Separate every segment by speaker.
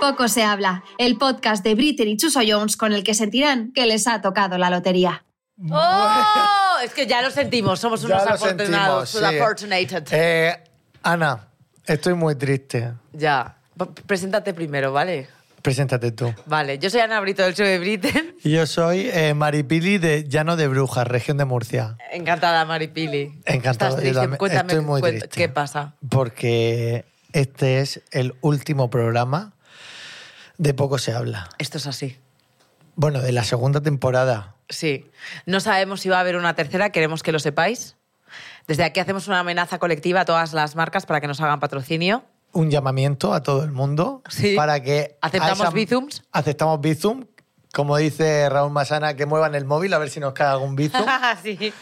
Speaker 1: Poco se habla, el podcast de Britney y Chuso Jones con el que sentirán que les ha tocado la lotería.
Speaker 2: ¡Oh! Es que ya lo sentimos, somos
Speaker 3: Ya
Speaker 2: unos
Speaker 3: lo
Speaker 2: afortunados.
Speaker 3: sentimos,
Speaker 2: unos
Speaker 3: sí.
Speaker 2: Afortunated.
Speaker 3: Eh, Ana, estoy muy triste.
Speaker 2: Ya. P- Preséntate primero, ¿vale?
Speaker 3: Preséntate tú.
Speaker 2: Vale, yo soy Ana Brito del show de Britain.
Speaker 3: Y Yo soy eh, Maripili de Llano de Brujas, región de Murcia.
Speaker 2: Encantada, Maripili.
Speaker 3: Encantado.
Speaker 2: ¿Estás
Speaker 3: yo
Speaker 2: triste?
Speaker 3: también
Speaker 2: Cuéntame
Speaker 3: estoy muy
Speaker 2: cuen-
Speaker 3: triste.
Speaker 2: qué pasa.
Speaker 3: Porque este es el último programa de Poco se habla.
Speaker 2: Esto es así.
Speaker 3: Bueno, de la segunda temporada.
Speaker 2: Sí. No sabemos si va a haber una tercera, queremos que lo sepáis. Desde aquí hacemos una amenaza colectiva a todas las marcas para que nos hagan patrocinio.
Speaker 3: Un llamamiento a todo el mundo
Speaker 2: Sí.
Speaker 3: para que... a
Speaker 2: ¿Aceptamos
Speaker 3: esa-
Speaker 2: bizums?
Speaker 3: Aceptamos Bizum. Como dice Raúl Masana, que muevan el móvil a ver si nos cae algún Bizum.
Speaker 2: sí.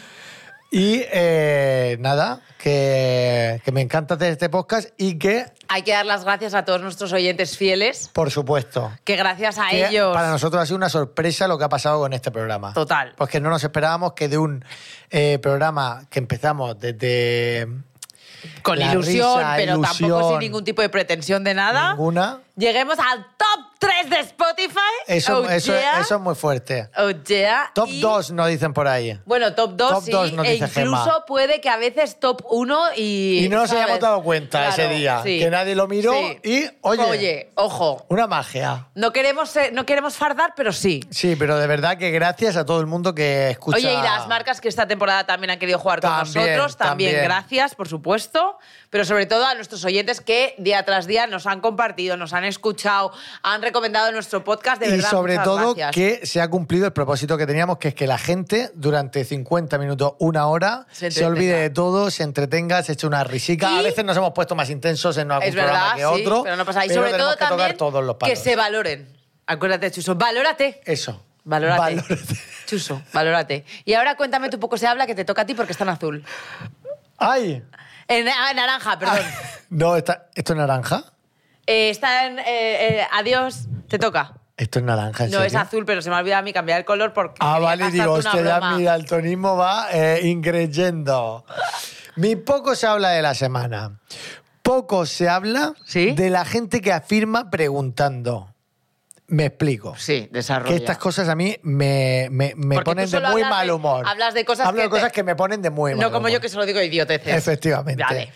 Speaker 3: Y eh, nada, que, que me encanta hacer este podcast y que,
Speaker 2: Hay que dar las gracias a todos nuestros oyentes fieles,
Speaker 3: por supuesto,
Speaker 2: que gracias a
Speaker 3: que
Speaker 2: ellos.
Speaker 3: para nosotros ha sido una sorpresa lo que ha pasado con este programa.
Speaker 2: Total.
Speaker 3: Porque no nos esperábamos que de un eh, programa que empezamos desde
Speaker 2: Con
Speaker 3: la
Speaker 2: ilusión,
Speaker 3: risa,
Speaker 2: pero tampoco
Speaker 3: ilusión,
Speaker 2: sin ningún tipo de pretensión de nada.
Speaker 3: ninguna,
Speaker 2: Lleguemos al top 3 de Spotify.
Speaker 3: eso,
Speaker 2: Oh,
Speaker 3: eso,
Speaker 2: yeah.
Speaker 3: eso es muy fuerte.
Speaker 2: Oh, yeah.
Speaker 3: Top
Speaker 2: Y-
Speaker 3: 2 nos dicen por ahí.
Speaker 2: Bueno, top 2
Speaker 3: Top
Speaker 2: sí,
Speaker 3: dos nos
Speaker 2: e
Speaker 3: dice
Speaker 2: incluso
Speaker 3: Gemma.
Speaker 2: puede que a veces top 1 y...
Speaker 3: Y no nos
Speaker 2: ¿sabes?
Speaker 3: hayamos dado cuenta
Speaker 2: Claro,
Speaker 3: ese día,
Speaker 2: sí.
Speaker 3: que nadie lo miró
Speaker 2: Sí.
Speaker 3: y, oye,
Speaker 2: Oye, ojo,
Speaker 3: una magia.
Speaker 2: no queremos, ser- no queremos fardar, pero sí.
Speaker 3: Sí, pero de verdad que gracias a todo el mundo que escucha.
Speaker 2: Oye, y las marcas que esta temporada también han querido jugar con
Speaker 3: También,
Speaker 2: nosotros, también,
Speaker 3: también.
Speaker 2: gracias, por supuesto, pero sobre todo a nuestros oyentes que día tras día nos han compartido, nos han escuchado, han recomendado nuestro podcast, de
Speaker 3: y
Speaker 2: verdad,
Speaker 3: sobre
Speaker 2: muchas
Speaker 3: todo
Speaker 2: gracias.
Speaker 3: que se ha cumplido el propósito que teníamos, que es que la gente durante 50 minutos, una hora,
Speaker 2: Se
Speaker 3: se,
Speaker 2: entretenga.
Speaker 3: olvide de todo, se entretenga, se eche una risica.
Speaker 2: Y-
Speaker 3: A veces nos hemos puesto más intensos en algún
Speaker 2: Es verdad,
Speaker 3: programa que
Speaker 2: sí,
Speaker 3: otro.
Speaker 2: pero no pasa. Y
Speaker 3: pero
Speaker 2: sobre
Speaker 3: tenemos
Speaker 2: todo
Speaker 3: que tocar
Speaker 2: también
Speaker 3: todos los
Speaker 2: que
Speaker 3: palos.
Speaker 2: se valoren. Acuérdate, Chuso, valórate.
Speaker 3: Eso.
Speaker 2: Valórate.
Speaker 3: Valórate.
Speaker 2: Chuso, valórate. Y ahora cuéntame tú poco se habla que te toca a ti porque está en azul.
Speaker 3: ¡Ay!
Speaker 2: En, ah, en naranja, perdón.
Speaker 3: No, está- ¿esto es naranja?
Speaker 2: Eh, está en. eh, eh, adiós, te toca.
Speaker 3: Esto es naranja, ¿en
Speaker 2: No,
Speaker 3: serio?
Speaker 2: es azul, pero se me ha olvidado a mí cambiar el color porque.
Speaker 3: Ah,
Speaker 2: quería
Speaker 3: vale,
Speaker 2: gastarte
Speaker 3: digo,
Speaker 2: una
Speaker 3: hostia, ya
Speaker 2: broma.
Speaker 3: mi daltonismo va eh, increyendo. Mi poco se habla de la semana. Poco se habla
Speaker 2: ¿Sí?
Speaker 3: de la gente que afirma preguntando. Me explico.
Speaker 2: Sí,
Speaker 3: Que
Speaker 2: desarrolla.
Speaker 3: estas cosas a mí me, me- me
Speaker 2: Porque
Speaker 3: ponen
Speaker 2: tú
Speaker 3: de
Speaker 2: solo
Speaker 3: muy
Speaker 2: hablas
Speaker 3: mal
Speaker 2: de-
Speaker 3: humor.
Speaker 2: hablas de cosas
Speaker 3: Hablo
Speaker 2: que
Speaker 3: de cosas
Speaker 2: te-
Speaker 3: que me ponen de muy mal
Speaker 2: No como
Speaker 3: humor.
Speaker 2: yo que solo digo idioteces.
Speaker 3: Efectivamente.
Speaker 2: Vale.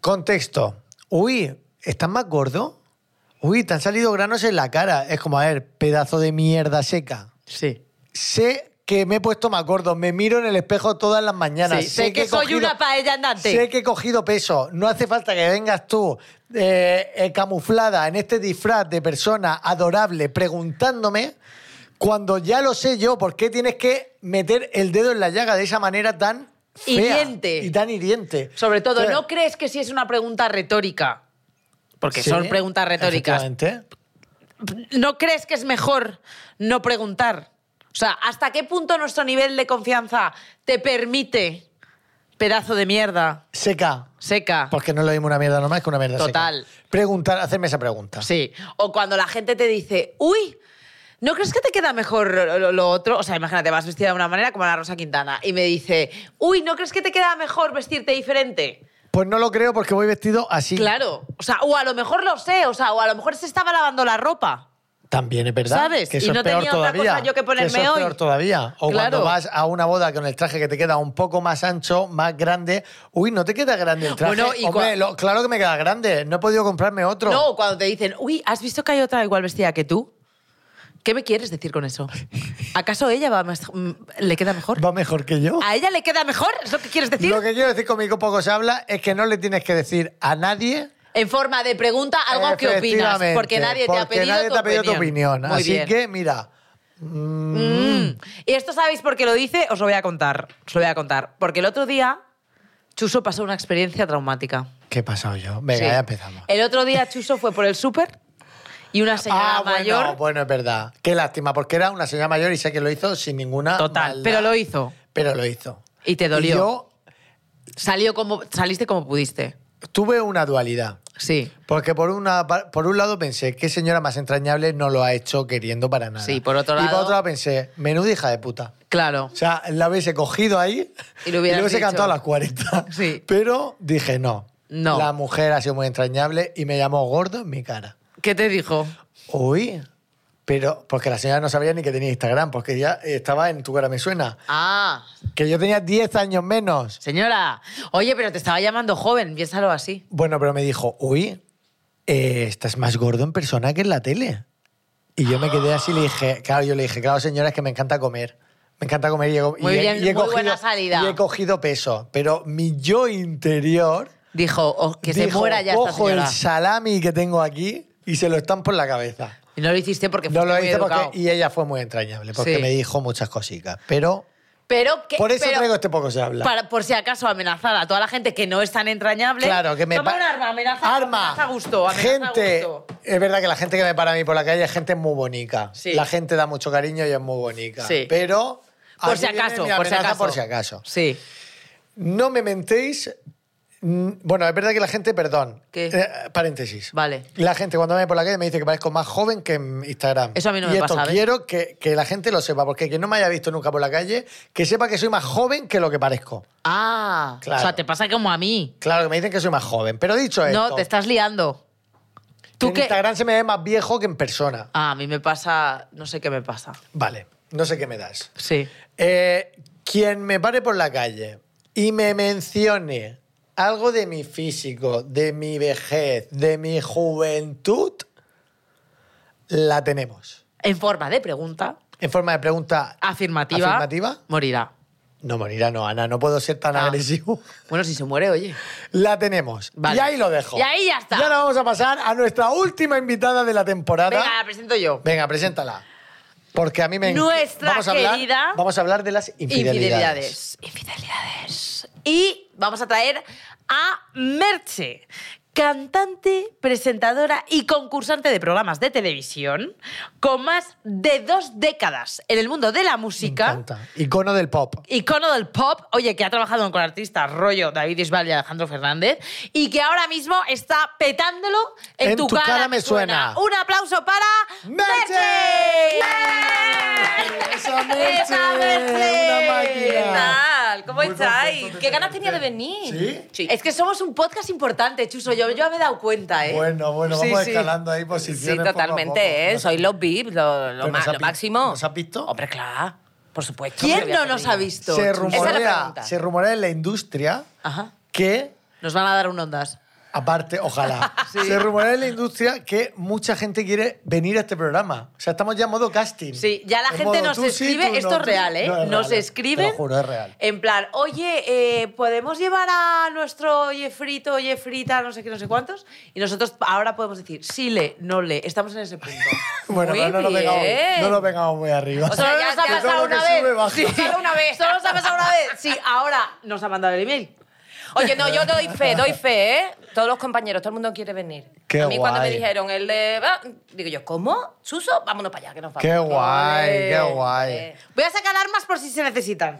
Speaker 3: Contexto. Uy, ¿estás más gordo? Uy, te han salido granos en la cara. Es como, a ver, pedazo de mierda seca
Speaker 2: Sí.
Speaker 3: sé que me he puesto más gordo, me miro en el espejo todas las mañanas.
Speaker 2: Sí, sé que
Speaker 3: he
Speaker 2: soy una paella andante.
Speaker 3: Sé que he cogido peso. No hace falta que vengas tú eh, eh, camuflada en este disfraz de persona adorable preguntándome cuando ya lo sé yo por qué tienes que meter el dedo en la llaga de esa manera tan fea
Speaker 2: Hiriente.
Speaker 3: y tan hiriente.
Speaker 2: Sobre todo,
Speaker 3: Entonces,
Speaker 2: ¿no crees que si es una pregunta retórica? Porque
Speaker 3: sí,
Speaker 2: son preguntas retóricas.
Speaker 3: efectivamente.
Speaker 2: ¿No crees que es mejor no preguntar? O sea, ¿hasta qué punto nuestro nivel de confianza te permite, pedazo de mierda,
Speaker 3: Seca.
Speaker 2: seca?
Speaker 3: Porque no lo dimos una mierda normal, es que una mierda
Speaker 2: Total.
Speaker 3: seca. Preguntar, hacerme esa pregunta.
Speaker 2: Sí. O cuando la gente te dice, uy, ¿no crees que te queda mejor lo, lo- lo otro? O sea, imagínate, vas vestida de una manera como la Rosa Quintana y me dice, uy, ¿no crees que te queda mejor vestirte diferente?
Speaker 3: Pues no lo creo porque voy vestido así.
Speaker 2: Claro. O sea, o a lo mejor lo sé, o sea, o a lo mejor se estaba lavando la ropa.
Speaker 3: También es verdad.
Speaker 2: ¿Sabes?
Speaker 3: Que eso
Speaker 2: Y no
Speaker 3: es peor
Speaker 2: tenía otra
Speaker 3: todavía.
Speaker 2: cosa yo que ponerme
Speaker 3: eso es
Speaker 2: hoy.
Speaker 3: peor todavía. O
Speaker 2: Claro.
Speaker 3: cuando vas a una boda con el traje que te queda un poco más ancho, más grande. Uy, no te queda grande el traje.
Speaker 2: Bueno, y
Speaker 3: Hombre,
Speaker 2: cua-
Speaker 3: lo- claro que me queda grande. No he podido comprarme otro.
Speaker 2: No, cuando te dicen, uy, ¿has visto que hay otra igual vestida que tú? ¿Qué me quieres decir con eso? ¿Acaso ella va más- mm, le queda mejor?
Speaker 3: Va mejor que yo.
Speaker 2: ¿A ella le queda mejor? ¿Es lo que quieres decir?
Speaker 3: Lo que quiero decir conmigo poco se habla es que no le tienes que decir a nadie
Speaker 2: En forma de pregunta, algo que opinas.
Speaker 3: efectivamente,
Speaker 2: Porque nadie te ha
Speaker 3: porque
Speaker 2: pedido,
Speaker 3: nadie
Speaker 2: tu,
Speaker 3: te ha pedido
Speaker 2: opinión.
Speaker 3: tu opinión.
Speaker 2: Muy
Speaker 3: Así
Speaker 2: bien.
Speaker 3: que, mira,
Speaker 2: Mm. Y esto sabéis por qué lo dice, os lo voy a contar. Os lo voy a contar. Porque el otro día, Chuso pasó una experiencia traumática.
Speaker 3: ¿qué he pasado yo? Venga,
Speaker 2: Sí.
Speaker 3: ya empezamos.
Speaker 2: El otro día, Chuso fue por el súper y una Eh, señora
Speaker 3: ah, bueno,
Speaker 2: mayor.
Speaker 3: bueno, es verdad. Qué lástima, porque era una señora mayor y sé que lo hizo sin ninguna.
Speaker 2: total,
Speaker 3: maldad.
Speaker 2: pero lo hizo.
Speaker 3: Pero lo hizo.
Speaker 2: Y te dolió.
Speaker 3: Y yo
Speaker 2: Salió como, saliste como pudiste.
Speaker 3: tuve una dualidad.
Speaker 2: Sí.
Speaker 3: Porque por, una, pa- por un lado pensé, qué señora más entrañable no lo ha hecho queriendo para nada.
Speaker 2: Sí, por otro
Speaker 3: Y por
Speaker 2: lado-
Speaker 3: otro lado pensé, menuda hija de puta.
Speaker 2: Claro.
Speaker 3: O sea, la hubiese cogido ahí
Speaker 2: Y le hubieras
Speaker 3: hubiese
Speaker 2: dicho-
Speaker 3: cantado a las 40.
Speaker 2: Sí.
Speaker 3: Pero dije, no.
Speaker 2: No.
Speaker 3: La mujer ha sido muy entrañable y me llamó gordo en mi cara.
Speaker 4: ¿Qué te dijo?
Speaker 3: Uy, pero porque la señora no sabía ni que tenía Instagram, porque ya estaba en tu cara me suena.
Speaker 4: Ah,
Speaker 3: Que yo tenía 10 años menos.
Speaker 4: señora. Oye, pero te estaba llamando joven, piénsalo así.
Speaker 3: Bueno, pero me dijo, uy, eh, estás más gordo en persona que en la tele. Y yo me quedé así y le dije, claro, yo le dije, claro, señora, es que me encanta comer. Me encanta comer y he, co- y
Speaker 4: Muy
Speaker 3: he-
Speaker 4: bien,
Speaker 3: y he
Speaker 4: muy
Speaker 3: cogido,
Speaker 4: buena salida.
Speaker 3: y he cogido peso. Pero mi yo interior
Speaker 4: Dijo, "Oh, que se
Speaker 3: dijo,
Speaker 4: muera ya esta
Speaker 3: cojo el
Speaker 4: señora.
Speaker 3: salami que tengo aquí y se lo estampo en la cabeza.
Speaker 4: Y no lo hiciste porque
Speaker 3: No
Speaker 4: fuiste
Speaker 3: lo
Speaker 4: muy
Speaker 3: hice porque...
Speaker 4: educado.
Speaker 3: Y ella fue muy entrañable, porque
Speaker 4: Sí.
Speaker 3: me dijo muchas cositas. Pero
Speaker 4: Pero que,
Speaker 3: por eso
Speaker 4: pero
Speaker 3: traigo este poco se habla.
Speaker 4: para- por si acaso amenazar a toda la gente que no es tan entrañable.
Speaker 3: Claro, que me
Speaker 4: Toma
Speaker 3: pa-
Speaker 4: un arma, amenaza.
Speaker 3: Arma.
Speaker 4: Amenaza a gusto, amenaza a
Speaker 3: gente.
Speaker 4: gusto.
Speaker 3: Es verdad que la gente que me para a mí por la calle es gente muy bonita.
Speaker 4: Sí.
Speaker 3: La gente da mucho cariño y es muy bonita.
Speaker 4: Sí.
Speaker 3: Pero.
Speaker 4: Por
Speaker 3: aquí
Speaker 4: si
Speaker 3: viene
Speaker 4: acaso,
Speaker 3: mi
Speaker 4: por si
Speaker 3: amenaza
Speaker 4: acaso.
Speaker 3: por si acaso.
Speaker 4: Sí.
Speaker 3: No me mentéis. mm, Bueno, es verdad que la gente, perdón.
Speaker 4: ¿Qué?
Speaker 3: eh, paréntesis.
Speaker 4: Vale.
Speaker 3: La gente cuando me ve por la calle me dice que parezco más joven que en Instagram.
Speaker 4: Eso a mí no
Speaker 3: y
Speaker 4: me
Speaker 3: esto
Speaker 4: pasa, ¿eh? ¿ves?
Speaker 3: quiero que, que la gente lo sepa, porque quien no me haya visto nunca por la calle, que sepa que soy más joven que lo que parezco.
Speaker 4: Ah,
Speaker 3: Claro.
Speaker 4: o sea, te pasa como a mí.
Speaker 3: Claro que me dicen que soy más joven, pero dicho esto,
Speaker 4: No, te estás liando. ¿Tú
Speaker 3: en
Speaker 4: qué?
Speaker 3: Instagram se me ve más viejo que en persona.
Speaker 4: Ah, a mí me pasa, no sé qué me pasa.
Speaker 3: Vale, no sé qué me das.
Speaker 4: Sí.
Speaker 3: Eh, quien me pare por la calle y me mencione algo de mi físico, de mi vejez, de mi juventud, la tenemos.
Speaker 4: En forma de pregunta
Speaker 3: En forma de pregunta,
Speaker 4: afirmativa,
Speaker 3: ¿Afirmativa?
Speaker 4: morirá.
Speaker 3: no morirá, no, Ana, no puedo ser tan
Speaker 4: Ah.
Speaker 3: agresivo.
Speaker 4: Bueno, si se muere, oye.
Speaker 3: La tenemos.
Speaker 4: Vale.
Speaker 3: Y ahí lo dejo.
Speaker 4: Y ahí ya está.
Speaker 3: Y ahora vamos a pasar a nuestra última invitada de la temporada.
Speaker 4: Venga, la presento yo.
Speaker 3: Venga, preséntala. Porque a mí me enc-
Speaker 4: Nuestra
Speaker 3: vamos a hablar,
Speaker 4: querida-
Speaker 3: Vamos a hablar de las infidelidades.
Speaker 4: Infidelidades. Infidelidades. Y vamos a traer a Merche, cantante, presentadora y concursante de programas de televisión con más de dos décadas en el mundo de la
Speaker 3: Me
Speaker 4: música.
Speaker 3: encanta. Icono del pop.
Speaker 4: icono del pop, oye, que ha trabajado con artistas rollo David Isbal y Alejandro Fernández, y que ahora mismo está petándolo en,
Speaker 3: En tu cara me suena.
Speaker 4: Un aplauso para
Speaker 3: ¡Merche!
Speaker 4: ¡Merche!
Speaker 3: ¡Esa Merche!
Speaker 4: ¡Esa Merche!
Speaker 3: ¡Una máquina!
Speaker 2: ¿Qué tal? ¿Cómo
Speaker 3: Muy
Speaker 2: estáis?
Speaker 3: contento de
Speaker 2: ¿Qué ganas
Speaker 3: tenerte.
Speaker 2: tenía de venir?
Speaker 3: ¿Sí?
Speaker 4: Es que somos un podcast importante, Chuso. Yo, yo me he dado cuenta, ¿eh?
Speaker 3: Bueno, bueno,
Speaker 4: Sí,
Speaker 3: vamos
Speaker 4: sí.
Speaker 3: escalando ahí
Speaker 2: Sí,
Speaker 3: posiciones. poco a
Speaker 2: totalmente,
Speaker 3: poco.
Speaker 2: ¿eh?
Speaker 3: Nos-
Speaker 2: Soy los VIPs, lo, lo
Speaker 3: Pero
Speaker 2: ma-
Speaker 3: nos ha
Speaker 2: lo
Speaker 3: pi-
Speaker 2: máximo.
Speaker 3: ¿Nos has visto?
Speaker 2: Hombre, claro. Por supuesto.
Speaker 4: ¿Quién
Speaker 2: hombre, voy
Speaker 4: no
Speaker 2: a
Speaker 4: nos
Speaker 2: pedir.
Speaker 4: ha visto?
Speaker 3: se
Speaker 4: Chuso?
Speaker 2: Esa es la
Speaker 3: rumorea,
Speaker 2: pregunta.
Speaker 3: se rumorea en la industria
Speaker 4: Ajá.
Speaker 3: que,
Speaker 4: Nos van a dar un ondas.
Speaker 3: aparte, ojalá, se rumorea en la industria que mucha gente quiere venir a este programa. O sea, estamos ya en modo casting.
Speaker 4: Sí, ya la
Speaker 3: En
Speaker 4: gente
Speaker 3: modo
Speaker 4: nos
Speaker 3: tú sí,
Speaker 4: escribe,
Speaker 3: tú
Speaker 4: esto
Speaker 3: no,
Speaker 4: es
Speaker 3: tú-
Speaker 4: real, ¿eh?
Speaker 3: No, es
Speaker 4: nos
Speaker 3: real,
Speaker 4: escriben
Speaker 3: Te lo juro, es real.
Speaker 4: En plan, oye, eh, ¿podemos llevar a nuestro Jeffrito, Jeffrita, no sé qué, no sé cuántos? Y nosotros ahora podemos decir, sí, le, no le, estamos en ese punto.
Speaker 3: Bueno,
Speaker 2: Muy
Speaker 3: pero no nos, vengamos,
Speaker 2: bien.
Speaker 3: no nos vengamos muy arriba.
Speaker 4: O sea, ya,
Speaker 2: Ya,
Speaker 4: nos ha
Speaker 2: ya,
Speaker 4: pasado
Speaker 3: todo lo que
Speaker 4: una
Speaker 3: sube,
Speaker 4: vez.
Speaker 3: baja.
Speaker 4: Sí,
Speaker 2: Solo una vez.
Speaker 4: Solo nos ha pasado una vez. Sí, ahora nos ha mandado el email.
Speaker 2: Oye, no, yo doy fe, doy fe, ¿eh? Todos los compañeros, todo el mundo quiere venir.
Speaker 3: Qué
Speaker 2: a mí cuando me
Speaker 3: guay.
Speaker 2: dijeron el de... va, digo yo, ¿cómo? ¿Suso? Vámonos para allá, que nos vamos. eh,
Speaker 3: Qué guay, qué
Speaker 2: Ole,
Speaker 3: guay.
Speaker 2: ole.
Speaker 4: Voy a sacar armas por si se necesitan.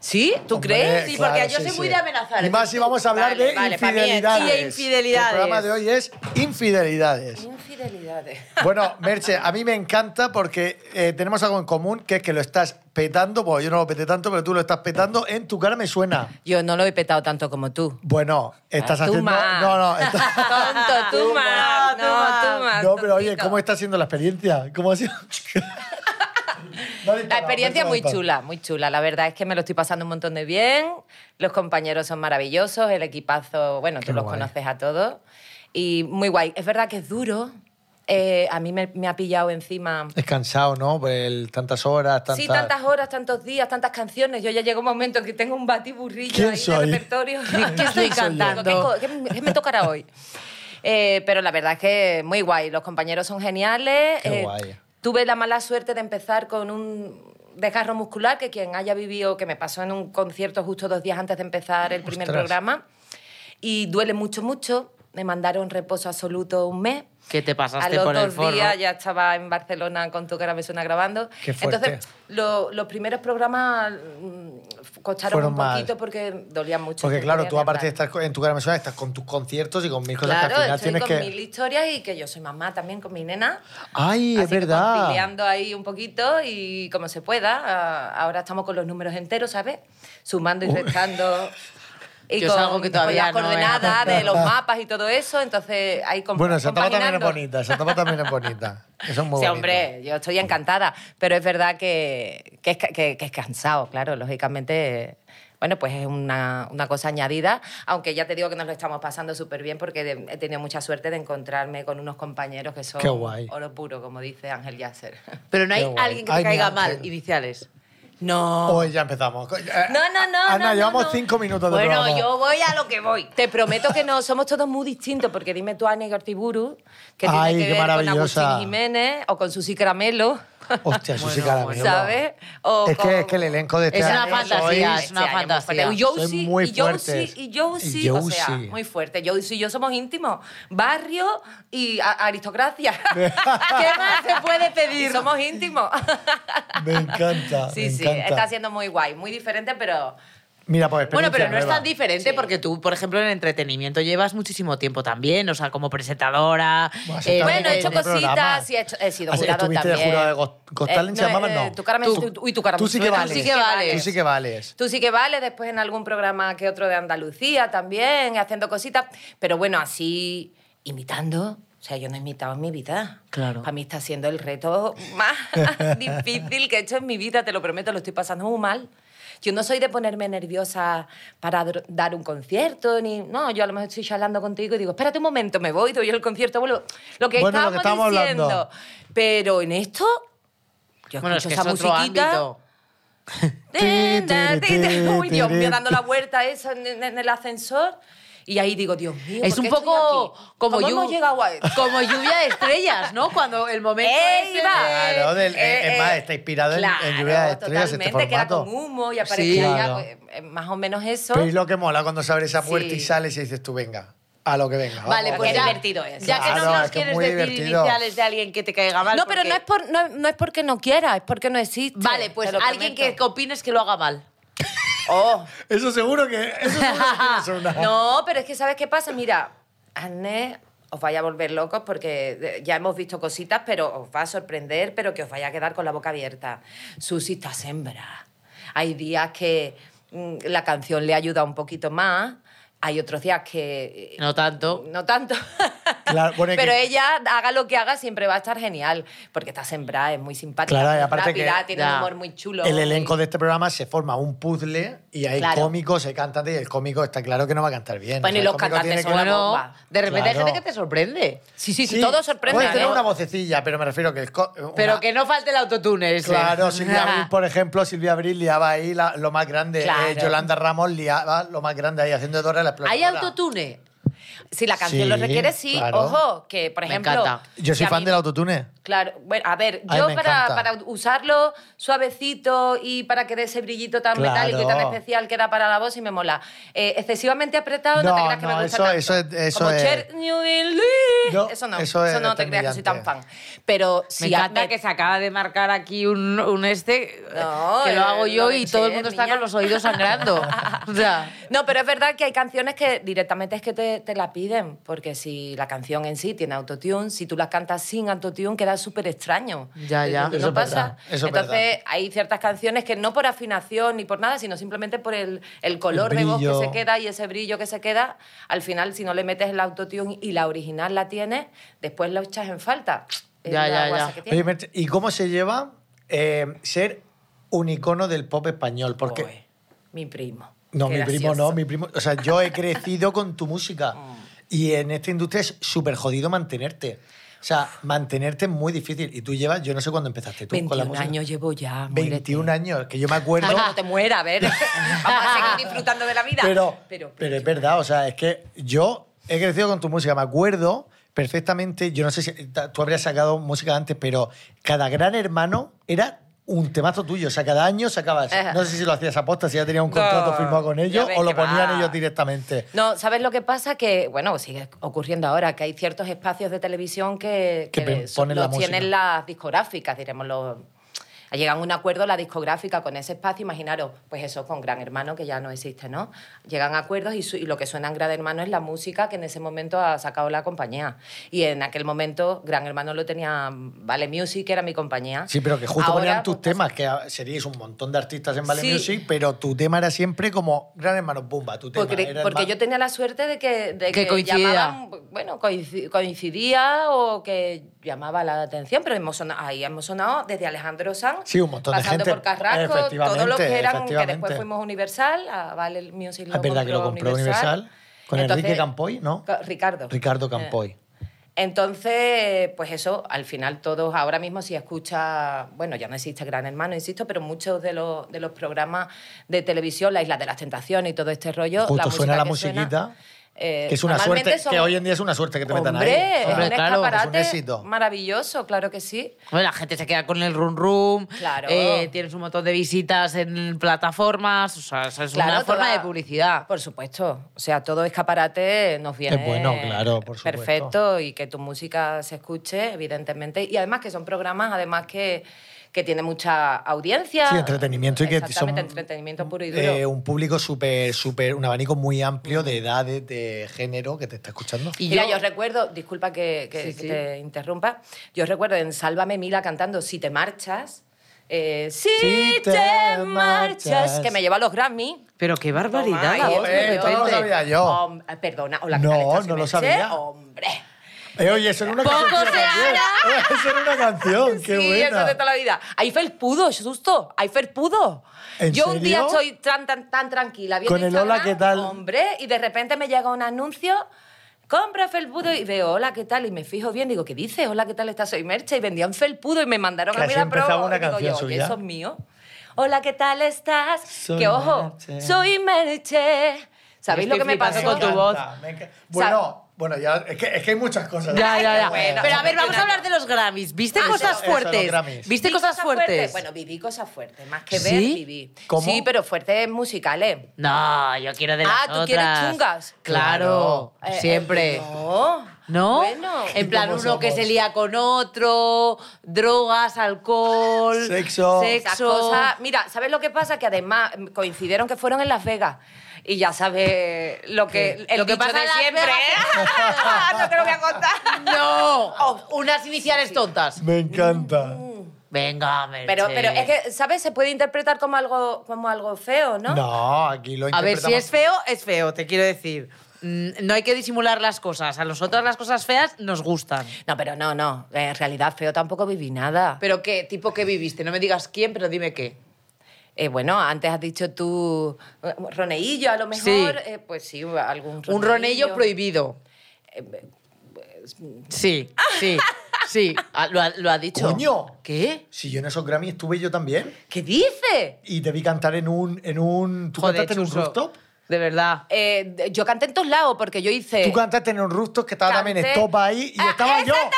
Speaker 2: ¿Sí? ¿Tú
Speaker 3: Hombre,
Speaker 2: crees?
Speaker 4: Sí,
Speaker 3: claro,
Speaker 4: porque yo soy muy de amenazar,
Speaker 3: Y más si vamos a hablar
Speaker 2: Vale,
Speaker 3: de
Speaker 2: vale, para mí es-
Speaker 3: infidelidades.
Speaker 4: y de infidelidades.
Speaker 3: El programa de hoy es infidelidades.
Speaker 2: Infidelidades.
Speaker 3: Bueno, Merche, a mí me encanta porque eh, tenemos algo en común, que es que lo estás petando, bueno, yo no lo peté tanto, pero tú lo estás petando, en tu cara me suena.
Speaker 2: Yo no lo he petado tanto como tú.
Speaker 3: Bueno, estás
Speaker 2: Ah, tú
Speaker 3: haciendo...
Speaker 2: más.
Speaker 3: No, no, estás-
Speaker 2: Tonto, tú
Speaker 4: Tú
Speaker 2: más.
Speaker 4: más,
Speaker 2: No,
Speaker 4: tú más.
Speaker 2: tú más.
Speaker 3: no, pero oye,
Speaker 2: tontito.
Speaker 3: ¿cómo está siendo la experiencia? ¿Cómo ha sido?
Speaker 2: La experiencia muy chula, muy chula. La verdad es que me lo estoy pasando un montón de bien. Los compañeros son maravillosos, el equipazo, bueno,
Speaker 3: Qué
Speaker 2: tú los
Speaker 3: guay.
Speaker 2: conoces a todos. Y muy guay. Es verdad que es duro. Eh, a mí me, me ha pillado encima.
Speaker 3: Es cansado, ¿no? Por el- tantas horas, tantas...
Speaker 2: Sí, tantas horas, tantos días, tantas canciones. Yo ya llega un momento en que tengo un batiburrillo
Speaker 3: ¿Quién
Speaker 2: ahí
Speaker 3: soy?
Speaker 2: de repertorio.
Speaker 4: ¿Qué estoy
Speaker 2: Digo,
Speaker 4: cantando?
Speaker 2: ¿qué co- ¿Qué, me- qué me tocará hoy? Eh, pero la verdad es que muy guay. Los compañeros son geniales. Eh,
Speaker 3: Qué guay.
Speaker 2: Tuve la mala suerte de empezar con un desgarro muscular que quien haya vivido, que me pasó en un concierto justo dos días antes de empezar el primer
Speaker 3: Ostras.
Speaker 2: programa. Y duele mucho, mucho. Me mandaron reposo absoluto un mes.
Speaker 4: ¿Qué te
Speaker 2: Al
Speaker 4: pasaste
Speaker 2: otro
Speaker 4: por
Speaker 2: día
Speaker 4: el forro?
Speaker 2: ya estaba en Barcelona con tu cara me suena grabando.
Speaker 3: Qué fuerte.
Speaker 2: Entonces, lo- los primeros programas mm, costaron
Speaker 3: Fueron
Speaker 2: un
Speaker 3: mal.
Speaker 2: poquito porque dolían mucho.
Speaker 3: Porque
Speaker 2: te
Speaker 3: claro,
Speaker 2: dolían
Speaker 3: tú aparte de
Speaker 2: verdad.
Speaker 3: estar con- en tu cara me suena, estás con tus conciertos y con mil cosas que al
Speaker 2: Claro,
Speaker 3: final
Speaker 2: estoy
Speaker 3: tienes
Speaker 2: con
Speaker 3: que...
Speaker 2: mil historias y que yo soy mamá también con mi nena.
Speaker 3: Ay,
Speaker 2: así
Speaker 3: es
Speaker 2: que
Speaker 3: verdad.
Speaker 2: conciliando ahí un poquito y como se pueda. a- Ahora estamos con los números enteros, ¿sabes? Sumando y restando. Y
Speaker 4: Yo es algo que
Speaker 2: con
Speaker 4: todavía
Speaker 2: las
Speaker 4: no he
Speaker 2: coordenadas de los
Speaker 3: apuntado.
Speaker 2: mapas y todo eso, entonces ahí compa-
Speaker 3: Bueno, Satama también es
Speaker 2: compaginando.
Speaker 3: bonita, Satama también es bonita. Eso es muy
Speaker 2: sí,
Speaker 3: bonito.
Speaker 2: hombre, yo estoy encantada, pero es verdad que, que, es, ca- que- que es cansado, claro, lógicamente. Bueno, pues es una, una cosa añadida, aunque ya te digo que nos lo estamos pasando súper bien porque de- he tenido mucha suerte de encontrarme con unos compañeros que son
Speaker 3: Qué guay.
Speaker 2: oro puro, como dice Ángel Yasser.
Speaker 4: Pero no hay
Speaker 3: Qué guay.
Speaker 4: alguien que te
Speaker 3: Ay, eh. mi
Speaker 4: caiga
Speaker 3: ángel.
Speaker 4: mal, iniciales.
Speaker 2: No.
Speaker 3: Hoy Oh, ya empezamos. eh,
Speaker 2: No, no, no,
Speaker 3: Ana,
Speaker 2: no, no,
Speaker 3: llevamos
Speaker 2: no.
Speaker 3: cinco minutos de
Speaker 4: Bueno,
Speaker 3: programa.
Speaker 4: yo voy a lo que voy.
Speaker 2: Te prometo que no, somos todos muy distintos, porque dime tú a Ana Gortiburu, que
Speaker 3: Ay,
Speaker 2: tiene
Speaker 3: qué
Speaker 2: que ver con
Speaker 3: maravillosa.
Speaker 2: Agustín Jiménez o con Susi Caramelo,
Speaker 3: Hostia, eso sí
Speaker 4: Bueno,
Speaker 3: que ahora mismo.
Speaker 2: ¿sabes? O
Speaker 3: Es
Speaker 2: con-
Speaker 3: que, es que el elenco de este
Speaker 4: Es una
Speaker 3: año
Speaker 4: fantasía,
Speaker 2: este
Speaker 3: sois-
Speaker 4: es una fantasía.
Speaker 2: Y Josie,
Speaker 3: Soy muy
Speaker 2: y Josie,
Speaker 3: fuertes.
Speaker 2: y Josie,
Speaker 3: Y
Speaker 2: o sea,
Speaker 3: Josie.
Speaker 2: muy fuerte. Josie y yo somos íntimos. Barrio y a- aristocracia. ¿Qué más se puede pedir? Somos íntimos.
Speaker 3: Me encanta,
Speaker 2: sí,
Speaker 3: me
Speaker 2: sí,
Speaker 3: encanta.
Speaker 2: está siendo muy guay, muy diferente, pero...
Speaker 3: Mira, pues
Speaker 4: Bueno, pero
Speaker 3: experiencia
Speaker 4: no es
Speaker 3: nueva.
Speaker 4: tan diferente
Speaker 2: Sí.
Speaker 4: porque tú, por ejemplo, en entretenimiento llevas muchísimo tiempo también, o sea, como presentadora. eh,
Speaker 3: Bueno, sí, también
Speaker 2: eh, Bueno, he hecho
Speaker 3: en el
Speaker 2: cositas
Speaker 3: programa.
Speaker 2: y he, hecho- he sido
Speaker 3: Ah, sí,
Speaker 2: jurado
Speaker 3: estuviste de
Speaker 2: también. Eh,
Speaker 3: jurado de Ghost- Ghost Talent, ¿se llamaban? No.
Speaker 2: tu cara me-
Speaker 3: Tú.
Speaker 2: tú- uy, tu cara me
Speaker 3: Tú sí que
Speaker 2: suena,
Speaker 3: vales.
Speaker 2: Tú sí que vales.
Speaker 3: Tú sí que vales.
Speaker 2: Tú sí que vales, después en algún programa que otro de Andalucía también, haciendo cositas. Pero bueno, así imitando. O sea, yo no he imitado en mi vida.
Speaker 4: Claro.
Speaker 2: Para mí está siendo el reto más difícil que he hecho en mi vida, te lo prometo, lo estoy pasando muy mal. Yo no soy de ponerme nerviosa para dr- dar un concierto, ni. No, yo a lo mejor estoy charlando contigo y digo, espérate un momento, me voy, doy el concierto, vuelvo. Lo que estábamos
Speaker 3: Bueno, lo que estábamos hablando.
Speaker 2: diciendo. Pero en esto, yo
Speaker 4: Bueno, es
Speaker 2: escucho
Speaker 4: que es
Speaker 2: esa
Speaker 4: otro
Speaker 2: musiquita.
Speaker 4: ámbito.
Speaker 2: Tin, tin, tin, tin. Uy, Dios
Speaker 3: Tin, tin,
Speaker 2: mío, dando la vuelta eso en, en- en el ascensor. Y ahí digo, Dios mío,
Speaker 4: Es
Speaker 2: ¿por
Speaker 4: un
Speaker 2: qué estoy
Speaker 4: poco
Speaker 2: aquí?
Speaker 4: como,
Speaker 2: ¿Cómo
Speaker 4: llu-
Speaker 2: hemos llegado a esto?
Speaker 4: como lluvia de estrellas, ¿no? Cuando el momento.
Speaker 2: ¡Ey,
Speaker 4: ese
Speaker 2: va!
Speaker 4: de-
Speaker 3: Claro, del-
Speaker 2: Eh,
Speaker 3: es más,
Speaker 2: eh,
Speaker 3: está inspirado en- en Lluvia de
Speaker 2: claro,
Speaker 3: Estrellas, este
Speaker 2: totalmente, que era
Speaker 3: formato.
Speaker 2: con humo y
Speaker 4: Sí.
Speaker 2: aparecía ya,
Speaker 3: Claro.
Speaker 2: pues, eh, más o menos eso.
Speaker 3: Pero es lo que mola cuando se abre esa
Speaker 2: Sí.
Speaker 3: puerta y sales y dices tú, venga, a lo que venga.
Speaker 4: Vale,
Speaker 3: vamos,
Speaker 4: pues
Speaker 2: Qué
Speaker 4: ya,
Speaker 3: vamos.
Speaker 2: divertido es.
Speaker 4: Ya que
Speaker 3: Claro,
Speaker 4: no nos
Speaker 3: es que es
Speaker 4: quieres
Speaker 3: muy
Speaker 4: decir
Speaker 3: divertido.
Speaker 4: iniciales de alguien que te caiga mal.
Speaker 2: no, pero
Speaker 4: porque-
Speaker 2: no es, por, no, no es porque no quiera, es porque no existe.
Speaker 4: Vale, pues
Speaker 2: te lo
Speaker 4: alguien que
Speaker 2: prometo.
Speaker 4: opines que lo haga mal.
Speaker 2: Oh.
Speaker 3: Eso seguro que... Eso seguro que tienes una.
Speaker 2: No, pero es que ¿sabes qué pasa? Mira, Anne os vaya a volver locos porque de- ya hemos visto cositas, pero os va a sorprender, pero que os vaya a quedar con la boca abierta. Susi está sembra. Hay días que mm, la canción le ayuda un poquito más, hay otros días que... eh,
Speaker 4: No tanto.
Speaker 2: No tanto.
Speaker 3: Claro, bueno, y
Speaker 2: Pero
Speaker 3: que-
Speaker 2: ella, haga lo que haga, siempre va a estar genial, porque está sembrada, es muy simpática,
Speaker 3: Claro, y
Speaker 2: muy
Speaker 3: aparte que-
Speaker 2: rápida, tiene un
Speaker 4: Ya.
Speaker 2: humor muy chulo.
Speaker 3: El
Speaker 2: muy-
Speaker 3: elenco de este programa se forma un puzzle y hay
Speaker 2: Claro.
Speaker 3: cómicos, hay cantantes y el cómico está claro que no va a cantar bien.
Speaker 2: Bueno, y
Speaker 3: el
Speaker 2: los
Speaker 3: cómico
Speaker 2: cantantes
Speaker 3: tiene que-
Speaker 2: son una
Speaker 4: Bueno,
Speaker 2: bomba.
Speaker 4: de repente
Speaker 3: Claro.
Speaker 4: hay gente que te sorprende.
Speaker 2: Sí, sí, sí,
Speaker 3: Sí,
Speaker 2: todo sorprende.
Speaker 3: Puede tener
Speaker 2: ¿eh?
Speaker 3: una vocecilla, pero me refiero que... el co-
Speaker 4: Pero
Speaker 3: una-
Speaker 4: que no falte el autotune ese.
Speaker 3: Claro, Silvia Abril, por ejemplo, Silvia Abril liaba ahí la- lo más grande. eh,
Speaker 2: Claro.
Speaker 3: Yolanda Ramos liaba lo más grande ahí, haciendo de Dora la
Speaker 4: ¿Hay
Speaker 3: exploradora.
Speaker 4: autotune?
Speaker 2: Si la canción
Speaker 3: Sí,
Speaker 2: lo requiere, sí.
Speaker 3: claro.
Speaker 2: Ojo, que por
Speaker 4: Me
Speaker 2: ejemplo.
Speaker 4: encanta.
Speaker 3: Yo soy
Speaker 2: que a
Speaker 3: fan
Speaker 2: mí-
Speaker 3: del autotune.
Speaker 2: Claro, bueno, a ver,
Speaker 3: Ay,
Speaker 2: yo
Speaker 3: me
Speaker 2: para,
Speaker 3: encanta.
Speaker 2: para usarlo suavecito y para que dé ese brillito tan
Speaker 3: Claro.
Speaker 2: metálico y tan especial que da para la voz y me mola. Eh, excesivamente apretado, no,
Speaker 3: No,
Speaker 2: te creas que
Speaker 3: no,
Speaker 2: me gusta
Speaker 3: eso-
Speaker 2: tanto.
Speaker 3: eso es- eso
Speaker 2: Como
Speaker 3: es-
Speaker 2: Cher-
Speaker 3: No,
Speaker 2: eso no,
Speaker 3: eso
Speaker 2: eso,
Speaker 3: es
Speaker 2: no te creas que soy tan fan. Pero si
Speaker 4: Me
Speaker 2: a-
Speaker 4: encanta que se acaba de marcar aquí un, un este
Speaker 2: No,
Speaker 4: que lo
Speaker 2: eh,
Speaker 4: hago yo
Speaker 2: lo de
Speaker 4: y todo el
Speaker 2: Cher,
Speaker 4: mundo está
Speaker 2: niña.
Speaker 4: con los oídos sangrando. o sea,
Speaker 2: No, pero es verdad que hay canciones que directamente es que te, te la piden, porque si la canción en sí tiene autotune, si tú la cantas sin autotune queda súper extraño.
Speaker 4: Ya,
Speaker 2: ¿No
Speaker 4: ya.
Speaker 3: Eso es verdad,
Speaker 2: pasa?
Speaker 3: eso es
Speaker 2: Entonces
Speaker 3: verdad.
Speaker 2: hay ciertas canciones que no por afinación ni por nada, sino simplemente por el, el color
Speaker 3: El
Speaker 2: de voz
Speaker 3: brillo.
Speaker 2: que se queda y ese brillo que se queda, al final si no le metes el autotune y la original la tienes, después la echas en falta. Es
Speaker 4: Ya,
Speaker 2: la
Speaker 4: ya, ya.
Speaker 2: guasa que tiene.
Speaker 3: Oye, Merche, ¿y cómo se lleva eh, ser un icono del pop español? Porque...
Speaker 2: Uy, Pues, mi primo.
Speaker 3: No,
Speaker 2: Qué
Speaker 3: mi primo
Speaker 2: gracioso. Mm.
Speaker 3: no, mi primo... O sea, yo he crecido con tu música y en esta industria es súper jodido mantenerte. O sea, mantenerte es muy difícil. Y tú llevas, yo no sé cuándo empezaste tú con la
Speaker 2: 21
Speaker 3: música.
Speaker 2: años llevo ya. muérete.
Speaker 3: 21 años, que yo me acuerdo...
Speaker 2: Bueno, no te muera, a ver. Vamos a seguir disfrutando de la vida.
Speaker 3: Pero, pero, es verdad, o sea, es que yo he crecido con tu música, me acuerdo perfectamente, yo no sé si ta- tú habrías sacado música antes, pero cada gran hermano era un temazo tuyo, o sea, cada año sacabas,
Speaker 2: Ajá.
Speaker 3: no sé si lo hacías a posta, si ya tenías un contrato
Speaker 2: No,
Speaker 3: firmado con
Speaker 2: ya
Speaker 3: ellos
Speaker 2: ves
Speaker 3: o lo
Speaker 2: que va.
Speaker 3: ponían ellos directamente.
Speaker 2: No, ¿sabes lo que pasa? Que, bueno, sigue ocurriendo ahora, que hay ciertos espacios de televisión que,
Speaker 3: Que
Speaker 2: que
Speaker 3: ponen
Speaker 2: son-
Speaker 3: la
Speaker 2: los tienen
Speaker 3: música.
Speaker 2: las discográficas, diremos, los, Ha llegado a un acuerdo la discográfica con ese espacio, imaginaros, pues eso con Gran Hermano, que ya no existe, ¿no? Llegan a acuerdos y, su- y lo que suena en Gran Hermano es la música que en ese momento ha sacado la compañía. Y en aquel momento Gran Hermano lo tenía Vale Music, que era mi compañía.
Speaker 3: Sí, pero que justo
Speaker 2: Ahora,
Speaker 3: ponían tus
Speaker 2: pues,
Speaker 3: temas, que ah, seríais un montón de artistas en Vale
Speaker 2: Sí.
Speaker 3: Music, pero tu tema era siempre como Gran Hermano Pumba, tu tema.
Speaker 2: Porque,
Speaker 3: era el
Speaker 2: porque
Speaker 3: ma-
Speaker 2: yo tenía la suerte de que, de
Speaker 4: Que coincidía.
Speaker 2: llamaban, bueno, coinci- coincidía o que llamaba la atención, pero hemos sonado, ahí hemos sonado desde Alejandro Sanz,
Speaker 3: Sí, un montón de
Speaker 2: pasando
Speaker 3: gente.
Speaker 2: por Carrasco, todos los
Speaker 3: Efectivamente,
Speaker 2: que eran, que después
Speaker 3: efectivamente.
Speaker 2: fuimos a Universal, a Vale Music
Speaker 3: Ah, Es verdad que lo compró Universal, con
Speaker 2: Entonces,
Speaker 3: Enrique Campoy, ¿no?
Speaker 2: Ca- Ricardo. Eh.
Speaker 3: Ricardo Campoy.
Speaker 2: Entonces, pues eso, al final todos ahora mismo si escucha, bueno, ya no existe Gran Hermano, insisto, pero muchos de los, de los programas de televisión, La Isla de las Tentaciones y todo este rollo,
Speaker 3: Justo
Speaker 2: música
Speaker 3: suena la
Speaker 2: que suena,
Speaker 3: musiquita,
Speaker 2: eh,
Speaker 3: que es una
Speaker 2: normalmente
Speaker 3: suerte,
Speaker 2: son-
Speaker 3: que hoy en día es una suerte que te metan ahí.
Speaker 2: Hombre,
Speaker 3: O sea,
Speaker 2: es un
Speaker 4: Hombre, claro, pues es un
Speaker 2: escaparate
Speaker 3: éxito.
Speaker 2: maravilloso, claro que sí.
Speaker 4: Bueno, la gente se queda con el rum rum,
Speaker 2: Claro.
Speaker 4: eh, tienes un montón de visitas en plataformas, o sea, eso es
Speaker 2: Claro,
Speaker 4: una forma
Speaker 2: toda-
Speaker 4: de publicidad.
Speaker 2: Por supuesto, o sea, todo escaparate nos viene
Speaker 3: bueno, claro, por supuesto.
Speaker 2: perfecto y que tu música se escuche, evidentemente, y además que son programas, además que, que tiene mucha audiencia.
Speaker 3: Sí, entretenimiento y que
Speaker 2: Exactamente,
Speaker 3: son,
Speaker 2: entretenimiento puro y duro.
Speaker 3: eh, un público súper, súper, un abanico muy amplio de edades, de género que te está escuchando.
Speaker 4: Y
Speaker 2: Mira,
Speaker 4: yo-
Speaker 2: yo, recuerdo, disculpa que, que- que
Speaker 4: Sí, sí.
Speaker 2: te interrumpa, yo recuerdo en Sálvame Mila cantando Si te marchas, eh, Si,
Speaker 3: Si
Speaker 2: te,
Speaker 3: te
Speaker 2: marchas,
Speaker 3: marchas.
Speaker 2: que me lleva a los Grammy.
Speaker 4: Pero qué barbaridad.
Speaker 2: Toma,
Speaker 4: la
Speaker 2: y
Speaker 4: voz,
Speaker 2: es
Speaker 3: eh,
Speaker 4: de
Speaker 3: esto no lo
Speaker 4: repente.
Speaker 3: sabía yo.
Speaker 2: Hom- eh, perdona, hola, ¿qué
Speaker 3: No,
Speaker 2: tal estás,
Speaker 3: no lo
Speaker 2: Jiménez?
Speaker 3: sabía.
Speaker 2: Hombre.
Speaker 3: Eh, oye, eso era una
Speaker 4: Poco
Speaker 3: canción.
Speaker 4: se
Speaker 3: también. Eh, Eso era una canción, qué
Speaker 2: sí, eso
Speaker 3: buena.
Speaker 2: es de toda la vida. Eiffel pudo, susto. Eiffel pudo.
Speaker 3: ¿En
Speaker 2: Yo un día
Speaker 3: serio?
Speaker 2: estoy tan, tan, tan tranquila. viendo
Speaker 3: Con el hola,
Speaker 2: Instagram,
Speaker 3: ¿qué tal?
Speaker 2: Hombre, y de repente me llega un anuncio. Compra felpudo y veo, hola, ¿qué tal? Y me fijo bien, digo, ¿qué dice? Hola, ¿qué tal? Está soy Merche. Y vendían felpudo y me mandaron
Speaker 3: Que
Speaker 2: a mí
Speaker 3: así
Speaker 2: la
Speaker 3: empezaba
Speaker 2: promo.
Speaker 3: una
Speaker 2: Y digo,
Speaker 3: canción
Speaker 2: yo, oye,
Speaker 3: suya.
Speaker 2: eso es mío. Hola, ¿qué tal estás?
Speaker 3: Soy
Speaker 2: que ojo,
Speaker 3: Merche.
Speaker 2: soy Merche. ¿Sabéis
Speaker 4: Estoy
Speaker 2: lo que me
Speaker 4: flipando
Speaker 2: pasó
Speaker 4: con
Speaker 2: con
Speaker 4: tu
Speaker 2: tu
Speaker 4: voz.
Speaker 3: Me encanta. Bueno, bueno, ya, es que, es que hay muchas cosas.
Speaker 4: Ya, ya, ya.
Speaker 2: Bueno,
Speaker 4: Pero a ver, vamos a
Speaker 2: emocionante.
Speaker 4: hablar de los Grammys. ¿Viste
Speaker 2: Ah,
Speaker 4: cosas
Speaker 2: eso,
Speaker 3: eso, los
Speaker 4: fuertes?
Speaker 3: Grammys.
Speaker 4: ¿Viste
Speaker 2: Vi
Speaker 4: cosas fuertes?
Speaker 2: Bueno, viví cosas fuertes, más que
Speaker 4: ¿Sí?
Speaker 2: ver, viví.
Speaker 3: ¿Cómo?
Speaker 2: Sí, pero fuertes musicales.
Speaker 4: No, yo quiero de las
Speaker 2: Ah, ¿tú quieres
Speaker 4: otras.
Speaker 2: chungas?
Speaker 4: Claro,
Speaker 2: Eh,
Speaker 4: siempre.
Speaker 2: eh, no.
Speaker 4: ¿No?
Speaker 2: Bueno.
Speaker 4: en plan, uno
Speaker 3: ¿Cómo
Speaker 4: que se
Speaker 3: somos?
Speaker 4: lía con otro, drogas, alcohol,
Speaker 3: Sexo.
Speaker 2: Esas
Speaker 4: sexo.
Speaker 2: cosas- mira, ¿sabes lo que pasa? Que además coincidieron que fueron en Las Vegas. Y ya sabes lo que, el
Speaker 4: Lo que
Speaker 2: dicho
Speaker 4: pasa en
Speaker 2: de
Speaker 4: Las
Speaker 2: siempre.
Speaker 4: Vegas.
Speaker 2: ¿eh? no te lo voy a contar.
Speaker 4: No, unas iniciales tontas.
Speaker 3: Me encanta.
Speaker 2: Mm,
Speaker 4: Venga, Merche.
Speaker 2: Pero, pero es que, ¿sabes? Se puede interpretar como algo, como algo feo, ¿no?
Speaker 3: ¿No? aquí lo
Speaker 4: A ver,
Speaker 3: interpretamos.
Speaker 4: si es feo, es feo, te quiero decir. Mm, No hay que disimular las cosas. A nosotros las cosas feas nos gustan.
Speaker 2: No, pero no, no. En realidad feo tampoco viví nada.
Speaker 4: ¿Pero qué? ¿Tipo qué viviste? No me digas quién, pero dime qué.
Speaker 2: Eh, bueno, antes has dicho tú eh, roneillo, a lo mejor.
Speaker 4: Sí.
Speaker 2: Eh, pues sí, algún roneillo.
Speaker 4: Un ronello prohibido. Sí, sí, sí. Ah, Lo ha, lo ha dicho.
Speaker 3: Coño.
Speaker 4: ¿Qué?
Speaker 3: Si yo en esos Grammy estuve yo también
Speaker 2: ¿Qué dice?
Speaker 3: y te vi cantar en un... En un ¿Tú
Speaker 4: Joder,
Speaker 3: cantaste en un
Speaker 4: Chuso.
Speaker 3: rooftop?
Speaker 4: De verdad.
Speaker 2: Eh, de- yo canté en todos lados porque yo hice.
Speaker 3: Tú cantaste en un rooftop que estaba también
Speaker 2: Eh, canté-
Speaker 3: Estopa ahí y
Speaker 2: Ah,
Speaker 3: estaba yo.
Speaker 2: ¡Exactamente!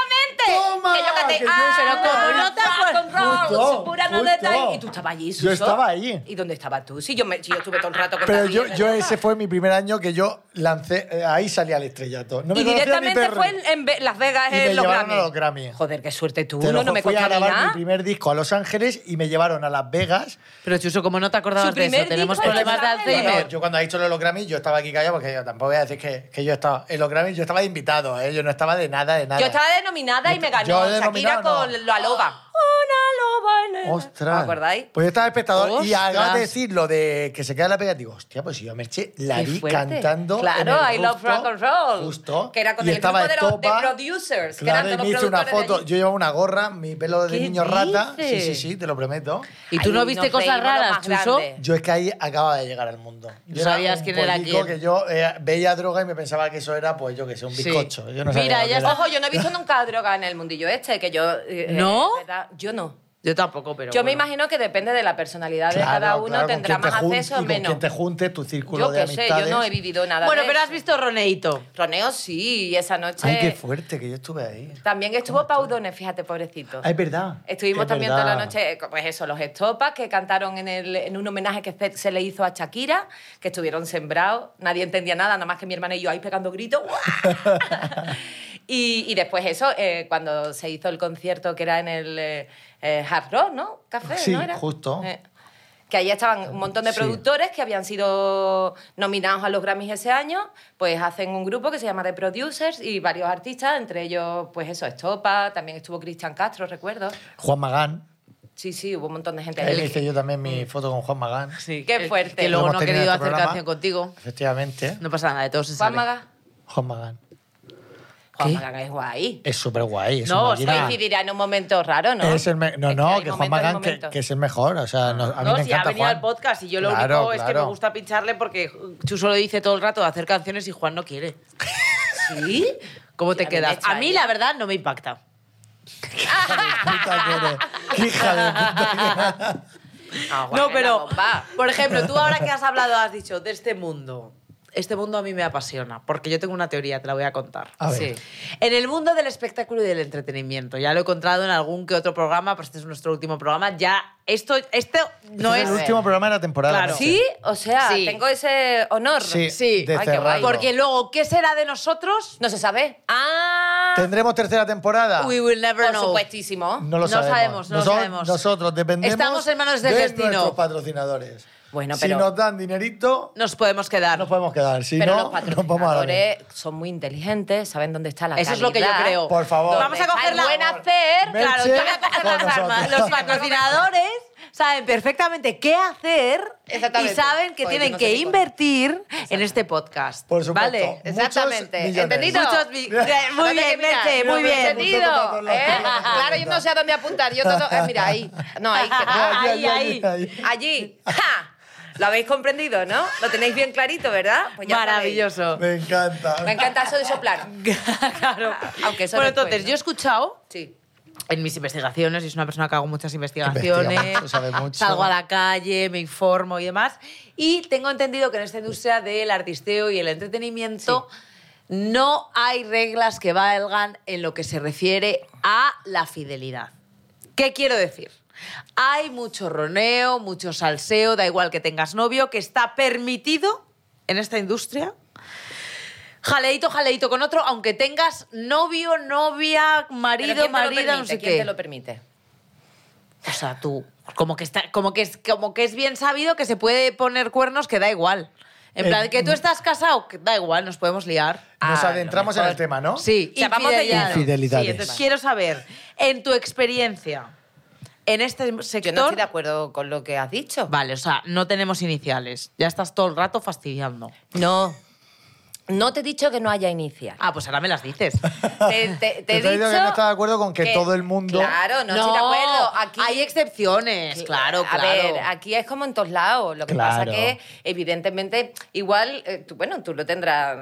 Speaker 3: ¡Toma!
Speaker 2: Que yo canté.
Speaker 3: que yo
Speaker 2: ah,
Speaker 3: estaba
Speaker 2: pero como
Speaker 3: ahí.
Speaker 2: no te acuerdas.
Speaker 3: Justo,
Speaker 2: Roll, pura no
Speaker 3: justo.
Speaker 2: detalle. Y tú estabas allí,
Speaker 3: Yo
Speaker 2: Suso.
Speaker 3: estaba ahí.
Speaker 2: ¿Y dónde estabas tú? Sí, yo, me, sí, yo estuve todo el rato con
Speaker 3: Pero
Speaker 2: David,
Speaker 3: yo, yo
Speaker 2: ¿verdad?
Speaker 3: ese fue mi primer año que yo lancé... eh, ahí salí al estrellato. No me
Speaker 2: y
Speaker 3: conocía ni
Speaker 2: directamente
Speaker 3: Perry.
Speaker 2: fue en, en Ve- Las Vegas
Speaker 3: Y me
Speaker 2: en los
Speaker 3: llevaron
Speaker 2: Grammy.
Speaker 3: a los Grammy.
Speaker 2: Joder, qué suerte tú.
Speaker 3: Te
Speaker 2: No, no
Speaker 3: lo juro,
Speaker 2: me
Speaker 3: fui a
Speaker 2: contaba ni
Speaker 3: grabar mi
Speaker 2: nada.
Speaker 3: primer disco a Los Ángeles y me llevaron a Las Vegas.
Speaker 4: Pero Chuso, como no te acordabas
Speaker 2: Su
Speaker 4: de eso,
Speaker 2: primer
Speaker 4: tenemos
Speaker 2: disco,
Speaker 4: problemas de
Speaker 2: ¿sabes?
Speaker 4: Alzheimer.
Speaker 3: Bueno, yo cuando ha dicho lo de los Grammys, yo estaba aquí callado porque yo tampoco voy a decir que, que yo estaba. En los Grammys yo estaba de invitado, ¿eh? yo no estaba de nada, de nada.
Speaker 2: Yo estaba denominada y me ganó
Speaker 3: Yo
Speaker 2: Shakira
Speaker 3: denominado no.
Speaker 2: con la loba. Una loba en el...
Speaker 3: ¡Ostras!
Speaker 2: ¿Os acordáis?
Speaker 3: Pues yo estaba de espectador y
Speaker 4: ¡Ostras!
Speaker 3: acabas de decir lo de que se queda la pega. Digo, hostia, pues si yo a Merche la
Speaker 4: Qué
Speaker 3: vi
Speaker 4: fuerte.
Speaker 3: cantando.
Speaker 2: Claro,
Speaker 3: en el
Speaker 2: I Love
Speaker 3: rooftop,
Speaker 2: Rock and Roll.
Speaker 3: Justo.
Speaker 2: Que era con
Speaker 3: y
Speaker 2: el
Speaker 3: estaba
Speaker 2: grupo de los- de
Speaker 3: Estopa,
Speaker 2: producers, que eran
Speaker 3: Claro, y
Speaker 2: todos
Speaker 3: me hice una
Speaker 2: productores de
Speaker 3: foto.
Speaker 2: allí.
Speaker 3: Yo llevaba una gorra, mi pelo de
Speaker 4: ¿Qué
Speaker 3: niño rata. Sí, sí,
Speaker 4: dices?
Speaker 3: sí, te lo prometo.
Speaker 4: ¿Y tú
Speaker 2: Ay,
Speaker 4: no viste
Speaker 2: nos
Speaker 4: cosas
Speaker 2: reímos lo
Speaker 4: raras,
Speaker 2: más
Speaker 4: Chuso?
Speaker 2: grande.
Speaker 3: Yo es que ahí acababa de llegar al mundo. Yo era
Speaker 4: sabías
Speaker 3: un
Speaker 4: quién era
Speaker 3: pollico
Speaker 4: quién.
Speaker 3: que yo eh, veía droga y me pensaba que eso era, pues yo que sé, un
Speaker 4: Sí.
Speaker 3: bizcocho. Yo no
Speaker 4: Mira,
Speaker 3: sabía lo
Speaker 4: ya
Speaker 3: que
Speaker 4: está.
Speaker 3: era.
Speaker 2: Ojo, yo no he visto nunca droga en el mundillo este, que yo... eh,
Speaker 4: ¿No?
Speaker 2: eh, ¿verdad? Yo no.
Speaker 4: Yo tampoco, pero.
Speaker 2: Yo me
Speaker 4: bueno.
Speaker 2: imagino que depende de la personalidad
Speaker 3: Claro,
Speaker 2: de cada uno,
Speaker 3: claro, con
Speaker 2: tendrá
Speaker 3: quien te
Speaker 2: más
Speaker 3: jun-
Speaker 2: acceso o
Speaker 3: y con
Speaker 2: menos.
Speaker 3: quien te juntes, tu círculo
Speaker 2: Yo
Speaker 3: de
Speaker 2: qué sé,
Speaker 3: amistades.
Speaker 2: yo no he vivido nada
Speaker 4: Bueno,
Speaker 2: de
Speaker 4: pero
Speaker 2: eso.
Speaker 4: has visto Roneito.
Speaker 2: Roneo sí, y esa noche...
Speaker 3: Ay, qué fuerte, que yo estuve ahí.
Speaker 2: También estuvo Paudones, fíjate, pobrecito.
Speaker 3: Ah, es verdad.
Speaker 2: Estuvimos
Speaker 3: Es
Speaker 2: también
Speaker 3: verdad.
Speaker 2: toda la noche, eh, pues eso, los estopas que cantaron en, el- en un homenaje que se, se le hizo a Shakira, que estuvieron sembrados, nadie entendía nada, nada más que mi hermana y yo ahí pegando gritos. ¡guau! Y, y después eso, eh, cuando se hizo el concierto que era en el eh, eh, Hard Rock, ¿no? Café,
Speaker 3: Sí,
Speaker 2: ¿no era?
Speaker 3: justo.
Speaker 2: Eh, que ahí estaban un montón de
Speaker 3: Sí.
Speaker 2: productores que habían sido nominados a los Grammys ese año, pues hacen un grupo que se llama The Producers y varios artistas, entre ellos, pues eso, Estopa, también estuvo Cristian Castro, recuerdo.
Speaker 3: Juan Magán.
Speaker 2: Sí, sí, hubo un montón de gente.
Speaker 3: Ahí
Speaker 2: allí.
Speaker 3: hice yo también
Speaker 4: Mm.
Speaker 3: mi foto con Juan Magán.
Speaker 4: Sí,
Speaker 2: Qué
Speaker 4: que-
Speaker 2: fuerte.
Speaker 4: Que luego
Speaker 3: Lo
Speaker 4: no
Speaker 3: hemos
Speaker 4: ha
Speaker 3: tenido en
Speaker 4: querido
Speaker 3: este
Speaker 4: hacer
Speaker 3: programa.
Speaker 4: canción contigo.
Speaker 3: Efectivamente.
Speaker 4: No pasa nada, de todos se
Speaker 2: Juan
Speaker 4: sabe.
Speaker 2: Maga.
Speaker 3: Juan Magán.
Speaker 2: Juan
Speaker 4: ¿Qué?
Speaker 2: Magán es guay.
Speaker 3: Es súper guay.
Speaker 4: No,
Speaker 2: Coincidirá en un momento raro, ¿no?
Speaker 3: Es el me- no,
Speaker 2: Es
Speaker 3: no,
Speaker 2: hay
Speaker 3: que
Speaker 2: momentos
Speaker 3: Juan
Speaker 2: y
Speaker 3: Magán, que,
Speaker 2: momentos.
Speaker 3: que es el mejor. O sea, no- a mí
Speaker 4: no,
Speaker 3: me
Speaker 4: si ha
Speaker 3: encanta
Speaker 4: venido
Speaker 3: Juan.
Speaker 4: al podcast y yo lo
Speaker 3: Claro,
Speaker 4: único es que me
Speaker 3: claro.
Speaker 4: gusta pincharle porque Chuso lo dice todo el rato de hacer canciones y Juan no quiere.
Speaker 2: ¿Sí?
Speaker 4: ¿Cómo
Speaker 2: Sí,
Speaker 4: te
Speaker 2: a mí me
Speaker 4: quedas?
Speaker 2: echa
Speaker 4: A mí,
Speaker 2: ella.
Speaker 4: la verdad, no me impacta.
Speaker 3: Puta que eres. Qué hija de puta que eres.
Speaker 2: Ah, Juan, es
Speaker 4: No,
Speaker 2: la
Speaker 4: pero,
Speaker 2: bomba.
Speaker 4: por ejemplo, tú ahora que has hablado, has dicho, de este mundo. Este mundo a mí me apasiona, porque yo tengo una teoría, te la voy a contar.
Speaker 3: A ver.
Speaker 2: Sí.
Speaker 4: En el mundo del espectáculo y del entretenimiento, ya lo he encontrado en algún que otro programa, pero este es nuestro último programa, ya esto, este no
Speaker 3: Este
Speaker 4: es...
Speaker 3: el último programa de la temporada.
Speaker 4: Claro.
Speaker 3: Merche.
Speaker 2: Sí, o sea,
Speaker 4: Sí.
Speaker 2: tengo ese honor.
Speaker 3: Sí,
Speaker 4: Sí.
Speaker 3: de
Speaker 2: Ay, qué guay.
Speaker 3: cerrarlo.
Speaker 4: Porque luego, ¿qué será de nosotros?
Speaker 2: No se sabe. Ah,
Speaker 3: ¿Tendremos tercera temporada?
Speaker 4: We will never
Speaker 2: por
Speaker 4: know.
Speaker 2: supuestísimo.
Speaker 3: No lo
Speaker 4: No
Speaker 3: sabemos.
Speaker 4: sabemos, no lo
Speaker 3: Nosot-
Speaker 4: sabemos.
Speaker 3: Nosotros dependemos
Speaker 4: Estamos en manos del
Speaker 3: de
Speaker 4: destino.
Speaker 3: nuestros patrocinadores.
Speaker 2: Bueno,
Speaker 3: Si
Speaker 2: pero-
Speaker 3: nos dan dinerito,
Speaker 4: Nos podemos quedar.
Speaker 3: nos podemos quedar. Si
Speaker 2: pero
Speaker 3: no,
Speaker 2: los
Speaker 3: nos vamos a la mierda.
Speaker 2: patrocinadores son muy inteligentes, saben dónde está la
Speaker 4: Eso es lo que yo
Speaker 2: calidad.
Speaker 4: creo.
Speaker 3: Por favor.
Speaker 4: Vamos a coger la...
Speaker 2: Hay buen hacer.
Speaker 3: Merche,
Speaker 4: Claro, yo voy a coger
Speaker 3: con
Speaker 4: las armas.
Speaker 3: nosotros.
Speaker 4: Los patrocinadores saben perfectamente qué hacer y
Speaker 2: Exactamente.
Speaker 4: saben que
Speaker 2: Joder,
Speaker 4: tienen
Speaker 2: yo no sé
Speaker 4: que
Speaker 2: ni
Speaker 4: invertir en este podcast.
Speaker 3: Por supuesto.
Speaker 4: ¿Vale?
Speaker 3: Muchos
Speaker 2: Exactamente.
Speaker 3: millones.
Speaker 2: ¿Entendido?
Speaker 4: Muchos mi- Eh,
Speaker 2: ¿Dónde
Speaker 4: Muy
Speaker 2: hay que
Speaker 4: bien,
Speaker 2: mirar?
Speaker 4: Merche,
Speaker 3: Mira,
Speaker 4: muy bien.
Speaker 3: Merche,
Speaker 2: ¿Entendido?
Speaker 3: Punto para todos
Speaker 2: ¿Eh?
Speaker 3: lados.
Speaker 2: Claro, yo no sé a dónde apuntar. Yo todo... eh, mira, ahí. No, ahí. que-
Speaker 4: Ah,
Speaker 3: Ahí,
Speaker 4: ahí, ahí.
Speaker 3: ahí.
Speaker 2: Allí. ¡Ja! Lo habéis comprendido, ¿no? Lo tenéis bien clarito, ¿verdad? Pues ya sabéis.
Speaker 4: Maravilloso.
Speaker 3: Me encanta.
Speaker 2: Me encanta eso de soplar.
Speaker 4: Claro.
Speaker 2: Aunque eso
Speaker 4: bueno,
Speaker 2: después,
Speaker 4: entonces,
Speaker 2: ¿no?
Speaker 4: yo he escuchado
Speaker 2: Sí.
Speaker 4: en mis investigaciones, y es una persona que hago muchas investigaciones,
Speaker 3: mucho, sabe mucho.
Speaker 4: salgo a la calle, me informo y demás, y tengo entendido que en esta industria del artisteo y el entretenimiento no hay reglas que valgan en lo que se refiere a la fidelidad. ¿Qué quiero decir? Hay mucho roneo, mucho salseo, da igual que tengas novio, que está permitido en esta industria jaleito, jaleito con otro, aunque tengas novio, novia,
Speaker 2: Pero
Speaker 4: marido,
Speaker 2: ¿quién te lo
Speaker 4: marida, no
Speaker 2: permite?
Speaker 4: sé
Speaker 2: ¿Quién te
Speaker 4: qué.
Speaker 2: lo permite?
Speaker 4: O sea, tú, como que, está, como, que es, como que es bien sabido que se puede poner cuernos, que da igual. En
Speaker 3: Eh,
Speaker 4: plan, que tú estás casado, que da igual, nos podemos liar.
Speaker 3: Nos
Speaker 2: Ah,
Speaker 3: adentramos en el tema, ¿no?
Speaker 4: Sí,
Speaker 2: O sea, vamos de
Speaker 4: infidelidades.
Speaker 2: lleno.
Speaker 3: Infidelidades.
Speaker 4: Sí, entonces quiero saber, en tu experiencia, en este
Speaker 2: Yo
Speaker 4: sector...
Speaker 2: no estoy de acuerdo con lo que has dicho.
Speaker 4: Vale, o sea, no tenemos iniciales. Ya estás todo el rato fastidiando.
Speaker 2: No. No te he dicho que no haya inicial.
Speaker 4: Ah, pues ahora me las dices.
Speaker 2: Te, te- te
Speaker 3: Te
Speaker 2: he
Speaker 3: he dicho que no estás de acuerdo con que
Speaker 2: que-
Speaker 3: todo el mundo-
Speaker 2: Claro, no, estoy de acuerdo. Aquí,
Speaker 4: hay excepciones, Pues claro, claro.
Speaker 2: A ver, aquí es como en todos lados. Lo que pasa
Speaker 3: Claro.
Speaker 2: que, evidentemente, igual, eh, tú, bueno, tú lo tendrás,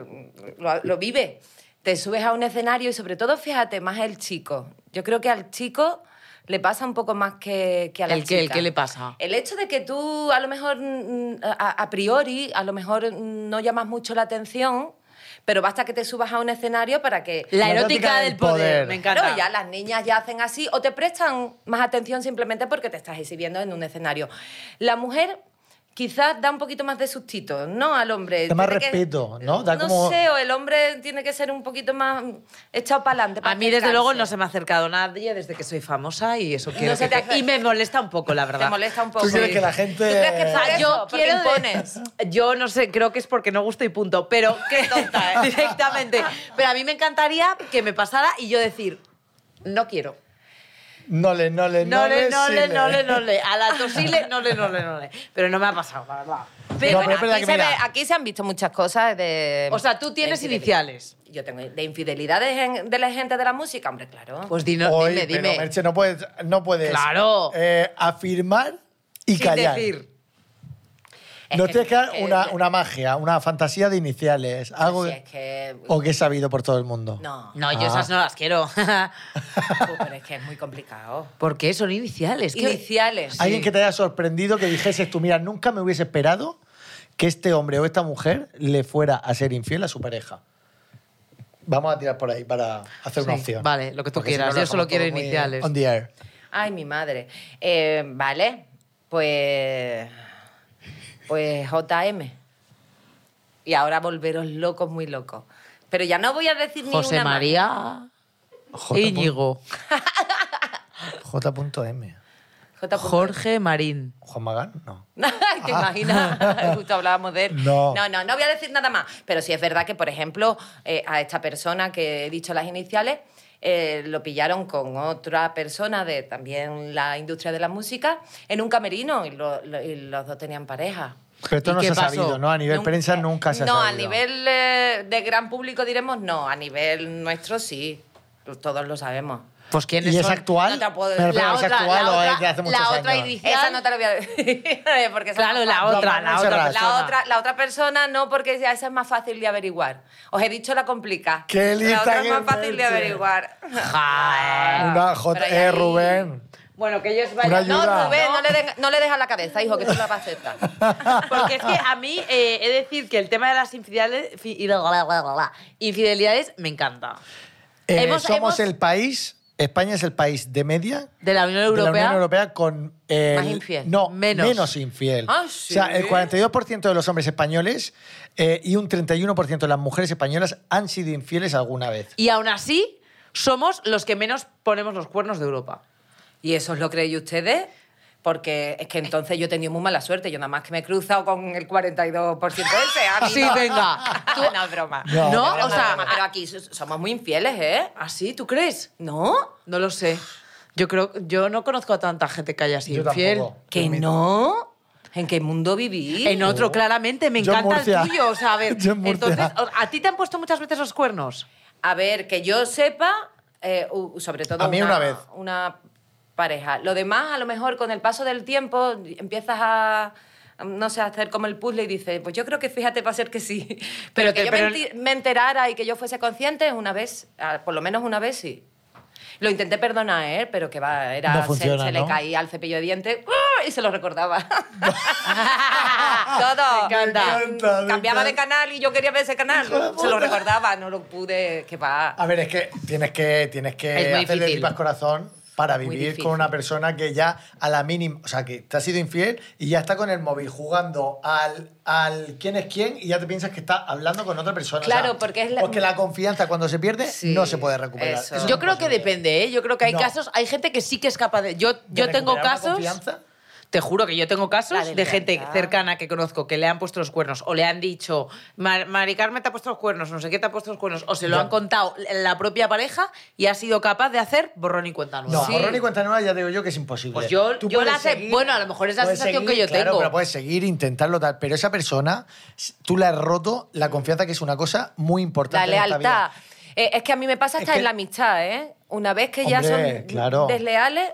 Speaker 2: lo, lo vives. Te subes a un escenario y sobre todo, fíjate, más el chico. Yo creo que al chico le pasa un poco más que, que a la
Speaker 4: ¿El qué?
Speaker 2: chica.
Speaker 4: ¿El qué le pasa?
Speaker 2: El hecho de que tú, a lo mejor, mm, a, a priori, a lo mejor mm, no llamas mucho la atención, pero basta que te subas a un escenario para que...
Speaker 4: la erótica del poder. Me encanta.
Speaker 2: Claro, ya las niñas ya hacen así o te prestan más atención simplemente porque te estás exhibiendo en un escenario. La mujer quizás da un poquito más de sustito, ¿no? Al hombre.
Speaker 3: Da más
Speaker 2: Tiene que-
Speaker 3: respeto, ¿no? Da como-
Speaker 2: sé, o el hombre tiene que ser un poquito más echado para adelante.
Speaker 4: A mí, desde luego, no se me ha acercado nadie desde que soy famosa y eso quiero
Speaker 2: se
Speaker 4: que
Speaker 2: te
Speaker 4: te-
Speaker 2: acer-
Speaker 4: Y me molesta un poco, la verdad.
Speaker 2: Te molesta un poco.
Speaker 3: ¿Tú quieres que la
Speaker 2: ¿Tú
Speaker 3: gente-
Speaker 2: crees que
Speaker 3: O
Speaker 4: O
Speaker 2: por
Speaker 4: sea,
Speaker 2: eso?
Speaker 4: yo
Speaker 2: Porque
Speaker 4: quiero
Speaker 2: impones.
Speaker 4: Yo no sé, creo que es porque no gusto y punto, pero que
Speaker 2: Tonta, ¿eh?
Speaker 4: directamente. Pero a mí me encantaría que me pasara y yo decir, no quiero.
Speaker 3: No le, no le,
Speaker 4: No le,
Speaker 3: le,
Speaker 4: no
Speaker 3: sí
Speaker 4: le, no le, no le. A la tosile, no le, no le, no le. Pero no me ha pasado, la verdad.
Speaker 2: Pero
Speaker 3: No, pero
Speaker 2: bueno,
Speaker 3: espera
Speaker 2: aquí,
Speaker 3: que
Speaker 2: se
Speaker 3: mira.
Speaker 2: ve- aquí se han visto muchas cosas de...
Speaker 4: O sea, tú tienes
Speaker 2: de infidelidad.
Speaker 4: iniciales.
Speaker 2: Yo tengo de infidelidades en- de la gente de la música, hombre, claro.
Speaker 4: Pues dino-
Speaker 3: Hoy,
Speaker 4: dime,
Speaker 3: pero,
Speaker 4: dime.
Speaker 3: Merche, no puedes, no puedes
Speaker 4: Claro.
Speaker 3: eh, afirmar y
Speaker 4: Sin
Speaker 3: callar.
Speaker 4: decir.
Speaker 2: Es
Speaker 3: Nos
Speaker 2: que-
Speaker 3: tienes que dar
Speaker 2: que-
Speaker 3: una, una magia, una fantasía de iniciales. Algo
Speaker 2: Si es que...
Speaker 3: o que es sabido por todo el mundo.
Speaker 2: No.
Speaker 4: No, yo
Speaker 3: Ah.
Speaker 4: esas no las quiero.
Speaker 2: Uf, Pero es que es muy complicado.
Speaker 4: ¿Por qué? Son iniciales. ¿Qué-
Speaker 2: Iniciales.
Speaker 3: Alguien que te haya sorprendido que dijeses tú, mira, nunca me hubiese esperado que este hombre o esta mujer le fuera a ser infiel a su pareja. Vamos a tirar por ahí para hacer una
Speaker 4: Sí,
Speaker 3: opción.
Speaker 4: vale, lo que tú
Speaker 3: Porque si
Speaker 4: quieras.
Speaker 3: no, lo
Speaker 4: Yo solo
Speaker 3: dejamos todo
Speaker 4: quiero
Speaker 3: muy
Speaker 4: iniciales.
Speaker 3: On the air.
Speaker 2: Ay, mi madre. Eh, vale, pues. Pues JM. Y ahora volveros locos, muy locos. Pero ya no voy a decir ni
Speaker 4: José
Speaker 2: una más.
Speaker 4: María
Speaker 3: J.
Speaker 4: Íñigo.
Speaker 3: J.M.
Speaker 2: J.
Speaker 4: Jorge Marín.
Speaker 3: Juan Magán, no.
Speaker 2: ¿Te imaginas? Justo hablábamos de él.
Speaker 3: Ah. No.
Speaker 2: no, no, no voy a decir nada más. Pero sí es verdad que, por ejemplo, eh, a esta persona que he dicho las iniciales, eh, lo pillaron con otra persona de también la industria de la música en un camerino y, lo- lo- y los dos tenían pareja.
Speaker 3: Pero esto
Speaker 4: ¿Y
Speaker 3: no
Speaker 4: qué
Speaker 3: se ha
Speaker 4: pasó?
Speaker 3: sabido, ¿no? A nivel
Speaker 2: Nunca-
Speaker 3: prensa nunca se ha
Speaker 2: No,
Speaker 3: sabido.
Speaker 2: a nivel eh, de gran público diremos no, a nivel nuestro sí, todos lo sabemos.
Speaker 4: Pues quién es
Speaker 3: ¿Y es actual?
Speaker 2: No te puedo-
Speaker 3: Me refiero
Speaker 4: la
Speaker 3: a eh, que es
Speaker 4: otra-
Speaker 3: actual
Speaker 4: la
Speaker 3: o es
Speaker 4: otra-
Speaker 3: de hace muchos
Speaker 4: la
Speaker 3: años.
Speaker 4: otra inicial.
Speaker 2: Esa no te la voy a decir. porque esa
Speaker 4: Claro,
Speaker 2: no-
Speaker 4: la
Speaker 3: Don
Speaker 4: otra,
Speaker 3: Manuel
Speaker 4: la otra,
Speaker 3: Serrat.
Speaker 4: persona.
Speaker 2: La otra, la otra persona no, porque ya esa es más fácil de averiguar. Os he dicho la complica.
Speaker 3: Qué lista
Speaker 2: La otra es
Speaker 3: que
Speaker 2: más fácil de
Speaker 4: eh.
Speaker 3: fuiste.
Speaker 2: averiguar.
Speaker 4: Joder.
Speaker 3: Una J.
Speaker 2: Pero ya
Speaker 3: eh,
Speaker 2: ahí-
Speaker 3: Rubén.
Speaker 4: Bueno, que ellos
Speaker 3: Una
Speaker 4: vayan.
Speaker 3: ayuda.
Speaker 2: No, Rubén, no, le den- no le dejas la cabeza, hijo, que tú la vas a aceptar.
Speaker 4: Porque es que a mí eh, he de decir que el tema de las infidelidades, fi- y la- la- la- la- la- infidelidades me encanta.
Speaker 3: Eh,
Speaker 4: Hemos-
Speaker 3: somos
Speaker 4: hemos-
Speaker 3: el país, España es el país de media
Speaker 4: De la Unión
Speaker 3: de la
Speaker 4: Europea.
Speaker 3: Unión Europea con... el-
Speaker 2: Más infiel.
Speaker 3: No, menos,
Speaker 4: Menos.
Speaker 3: infiel.
Speaker 2: Ah, sí.
Speaker 3: O sea, el 42% de los hombres españoles eh, y un 31% de las mujeres españolas han sido infieles alguna vez.
Speaker 4: Y aún así, somos los que menos ponemos los cuernos de Europa.
Speaker 2: ¿Y eso os lo creéis ustedes? Porque es que entonces yo he tenido muy mala suerte. Yo nada más que me he cruzado con el 42% ese. A mí
Speaker 4: Sí,
Speaker 2: no.
Speaker 4: venga.
Speaker 2: no, es broma.
Speaker 3: No.
Speaker 4: No,
Speaker 2: Es broma,
Speaker 4: o sea,
Speaker 2: es broma. pero aquí so- somos muy infieles, ¿eh?
Speaker 4: ¿Así? ¿Tú crees?
Speaker 2: ¿No?
Speaker 4: No lo sé. Yo creo, yo no conozco a tanta gente que haya sido
Speaker 3: Yo
Speaker 4: infiel.
Speaker 3: tampoco.
Speaker 2: ¿Que
Speaker 3: Permítame.
Speaker 2: no? ¿En qué mundo vivís?
Speaker 4: En otro, claramente, me
Speaker 3: Yo en
Speaker 4: encanta
Speaker 3: Murcia.
Speaker 4: el tuyo. O sea, a ver,
Speaker 3: Yo en Murcia.
Speaker 4: entonces, ¿a ti te han puesto muchas veces los cuernos?
Speaker 2: A ver, que yo sepa, eh, u- sobre todo
Speaker 3: A mí una vez.
Speaker 2: una pareja. Lo demás, a lo mejor con el paso del tiempo empiezas a no sé, a hacer como el puzzle y dices, pues yo creo que fíjate va a ser que sí. Pero,
Speaker 4: Pero
Speaker 2: que
Speaker 4: te-
Speaker 2: yo
Speaker 4: pero-
Speaker 2: me, enti- me enterara y que yo fuese consciente una vez, ah, por lo menos una vez sí. Lo intenté perdonar, ¿eh? pero que va, era
Speaker 3: No
Speaker 2: se-
Speaker 3: funciona,
Speaker 2: se,
Speaker 3: ¿no?
Speaker 2: le caía al cepillo de dientes ¡uh! y se lo recordaba. Todo.
Speaker 4: Me encanta.
Speaker 3: Me encanta, me
Speaker 2: Cambiaba de
Speaker 3: encanta.
Speaker 2: canal y yo quería ver ese canal. Se lo recordaba, no lo pude, que va.
Speaker 3: A ver, es que tienes que, tienes que
Speaker 4: Es muy
Speaker 3: hacerle
Speaker 4: difícil.
Speaker 3: tripas corazón para
Speaker 2: Muy
Speaker 3: vivir
Speaker 2: difícil.
Speaker 3: con una persona que ya a la mínima, o sea, que te ha sido infiel y ya está con el móvil jugando al, al quién es quién y ya te piensas que está hablando con otra persona. O sea,
Speaker 2: Claro, porque es la-
Speaker 3: Porque la confianza cuando se pierde
Speaker 2: Sí,
Speaker 3: no se puede recuperar.
Speaker 2: eso.
Speaker 3: Eso
Speaker 4: Yo
Speaker 3: no
Speaker 4: creo
Speaker 3: es
Speaker 4: que
Speaker 3: posible.
Speaker 4: depende, ¿eh? Yo creo que hay
Speaker 3: No.
Speaker 4: casos, hay gente que sí que es capaz de. Yo,
Speaker 3: ¿De
Speaker 4: yo
Speaker 3: recuperar
Speaker 4: tengo
Speaker 3: una
Speaker 4: casos.
Speaker 3: confianza?
Speaker 4: Te juro que yo tengo
Speaker 2: La
Speaker 4: casos de gente
Speaker 2: deslealtad.
Speaker 4: cercana que conozco que le han puesto los cuernos o le han dicho, "Mar- Mari Carmen te ha puesto los cuernos, no sé qué te ha puesto los cuernos, o se lo
Speaker 3: Ya.
Speaker 4: han contado la propia pareja y ha sido capaz de hacer borrón y cuenta nueva.
Speaker 3: No,
Speaker 2: Sí.
Speaker 3: borrón y cuenta nueva ya digo yo que es imposible.
Speaker 4: Pues yo-
Speaker 3: Tú
Speaker 4: yo la
Speaker 3: puedes
Speaker 4: sé- bueno, a lo mejor es la
Speaker 3: puedes
Speaker 4: sensación que yo
Speaker 3: claro,
Speaker 4: tengo.
Speaker 3: pero puedes seguir, intentarlo tal. Pero esa persona, tú le has roto la confianza que es una cosa muy
Speaker 2: La
Speaker 3: importante. en esta
Speaker 2: lealtad.
Speaker 3: vida.
Speaker 2: Eh, es que a mí me pasa hasta
Speaker 3: Es que-
Speaker 2: en la amistad, ¿eh? Una vez que ya
Speaker 3: Hombre,
Speaker 2: son
Speaker 3: claro.
Speaker 2: desleales,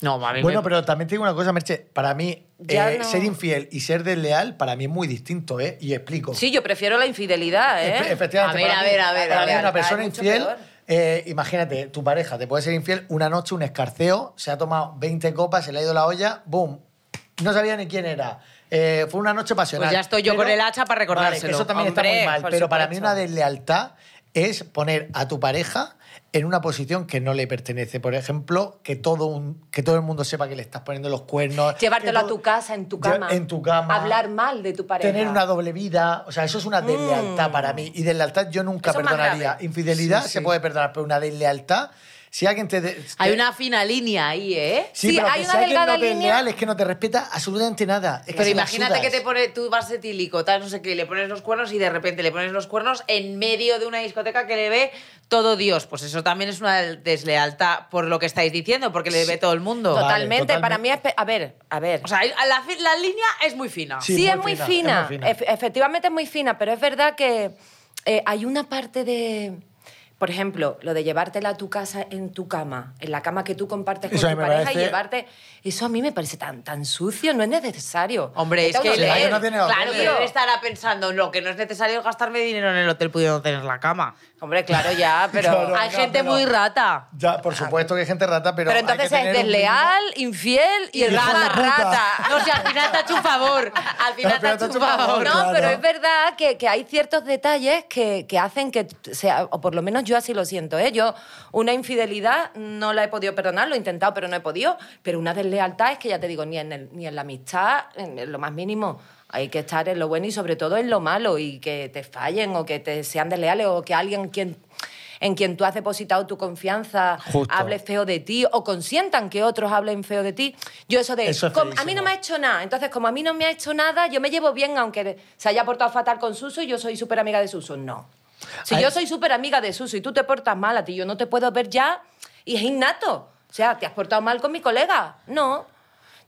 Speaker 4: No, mami.
Speaker 3: Bueno,
Speaker 4: me-
Speaker 3: pero también te digo una cosa, Merche. Para mí,
Speaker 2: Ya
Speaker 3: eh,
Speaker 2: no.
Speaker 3: ser infiel y ser desleal, para mí es muy distinto, ¿eh? Y explico.
Speaker 2: sí, yo prefiero la infidelidad, ¿eh?
Speaker 3: Efe- Efectivamente.
Speaker 4: A ver,
Speaker 3: para
Speaker 4: a
Speaker 3: mí-
Speaker 4: ver, a ver,
Speaker 3: para
Speaker 4: a
Speaker 3: mí
Speaker 4: ver,
Speaker 3: una
Speaker 2: está
Speaker 3: persona
Speaker 2: mucho
Speaker 3: infiel,
Speaker 2: peor.
Speaker 3: eh, imagínate, tu pareja te puede ser infiel una noche, un escarceo, se ha tomado 20 copas, se le ha ido la olla, boom. No sabía ni quién era. Eh, fue una noche pasional.
Speaker 4: Pues ya estoy yo con el hacha para recordárselo.
Speaker 3: Vale, que eso también
Speaker 2: Hombre,
Speaker 3: está muy mal.
Speaker 2: por
Speaker 3: Pero para mí
Speaker 2: supuesto.
Speaker 3: una deslealtad es poner a tu pareja en una posición que no le pertenece. Por ejemplo, que todo, un, que todo el mundo sepa que le estás poniendo los cuernos.
Speaker 2: Llevártelo
Speaker 3: que
Speaker 2: a
Speaker 3: todo-
Speaker 2: tu casa, en tu
Speaker 3: Lle-
Speaker 2: cama.
Speaker 3: En tu cama.
Speaker 2: Hablar mal de tu pareja. Mm.
Speaker 3: Tener una doble vida, o sea, eso es una deslealtad para mí. Y deslealtad yo nunca
Speaker 2: Eso es más
Speaker 3: perdonaría.
Speaker 2: grave.
Speaker 3: Infidelidad
Speaker 4: Sí, sí.
Speaker 3: se puede perdonar, pero una deslealtad, si alguien te... de-
Speaker 4: Hay
Speaker 3: te-
Speaker 4: una fina línea ahí, ¿eh?
Speaker 3: Sí,
Speaker 2: sí,
Speaker 3: pero
Speaker 2: hay
Speaker 3: que
Speaker 2: una
Speaker 3: si alguien
Speaker 2: delgada
Speaker 3: no te es
Speaker 2: línea.
Speaker 3: leal es que no te respeta absolutamente nada. Es que
Speaker 4: Pero
Speaker 3: se la
Speaker 4: imagínate
Speaker 3: sudas.
Speaker 4: que te pone, tú vas etílico, tal, no sé qué, y le pones los cuernos y de repente le pones los cuernos en medio de una discoteca que le ve todo Dios. Pues eso también es una deslealtad por lo que estáis diciendo, porque le ve todo el mundo.
Speaker 3: Total.
Speaker 2: Totalmente,
Speaker 3: Vale,
Speaker 2: para mí es... pe- A ver, a ver.
Speaker 4: O sea, hay- la, fi- la línea es muy fina.
Speaker 3: Sí,
Speaker 2: Sí,
Speaker 3: muy
Speaker 2: es, muy
Speaker 3: fina,
Speaker 2: fina,
Speaker 3: es muy fina.
Speaker 2: Efe- Efectivamente es muy fina, pero es verdad que eh, hay una parte de... Por ejemplo, lo de llevártela a tu casa en tu cama, en la cama que tú compartes con
Speaker 3: Eso a mí
Speaker 2: tu
Speaker 3: me
Speaker 2: pareja
Speaker 3: parece-
Speaker 2: y llevarte... Eso a mí me parece tan, tan sucio, no es necesario.
Speaker 4: Hombre, es
Speaker 2: Vete a
Speaker 4: que
Speaker 2: un hotel.
Speaker 3: Sí,
Speaker 4: leer,
Speaker 3: no tiene
Speaker 4: claro,
Speaker 3: hotel.
Speaker 4: que él estará pensando, lo que no es necesario es gastarme dinero en el hotel pudiendo tener la cama.
Speaker 2: Hombre, claro, ya, pero...
Speaker 3: Claro.
Speaker 4: Hay
Speaker 3: no,
Speaker 4: gente
Speaker 3: pero-
Speaker 4: muy rata.
Speaker 3: Ya, por supuesto que hay gente rata, pero...
Speaker 2: Pero
Speaker 3: hay que
Speaker 2: entonces es
Speaker 3: tener un mínimo-
Speaker 2: desleal, infiel y el
Speaker 3: Hijo
Speaker 2: rata,
Speaker 3: de puta.
Speaker 2: rata.
Speaker 4: No, si al final te ha hecho un favor. Al final te ha hecho un favor.
Speaker 2: No,
Speaker 3: claro.
Speaker 2: pero es verdad que, que hay ciertos detalles que, que hacen que sea, o por lo menos yo así lo siento, ¿eh? Yo una infidelidad no la he podido perdonar, lo he intentado, pero no he podido. Pero una deslealtad es que ya te digo, ni en, el- ni en la amistad, en lo más mínimo. Hay que estar en lo bueno y sobre todo en lo malo y que te fallen o que te sean desleales o que alguien quien, en quien tú has depositado tu confianza
Speaker 3: Justo.
Speaker 2: hable feo de ti o consientan que otros hablen feo de ti. Yo eso de...
Speaker 3: Eso es
Speaker 2: "Com- a mí no
Speaker 3: feísimo.
Speaker 2: me ha hecho nada. Entonces, como a mí no me ha hecho nada, yo me llevo bien aunque se haya portado fatal con Suso y yo soy súper amiga de Suso. No. Si
Speaker 3: Ay.
Speaker 2: yo soy súper amiga de Suso y tú te portas mal a ti, yo no te puedo ver ya y es innato. O sea, ¿te has portado mal con mi colega? No.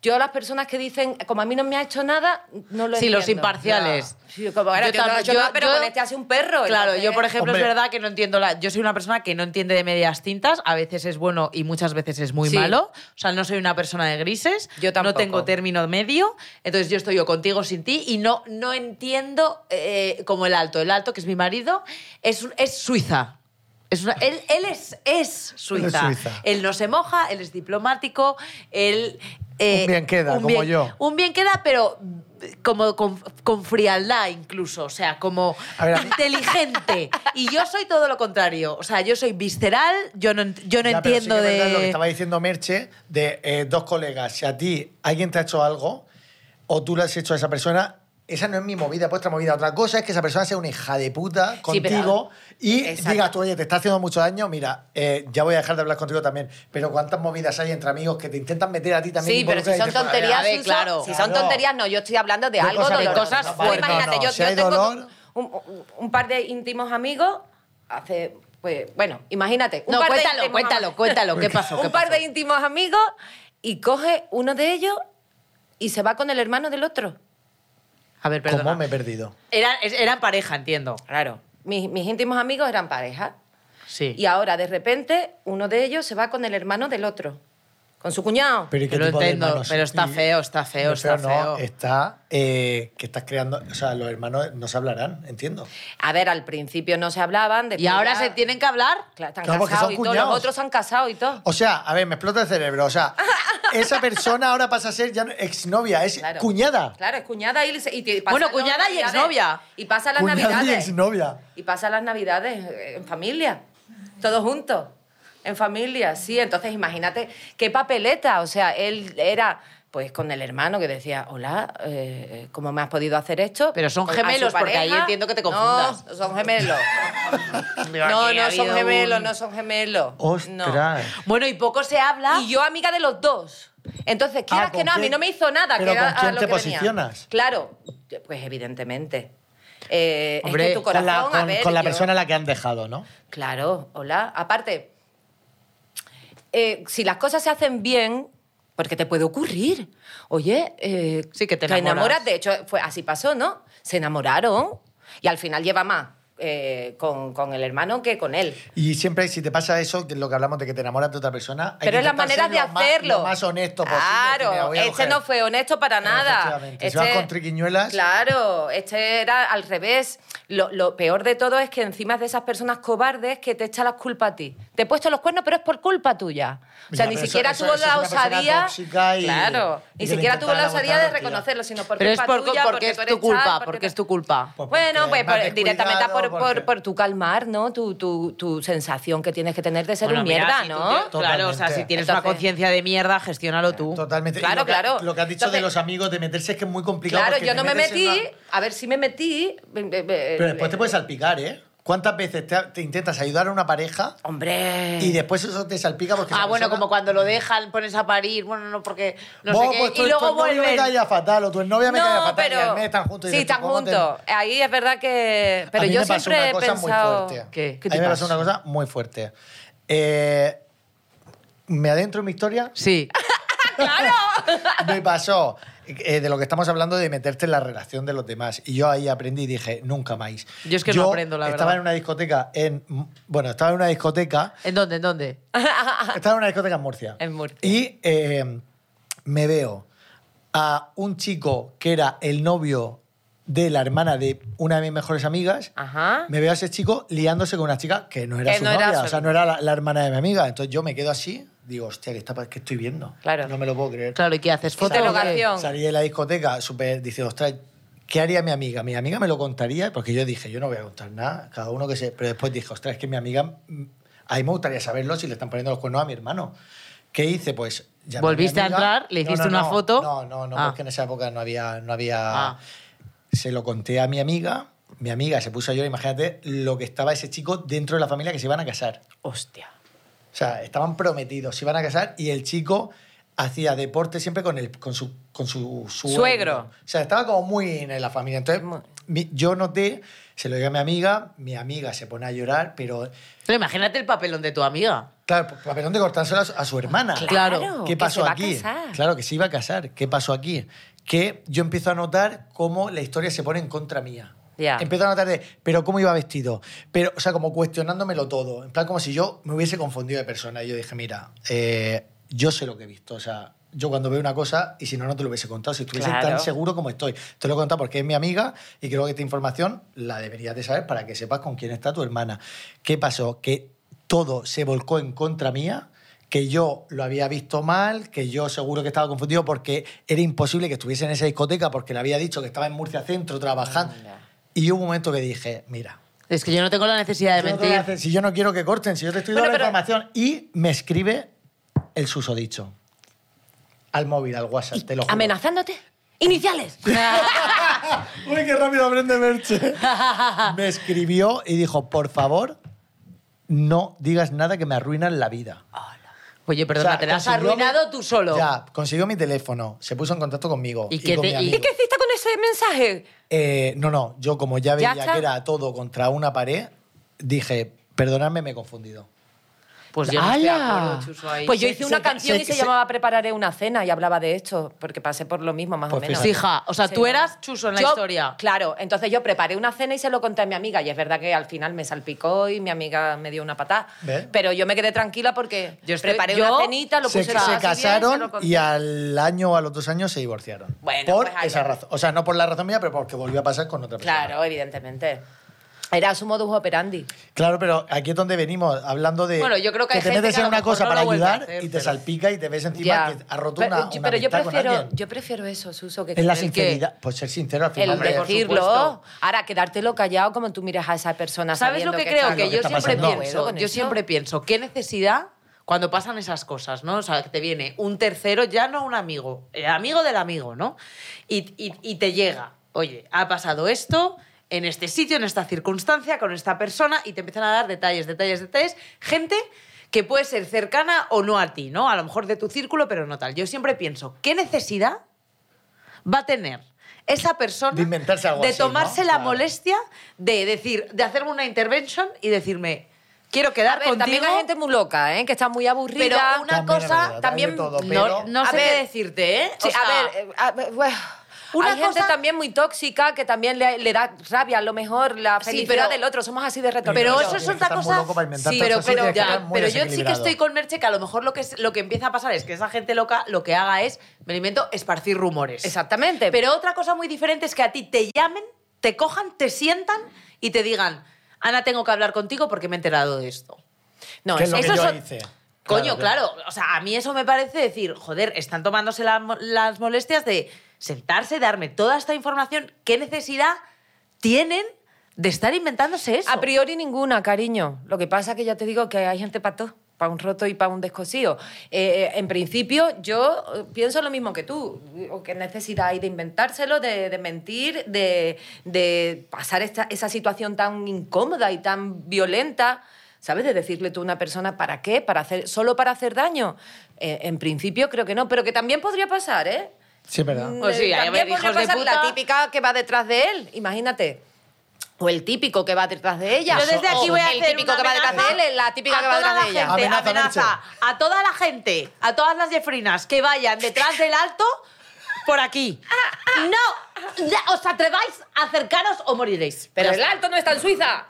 Speaker 2: Yo las personas que dicen, como a mí no me ha hecho nada, no lo
Speaker 4: Sí,
Speaker 2: entiendo.
Speaker 4: los imparciales.
Speaker 2: Ya. Sí, como, bueno,
Speaker 4: Yo
Speaker 2: yo no,
Speaker 4: tam-
Speaker 2: yo
Speaker 4: yo-
Speaker 2: no, pero
Speaker 4: yo-
Speaker 2: con este hace un perro.
Speaker 4: Claro, yo por
Speaker 2: entonces-
Speaker 4: ejemplo
Speaker 3: Hombre.
Speaker 4: es verdad que no entiendo la... Yo soy una persona que no entiende de medias tintas, a veces es bueno y muchas veces es muy
Speaker 2: Sí.
Speaker 4: malo. O sea, no soy una persona de grises,
Speaker 2: Yo
Speaker 4: no
Speaker 2: tampoco.
Speaker 4: tengo término medio, entonces yo estoy o contigo o sin ti y no, no entiendo eh, como el alto. El alto, que es mi marido, es, un- es Suiza. Es una- él, él es, es suiza.
Speaker 3: suiza.
Speaker 4: Él no se moja, él es diplomático, él... eh,
Speaker 3: Un bien queda, como
Speaker 4: bien-
Speaker 3: yo.
Speaker 4: Un bien queda, pero como con, con frialdad incluso, o sea, como
Speaker 3: A ver, a mí-
Speaker 4: inteligente. y yo soy todo lo contrario, o sea, yo soy visceral, yo no, ent- yo no
Speaker 3: Ya, pero sí
Speaker 4: entiendo
Speaker 3: que es verdad
Speaker 4: de...
Speaker 3: lo que estaba diciendo Merche de eh, dos colegas. Si a ti alguien te ha hecho algo o tú le has hecho a esa persona, esa no es mi movida, es vuestra movida. Otra cosa es que esa persona sea una hija de puta
Speaker 2: Sí, pero-
Speaker 3: contigo y
Speaker 2: Exacto.
Speaker 3: digas tú, oye, te está haciendo mucho daño, mira, eh, ya voy a dejar de hablar contigo también. Pero cuántas movidas hay entre amigos que te intentan meter a ti también.
Speaker 2: Sí, pero si son
Speaker 3: involucrar y dices,
Speaker 2: tonterías,
Speaker 4: A ver,
Speaker 2: Suso,
Speaker 4: claro.
Speaker 2: si son
Speaker 3: Claro.
Speaker 2: tonterías, no, yo estoy hablando de,
Speaker 3: De
Speaker 2: algo
Speaker 3: cosas- de
Speaker 2: doloroso.
Speaker 4: cosas
Speaker 2: Tú
Speaker 4: fuertes.
Speaker 2: Imagínate,
Speaker 3: No, no,
Speaker 2: yo,
Speaker 3: si
Speaker 2: yo
Speaker 3: hay
Speaker 2: tengo
Speaker 3: dolor-
Speaker 2: un, un- un par de íntimos amigos hace, pues, bueno, imagínate. Un
Speaker 4: No,
Speaker 2: par de
Speaker 4: cuéntalo,
Speaker 2: íntimos
Speaker 4: cuéntalo,
Speaker 2: amigos-
Speaker 4: cuéntalo, ¿qué pasó? ¿Qué
Speaker 2: un par
Speaker 4: pasó?
Speaker 2: de íntimos amigos y coge uno de ellos y se va con el hermano del otro.
Speaker 4: A ver,
Speaker 3: "Perdona,
Speaker 4: perdona.
Speaker 3: ah, ¿Cómo me he perdido?
Speaker 4: Eran, es- eran pareja, entiendo.
Speaker 2: Claro. Mis, mis íntimos amigos eran pareja.
Speaker 4: Sí.
Speaker 2: Y ahora, de repente, uno de ellos se va con el hermano del otro. Con su cuñado.
Speaker 3: Pero ¿y qué
Speaker 4: Yo lo
Speaker 3: tipo de
Speaker 4: entiendo,
Speaker 3: hermanos?
Speaker 4: pero está
Speaker 3: Y-
Speaker 4: feo, está feo,
Speaker 3: no,
Speaker 4: está
Speaker 3: no,
Speaker 4: feo.
Speaker 3: está eh, que estás creando, o sea, los hermanos no se hablarán, entiendo.
Speaker 2: A ver, al principio no se hablaban. después
Speaker 4: y ahora
Speaker 2: ya-
Speaker 4: se tienen que hablar.
Speaker 2: Claro, están
Speaker 3: Claro, porque
Speaker 2: casados
Speaker 3: son
Speaker 2: y todo.
Speaker 3: cuñados.
Speaker 2: Los otros se han casado y todo.
Speaker 3: O sea, a ver, me explota el cerebro. O sea, esa persona ahora pasa a ser ya no- exnovia, es
Speaker 2: Claro.
Speaker 3: cuñada.
Speaker 2: Claro, es cuñada y, se- y te- pasan
Speaker 4: Bueno,
Speaker 2: las
Speaker 4: cuñada y
Speaker 2: navidades.
Speaker 4: exnovia.
Speaker 2: Y pasa las
Speaker 3: Cuñada y
Speaker 2: navidades.
Speaker 3: exnovia.
Speaker 2: Y pasa las navidades eh, en familia, todos juntos, en familia, sí. Entonces, imagínate qué papeleta. O sea, él era pues con el hermano que decía, hola, eh, ¿cómo me has podido hacer esto?
Speaker 4: Pero son
Speaker 2: A su
Speaker 4: gemelos, porque ahí
Speaker 2: pareja.
Speaker 4: entiendo que te confundas.
Speaker 2: No, son gemelos.
Speaker 4: Digo,
Speaker 2: no,
Speaker 4: aquí ha
Speaker 2: no son
Speaker 4: habido
Speaker 2: gemelos,
Speaker 4: un-
Speaker 2: no son gemelos. No.
Speaker 3: Ostras.
Speaker 4: Bueno, y poco se habla.
Speaker 2: Y yo amiga de los dos. Entonces,
Speaker 3: Ah,
Speaker 2: quieras
Speaker 3: ¿con
Speaker 2: que no, a mí
Speaker 3: quién?
Speaker 2: no me hizo nada.
Speaker 3: Pero
Speaker 2: que era
Speaker 3: ¿con quién
Speaker 2: a lo
Speaker 3: te
Speaker 2: que venía.
Speaker 3: posicionas?
Speaker 2: Claro, pues evidentemente. Eh,
Speaker 4: Hombre,
Speaker 2: es que tu corazón,
Speaker 3: con la,
Speaker 2: a
Speaker 3: con-
Speaker 2: ver,
Speaker 3: con la
Speaker 2: yo-
Speaker 3: persona a la que han dejado, ¿no?
Speaker 2: Claro, hola. Aparte, eh, si las cosas se hacen bien, porque te puede ocurrir. Oye, eh,
Speaker 4: Sí, que te enamoras.
Speaker 2: enamoras. De hecho, fue, así pasó, ¿no? Se enamoraron y al final lleva más eh, con, con el hermano que con él.
Speaker 3: Y siempre, si te pasa eso, que es lo que hablamos de que te enamoras de otra persona, hay
Speaker 2: Pero
Speaker 3: que
Speaker 2: es la manera
Speaker 3: intentar ser
Speaker 2: de
Speaker 3: lo más-
Speaker 2: hacerlo.
Speaker 3: lo Más, honesto posible.
Speaker 2: Claro,
Speaker 3: Mira, voy a
Speaker 2: este
Speaker 3: coger-
Speaker 2: no fue honesto para nada.
Speaker 3: Efectivamente,
Speaker 2: Este,
Speaker 3: se van con triquiñuelas.
Speaker 2: Claro, este era al revés. Lo, lo peor de todo es que encima es de esas personas cobardes que te echan las culpas a ti. Te he puesto los cuernos, pero es por culpa tuya. O sea,
Speaker 3: Ya,
Speaker 2: ni
Speaker 3: pero eso-
Speaker 2: siquiera
Speaker 3: eso-
Speaker 2: tuvo
Speaker 3: eso es
Speaker 2: la
Speaker 3: una persona
Speaker 2: osadía.
Speaker 3: tóxica y-
Speaker 2: claro,
Speaker 3: y
Speaker 2: ni
Speaker 3: que le
Speaker 2: siquiera tuvo la
Speaker 3: intentan
Speaker 2: osadía de
Speaker 3: aguantar, tío.
Speaker 2: reconocerlo, sino por
Speaker 4: pero es
Speaker 2: culpa
Speaker 4: por-
Speaker 2: tuya.
Speaker 4: porque es
Speaker 2: tú
Speaker 4: tu
Speaker 2: eres
Speaker 4: culpa,
Speaker 2: tal,
Speaker 4: porque es
Speaker 2: tal.
Speaker 4: tu culpa.
Speaker 3: Pues porque
Speaker 2: bueno, pues
Speaker 3: más
Speaker 2: por-
Speaker 3: descuidado,
Speaker 2: directamente por, por-
Speaker 3: porque-
Speaker 2: por tu calmar, ¿no? Tu, tu, tu sensación que tienes que tener de ser
Speaker 4: Bueno,
Speaker 2: un
Speaker 4: mira,
Speaker 2: mierda,
Speaker 4: si tú
Speaker 2: ¿no?
Speaker 4: tienes- Claro, o sea,
Speaker 3: Totalmente.
Speaker 4: si tienes una
Speaker 2: Entonces-
Speaker 4: conciencia de mierda, gestiónalo tú.
Speaker 3: Totalmente. Y
Speaker 2: Claro,
Speaker 3: lo que-
Speaker 2: claro.
Speaker 3: Lo que has dicho de
Speaker 2: Entonces-
Speaker 3: los amigos, de meterse, es que es muy complicado.
Speaker 2: Claro,
Speaker 3: porque
Speaker 2: yo
Speaker 3: te
Speaker 2: no me
Speaker 3: metes en
Speaker 2: metí.
Speaker 3: una-
Speaker 2: A ver si me metí.
Speaker 3: Pero
Speaker 2: Pero
Speaker 3: después te puedes salpicar, ¿eh? ¿Cuántas veces te, te intentas ayudar a una pareja
Speaker 2: Hombre.
Speaker 3: y después eso te salpica porque
Speaker 4: Ah,
Speaker 3: esa
Speaker 4: bueno,
Speaker 3: persona-
Speaker 4: como cuando lo dejan, pones a parir, bueno, no, porque no
Speaker 3: Vos,
Speaker 4: sé qué,
Speaker 3: pues, tú-
Speaker 4: y luego
Speaker 3: tu novio me
Speaker 4: vuelven.
Speaker 3: caía fatal o tu novia me caía
Speaker 2: no,
Speaker 3: fatal y
Speaker 2: pero.
Speaker 3: al mes están juntos. y
Speaker 2: sí,
Speaker 3: dices,
Speaker 2: están
Speaker 3: "Tú, ¿cómo te-?"
Speaker 2: juntos. Ahí es verdad que. Pero
Speaker 3: a mí
Speaker 2: yo
Speaker 3: me pasó
Speaker 2: siempre
Speaker 3: una cosa
Speaker 2: he pensado.
Speaker 3: muy fuerte.
Speaker 4: ¿Qué? ¿Qué
Speaker 3: a mí
Speaker 4: te
Speaker 3: me
Speaker 4: pasa?
Speaker 3: pasó una cosa muy fuerte. Eh, me adentro en mi historia.
Speaker 4: Sí.
Speaker 3: me pasó eh, de lo que estamos hablando de meterte en la relación de los demás. Y yo ahí aprendí y dije, nunca más.
Speaker 4: Yo es que no aprendo, la
Speaker 3: estaba
Speaker 4: verdad.
Speaker 3: en una discoteca en... Bueno, estaba en una discoteca...
Speaker 4: ¿En dónde? ¿En dónde?
Speaker 3: Estaba en una discoteca en Murcia.
Speaker 4: En Murcia.
Speaker 3: Y eh, me veo a un chico que era el novio de la hermana de una de mis mejores amigas.
Speaker 2: Ajá.
Speaker 3: Me veo a ese chico liándose con una chica que no era
Speaker 2: Que
Speaker 3: su
Speaker 2: no era
Speaker 3: novia,
Speaker 2: su-
Speaker 3: o sea, no era la, la hermana de mi amiga. Entonces yo me quedo así, digo, hostia, ¿qué, está, pa- qué estoy viendo?
Speaker 2: Claro.
Speaker 3: No me lo puedo creer.
Speaker 4: Claro, ¿y qué haces? ¿Foto?
Speaker 2: Interrogación.
Speaker 3: Salí de la discoteca, súper, dice, ostras, ¿qué haría mi amiga? Mi amiga me lo contaría, porque yo dije, yo no voy a contar nada, cada uno que se... Pero después dije, ostras, es que mi amiga, mm, a mí me gustaría saberlo si le están poniendo los cuernos a mi hermano. ¿Qué hice? Pues... llamé mi
Speaker 4: ¿Volviste a
Speaker 3: amiga.
Speaker 4: entrar? ¿Le
Speaker 3: No,
Speaker 4: hiciste
Speaker 3: no,
Speaker 4: una
Speaker 3: no,
Speaker 4: foto?
Speaker 3: No, no, no,
Speaker 4: Ah.
Speaker 3: porque en esa época no había... No había
Speaker 4: Ah.
Speaker 3: se lo conté a mi amiga. Mi amiga se puso a llorar, imagínate lo que estaba ese chico dentro de la familia que se iban a casar.
Speaker 4: Hostia.
Speaker 3: O sea, estaban prometidos, se iban a casar y el chico hacía deporte siempre con, el, con su, con su
Speaker 4: Suegro.
Speaker 3: O sea, estaba como muy en la familia. Entonces,
Speaker 2: Muy.
Speaker 3: mi- yo noté, se lo dije a mi amiga, mi amiga se pone a llorar, pero
Speaker 4: Pero imagínate el papelón de tu amiga.
Speaker 3: claro, papelón de cortárselo a su, a su hermana.
Speaker 4: Claro.
Speaker 3: ¿Qué
Speaker 2: que se
Speaker 3: pasó
Speaker 2: va a
Speaker 3: aquí?
Speaker 2: casar.
Speaker 3: Claro, que se iba a casar. ¿Qué pasó aquí? Que yo empiezo a notar cómo la historia se pone en contra mía.
Speaker 2: Ya.
Speaker 3: Empiezo a notar de, pero cómo iba vestido. Pero, o sea, como cuestionándomelo todo. En plan, como si yo me hubiese confundido de persona. Y yo dije, mira, eh, yo sé lo que he visto. O sea, yo cuando veo una cosa, y si no, no te lo hubiese contado, si estuviese
Speaker 2: Claro.
Speaker 3: tan seguro como estoy. Te lo he contado porque es mi amiga y creo que esta información la deberías de saber para que sepas con quién está tu hermana. ¿Qué pasó? Que todo se volcó en contra mía, que yo lo había visto mal, que yo seguro que estaba confundido porque era imposible que estuviese en esa discoteca porque le había dicho que estaba en Murcia Centro trabajando. Y hubo un momento que dije, mira,
Speaker 4: Es que yo no tengo la necesidad de
Speaker 3: yo no te voy a
Speaker 4: mentir.
Speaker 3: hacer- si yo no quiero que corten, si yo te estoy
Speaker 2: Bueno,
Speaker 3: dando la
Speaker 2: pero-
Speaker 3: información. Y me escribe el susodicho. Al móvil, al WhatsApp, te lo juro.
Speaker 2: Amenazándote. Iniciales.
Speaker 3: Uy, qué rápido aprende Merche. me escribió y dijo, por favor, no digas nada que me arruinan la vida.
Speaker 4: Oye, perdona,
Speaker 3: O sea,
Speaker 4: te la has
Speaker 3: consiguió mi-
Speaker 4: arruinado tú solo.
Speaker 3: Ya, consiguió mi teléfono, se puso en contacto conmigo.
Speaker 4: ¿Y
Speaker 3: y
Speaker 4: qué
Speaker 3: con
Speaker 4: te-
Speaker 3: mi
Speaker 4: y-
Speaker 3: amigo.
Speaker 2: ¿Y qué hiciste con ese mensaje?
Speaker 3: Eh, no, no, yo como ya veía
Speaker 2: está?
Speaker 3: que era todo contra una pared, dije, perdonadme, me he confundido.
Speaker 4: Pues yo no estoy de
Speaker 2: ¡Hala!
Speaker 4: acuerdo, Chuso, ahí.
Speaker 2: Pues yo
Speaker 3: Se-
Speaker 2: hice una
Speaker 3: se-
Speaker 2: canción
Speaker 3: se-
Speaker 2: y se,
Speaker 3: se-
Speaker 2: llamaba Prepararé una cena y hablaba de esto, porque pasé por lo mismo más o
Speaker 3: Pues
Speaker 2: menos.
Speaker 3: fíjate.
Speaker 4: Hija, o sea,
Speaker 2: Sí,
Speaker 4: tú
Speaker 2: no.
Speaker 4: eras Chuso en la
Speaker 2: Yo-
Speaker 4: historia.
Speaker 2: Claro, entonces yo preparé una cena y se lo conté a mi amiga y es verdad que al final me salpicó y mi amiga me dio una patada,
Speaker 3: ¿Ves?
Speaker 2: pero yo me quedé tranquila porque
Speaker 4: Yo estoy-
Speaker 2: preparé
Speaker 4: yo-
Speaker 2: una cenita, lo
Speaker 3: se,
Speaker 2: puse
Speaker 3: se
Speaker 2: todo así bien, se
Speaker 3: casaron
Speaker 2: lo conté.
Speaker 3: y al año o a los dos años se divorciaron.
Speaker 2: Bueno,
Speaker 3: por
Speaker 2: pues ahí
Speaker 3: esa
Speaker 2: va.
Speaker 3: razón. O sea, no por la razón mía, pero porque volvió a pasar con otra persona.
Speaker 2: Claro, evidentemente. Era su modus operandi.
Speaker 3: Claro, pero aquí es donde venimos, hablando de
Speaker 4: Bueno, yo creo que hay
Speaker 3: te
Speaker 4: gente
Speaker 3: metes
Speaker 4: que a
Speaker 3: en
Speaker 4: lo
Speaker 3: una
Speaker 4: mejor
Speaker 3: cosa
Speaker 4: no
Speaker 3: para
Speaker 4: lo vuelve a
Speaker 3: ayudar
Speaker 4: hacer,
Speaker 3: y te
Speaker 4: pero-
Speaker 3: salpica y te ves encima
Speaker 2: Ya.
Speaker 3: que has roto
Speaker 2: pero,
Speaker 3: una,
Speaker 2: yo-
Speaker 3: una
Speaker 2: pero yo
Speaker 3: amistad con
Speaker 2: prefiero,
Speaker 3: alguien.
Speaker 2: yo prefiero eso, Suso, que
Speaker 3: Es la
Speaker 2: tener que-
Speaker 3: sinceridad, pues ser sincero al
Speaker 2: El
Speaker 3: final. de-
Speaker 4: por
Speaker 2: decirlo.
Speaker 4: supuesto.
Speaker 2: Ahora, quedártelo callado como tú miras a esa persona.
Speaker 4: ¿Sabes lo
Speaker 2: sabiendo
Speaker 4: que creo?
Speaker 2: está-
Speaker 4: Que,
Speaker 3: lo que
Speaker 4: yo
Speaker 3: está
Speaker 4: siempre
Speaker 3: pasando.
Speaker 2: No puedo
Speaker 4: pienso,
Speaker 2: con
Speaker 4: yo
Speaker 2: eso.
Speaker 4: siempre pienso, ¿qué necesidad cuando pasan esas cosas, no? O sea, que te viene un tercero, ya no un amigo, el amigo del amigo, ¿no? Y, y- y te llega, oye, ha pasado esto en este sitio, en esta circunstancia, con esta persona, y te empiezan a dar detalles, detalles, detalles, gente que puede ser cercana o no a ti, ¿no? A lo mejor de tu círculo, pero no tal. Yo siempre pienso, ¿qué necesidad va a tener esa persona
Speaker 3: De inventarse algo
Speaker 4: de
Speaker 3: así, ¿no?
Speaker 4: tomarse la
Speaker 3: Claro.
Speaker 4: molestia de decir de hacerme una intervention y decirme quiero
Speaker 2: A
Speaker 4: quedar
Speaker 2: ver,
Speaker 4: contigo
Speaker 2: también hay gente muy loca, ¿eh? que está muy aburrida.
Speaker 4: pero una
Speaker 3: También es
Speaker 4: cosa
Speaker 3: verdad, también
Speaker 4: también
Speaker 3: de todo,
Speaker 4: no,
Speaker 3: pero-
Speaker 4: no
Speaker 2: A
Speaker 4: sé qué
Speaker 2: ver,
Speaker 4: decirte eh
Speaker 2: Sí,
Speaker 4: O sea,
Speaker 2: a ver, eh, a ver, bueno,
Speaker 4: una
Speaker 2: hay gente
Speaker 4: cosa-
Speaker 2: también muy tóxica que también le, le da rabia a lo mejor la
Speaker 4: Sí,
Speaker 2: felicidad
Speaker 4: pero-
Speaker 2: del otro. Somos así de retorno.
Speaker 4: pero
Speaker 3: Tienes
Speaker 4: eso
Speaker 3: que
Speaker 4: es
Speaker 3: estar
Speaker 4: otra
Speaker 3: muy
Speaker 4: cosa
Speaker 3: loco para inventar
Speaker 4: sí,
Speaker 3: todo
Speaker 4: pero,
Speaker 3: eso,
Speaker 4: pero,
Speaker 3: tienes que
Speaker 4: ya,
Speaker 3: estar muy
Speaker 4: pero yo sí que
Speaker 3: desequilibrado.
Speaker 4: estoy con Merche que a lo mejor lo que es- lo que empieza a pasar es que esa gente loca lo que haga es me lo invento esparcir rumores
Speaker 2: Exactamente.
Speaker 4: Pero otra cosa muy diferente es que a ti te llamen, te cojan, te sientan y te digan, Ana, tengo que hablar contigo porque me he enterado de esto.
Speaker 2: no,
Speaker 3: Que es
Speaker 2: eso-
Speaker 3: lo que
Speaker 2: eso
Speaker 3: yo
Speaker 2: son-
Speaker 3: hice.
Speaker 4: Coño, claro, O sea, a mí eso me parece decir, joder, están tomándose la mo- las molestias de sentarse, darme toda esta información. ¿Qué necesidad tienen de estar inventándose eso?
Speaker 2: A priori ninguna, cariño. Lo que pasa que ya te digo que hay gente para todo, para un roto y para un descosío. Eh, eh, en principio, yo eh, pienso lo mismo que tú. O qué necesidad hay de inventárselo, de, de mentir, de, de pasar esta, esa situación tan incómoda y tan violenta. ¿Sabes? De decirle tú a una persona para qué, para hacer, solo para hacer daño. Eh, en principio creo que no, pero que también podría pasar, ¿eh?
Speaker 3: Sí, es verdad.
Speaker 4: Pues sí, hay a ver,
Speaker 2: También podría
Speaker 4: hijos de
Speaker 2: pasar
Speaker 4: puta.
Speaker 2: La típica que va detrás de él, imagínate. O el típico que va detrás de ella.
Speaker 4: Yo desde
Speaker 2: O
Speaker 4: aquí voy a
Speaker 2: el
Speaker 4: hacer
Speaker 2: típico
Speaker 4: una
Speaker 2: que va detrás
Speaker 4: amenaza
Speaker 2: de él, la típica
Speaker 4: a
Speaker 2: que va
Speaker 4: toda
Speaker 2: detrás de
Speaker 4: la
Speaker 2: ella.
Speaker 4: gente,
Speaker 3: Amenaza,
Speaker 4: amenaza a toda la gente, a todas las jefrinas que vayan detrás del alto por aquí. No ya os atreváis a acercaros o moriréis.
Speaker 2: Pero el alto no está en Suiza.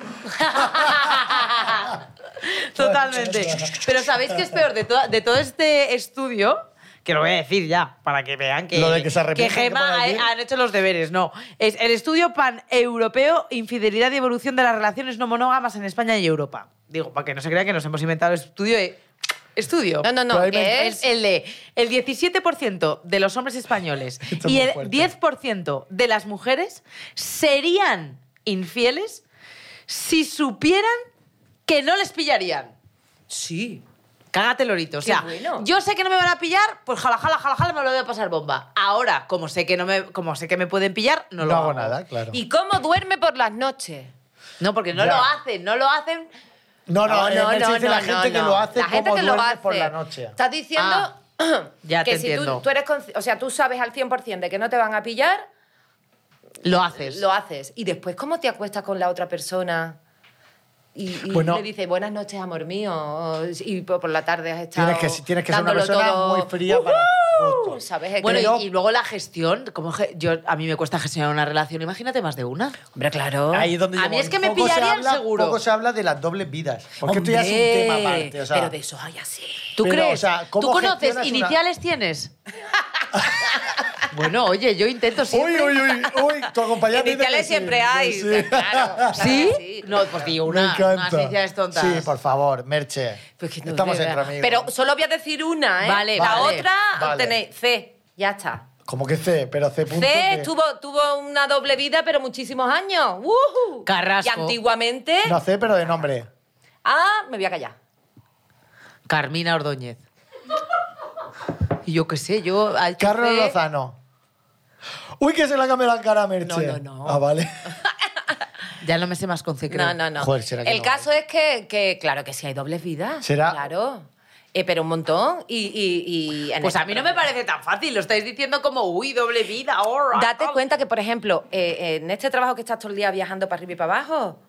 Speaker 4: Totalmente. Pero ¿sabéis qué es peor de, to- de todo este estudio? Que lo voy a decir ya, para que vean que,
Speaker 3: Lo de que se arrepienten, que
Speaker 4: Gema
Speaker 3: para
Speaker 4: ha-
Speaker 3: bien.
Speaker 4: han hecho los deberes, no. Es el estudio pan-europeo, infidelidad y evolución de las relaciones no monógamas en España y Europa. Digo, para que no se crea que nos hemos inventado el estudio de... Estudio.
Speaker 2: No, no, no,
Speaker 3: Probablemente-
Speaker 2: que
Speaker 4: Es
Speaker 2: es...
Speaker 4: el de el 17% de los hombres españoles
Speaker 3: Esto es
Speaker 4: y
Speaker 3: muy
Speaker 4: el
Speaker 3: fuerte.
Speaker 4: 10% de las mujeres serían infieles si supieran que no les pillarían.
Speaker 2: Sí.
Speaker 4: Cágate, Lorito. O sea,
Speaker 2: Qué bueno.
Speaker 4: yo sé que no me van a pillar, pues jala, jala, jala, jala, me lo voy a pasar bomba. Ahora, como sé que, no me, como sé que me pueden pillar, no,
Speaker 3: No,
Speaker 4: lo
Speaker 3: hago nada, claro.
Speaker 2: ¿Y cómo duerme por las noches?
Speaker 4: No, porque no
Speaker 3: Ya.
Speaker 4: lo hacen, no lo hacen.
Speaker 3: No, no,
Speaker 2: No,
Speaker 3: eh,
Speaker 2: no,
Speaker 3: Merche
Speaker 2: no,
Speaker 3: dice la
Speaker 2: no,
Speaker 3: gente
Speaker 2: no,
Speaker 3: que
Speaker 2: no.
Speaker 3: lo hace
Speaker 2: La gente
Speaker 3: como
Speaker 2: que lo
Speaker 3: duerme
Speaker 2: hace.
Speaker 3: por la noche.
Speaker 2: Estás diciendo
Speaker 4: Ah, ya
Speaker 2: que
Speaker 4: te
Speaker 2: si
Speaker 4: entiendo.
Speaker 2: Tú, tú eres consci- o sea, tú sabes al 100% de que no te van a pillar,
Speaker 4: Lo haces.
Speaker 2: lo haces. Y después, ¿cómo te acuestas con la otra persona? Y, y
Speaker 3: Bueno.
Speaker 2: le dices, buenas noches, amor mío. Y por por la tarde has estado
Speaker 3: Tienes que, tienes que ser una
Speaker 2: dándolo
Speaker 3: persona
Speaker 2: todo.
Speaker 3: muy fría para...
Speaker 2: Uh,
Speaker 3: justo.
Speaker 2: ¿Sabes?
Speaker 4: Bueno,
Speaker 2: Creo-
Speaker 4: y, y luego la gestión. Como ge- yo, a mí me cuesta gestionar una relación, imagínate más de una.
Speaker 2: Hombre, claro.
Speaker 3: Ahí es donde
Speaker 4: A
Speaker 3: yo
Speaker 4: mí
Speaker 3: voy.
Speaker 4: es que me
Speaker 3: Poco se
Speaker 4: pillarían
Speaker 3: habla-
Speaker 4: seguro.
Speaker 3: Poco se habla de las dobles vidas. Porque esto ya es un tema
Speaker 2: Hombre,
Speaker 3: aparte. O sea,
Speaker 2: Pero de eso hay así.
Speaker 4: ¿Tú
Speaker 3: Pero,
Speaker 4: crees?
Speaker 3: o sea, ¿cómo
Speaker 4: ¿Tú conoces?
Speaker 3: gestionas una-
Speaker 4: ¿Iniciales tienes? bueno, oye, yo intento
Speaker 3: Uy,
Speaker 4: siempre.
Speaker 3: uy, uy, uy, tu acompañante. dice que
Speaker 2: Iniciales
Speaker 3: sí,
Speaker 2: siempre
Speaker 3: que
Speaker 2: hay.
Speaker 3: sí.
Speaker 2: Claro, claro
Speaker 4: ¿Sí?
Speaker 2: que
Speaker 4: No, pues digo,
Speaker 3: Me
Speaker 4: una,
Speaker 3: encanta.
Speaker 4: unas iniciales tontas.
Speaker 3: Sí, por favor, Merche.
Speaker 2: Pues que no
Speaker 3: Estamos
Speaker 2: sé,
Speaker 3: entre
Speaker 2: ¿verdad?
Speaker 3: amigos.
Speaker 2: Pero solo voy a decir una, ¿eh?
Speaker 4: Vale,
Speaker 2: La
Speaker 4: vale.
Speaker 2: otra
Speaker 3: Vale.
Speaker 2: tenéis C. Ya está.
Speaker 3: Como que C, pero C punto.
Speaker 2: C
Speaker 3: que-
Speaker 2: tuvo, tuvo una doble vida, pero muchísimos años. ¡Wujú!
Speaker 4: Carrasco.
Speaker 2: Y antiguamente.
Speaker 3: No C, pero de nombre.
Speaker 2: Ah, me voy a callar.
Speaker 4: Carmina Ordóñez. Y yo qué sé, yo... al
Speaker 3: Carlos
Speaker 4: chofer-
Speaker 3: Lozano. Uy, que se le ha cambiado la cara a Merche.
Speaker 2: No, no, no.
Speaker 3: Ah, vale.
Speaker 4: Ya no me sé más con C, creo.
Speaker 2: No, no, no.
Speaker 3: Joder, ¿será que
Speaker 2: El
Speaker 3: no
Speaker 2: caso es que, que, claro, que sí hay dobles vidas.
Speaker 3: ¿Será?
Speaker 2: Claro. Eh, pero un montón. Y, y, y en
Speaker 4: Pues
Speaker 2: esta
Speaker 4: a mí no me
Speaker 2: programa-
Speaker 4: parece tan fácil. Lo estáis diciendo como, uy, doble vida, all right,
Speaker 2: Date
Speaker 4: all-
Speaker 2: cuenta que, por ejemplo, eh, en este trabajo que estás todo el día viajando para arriba y para abajo,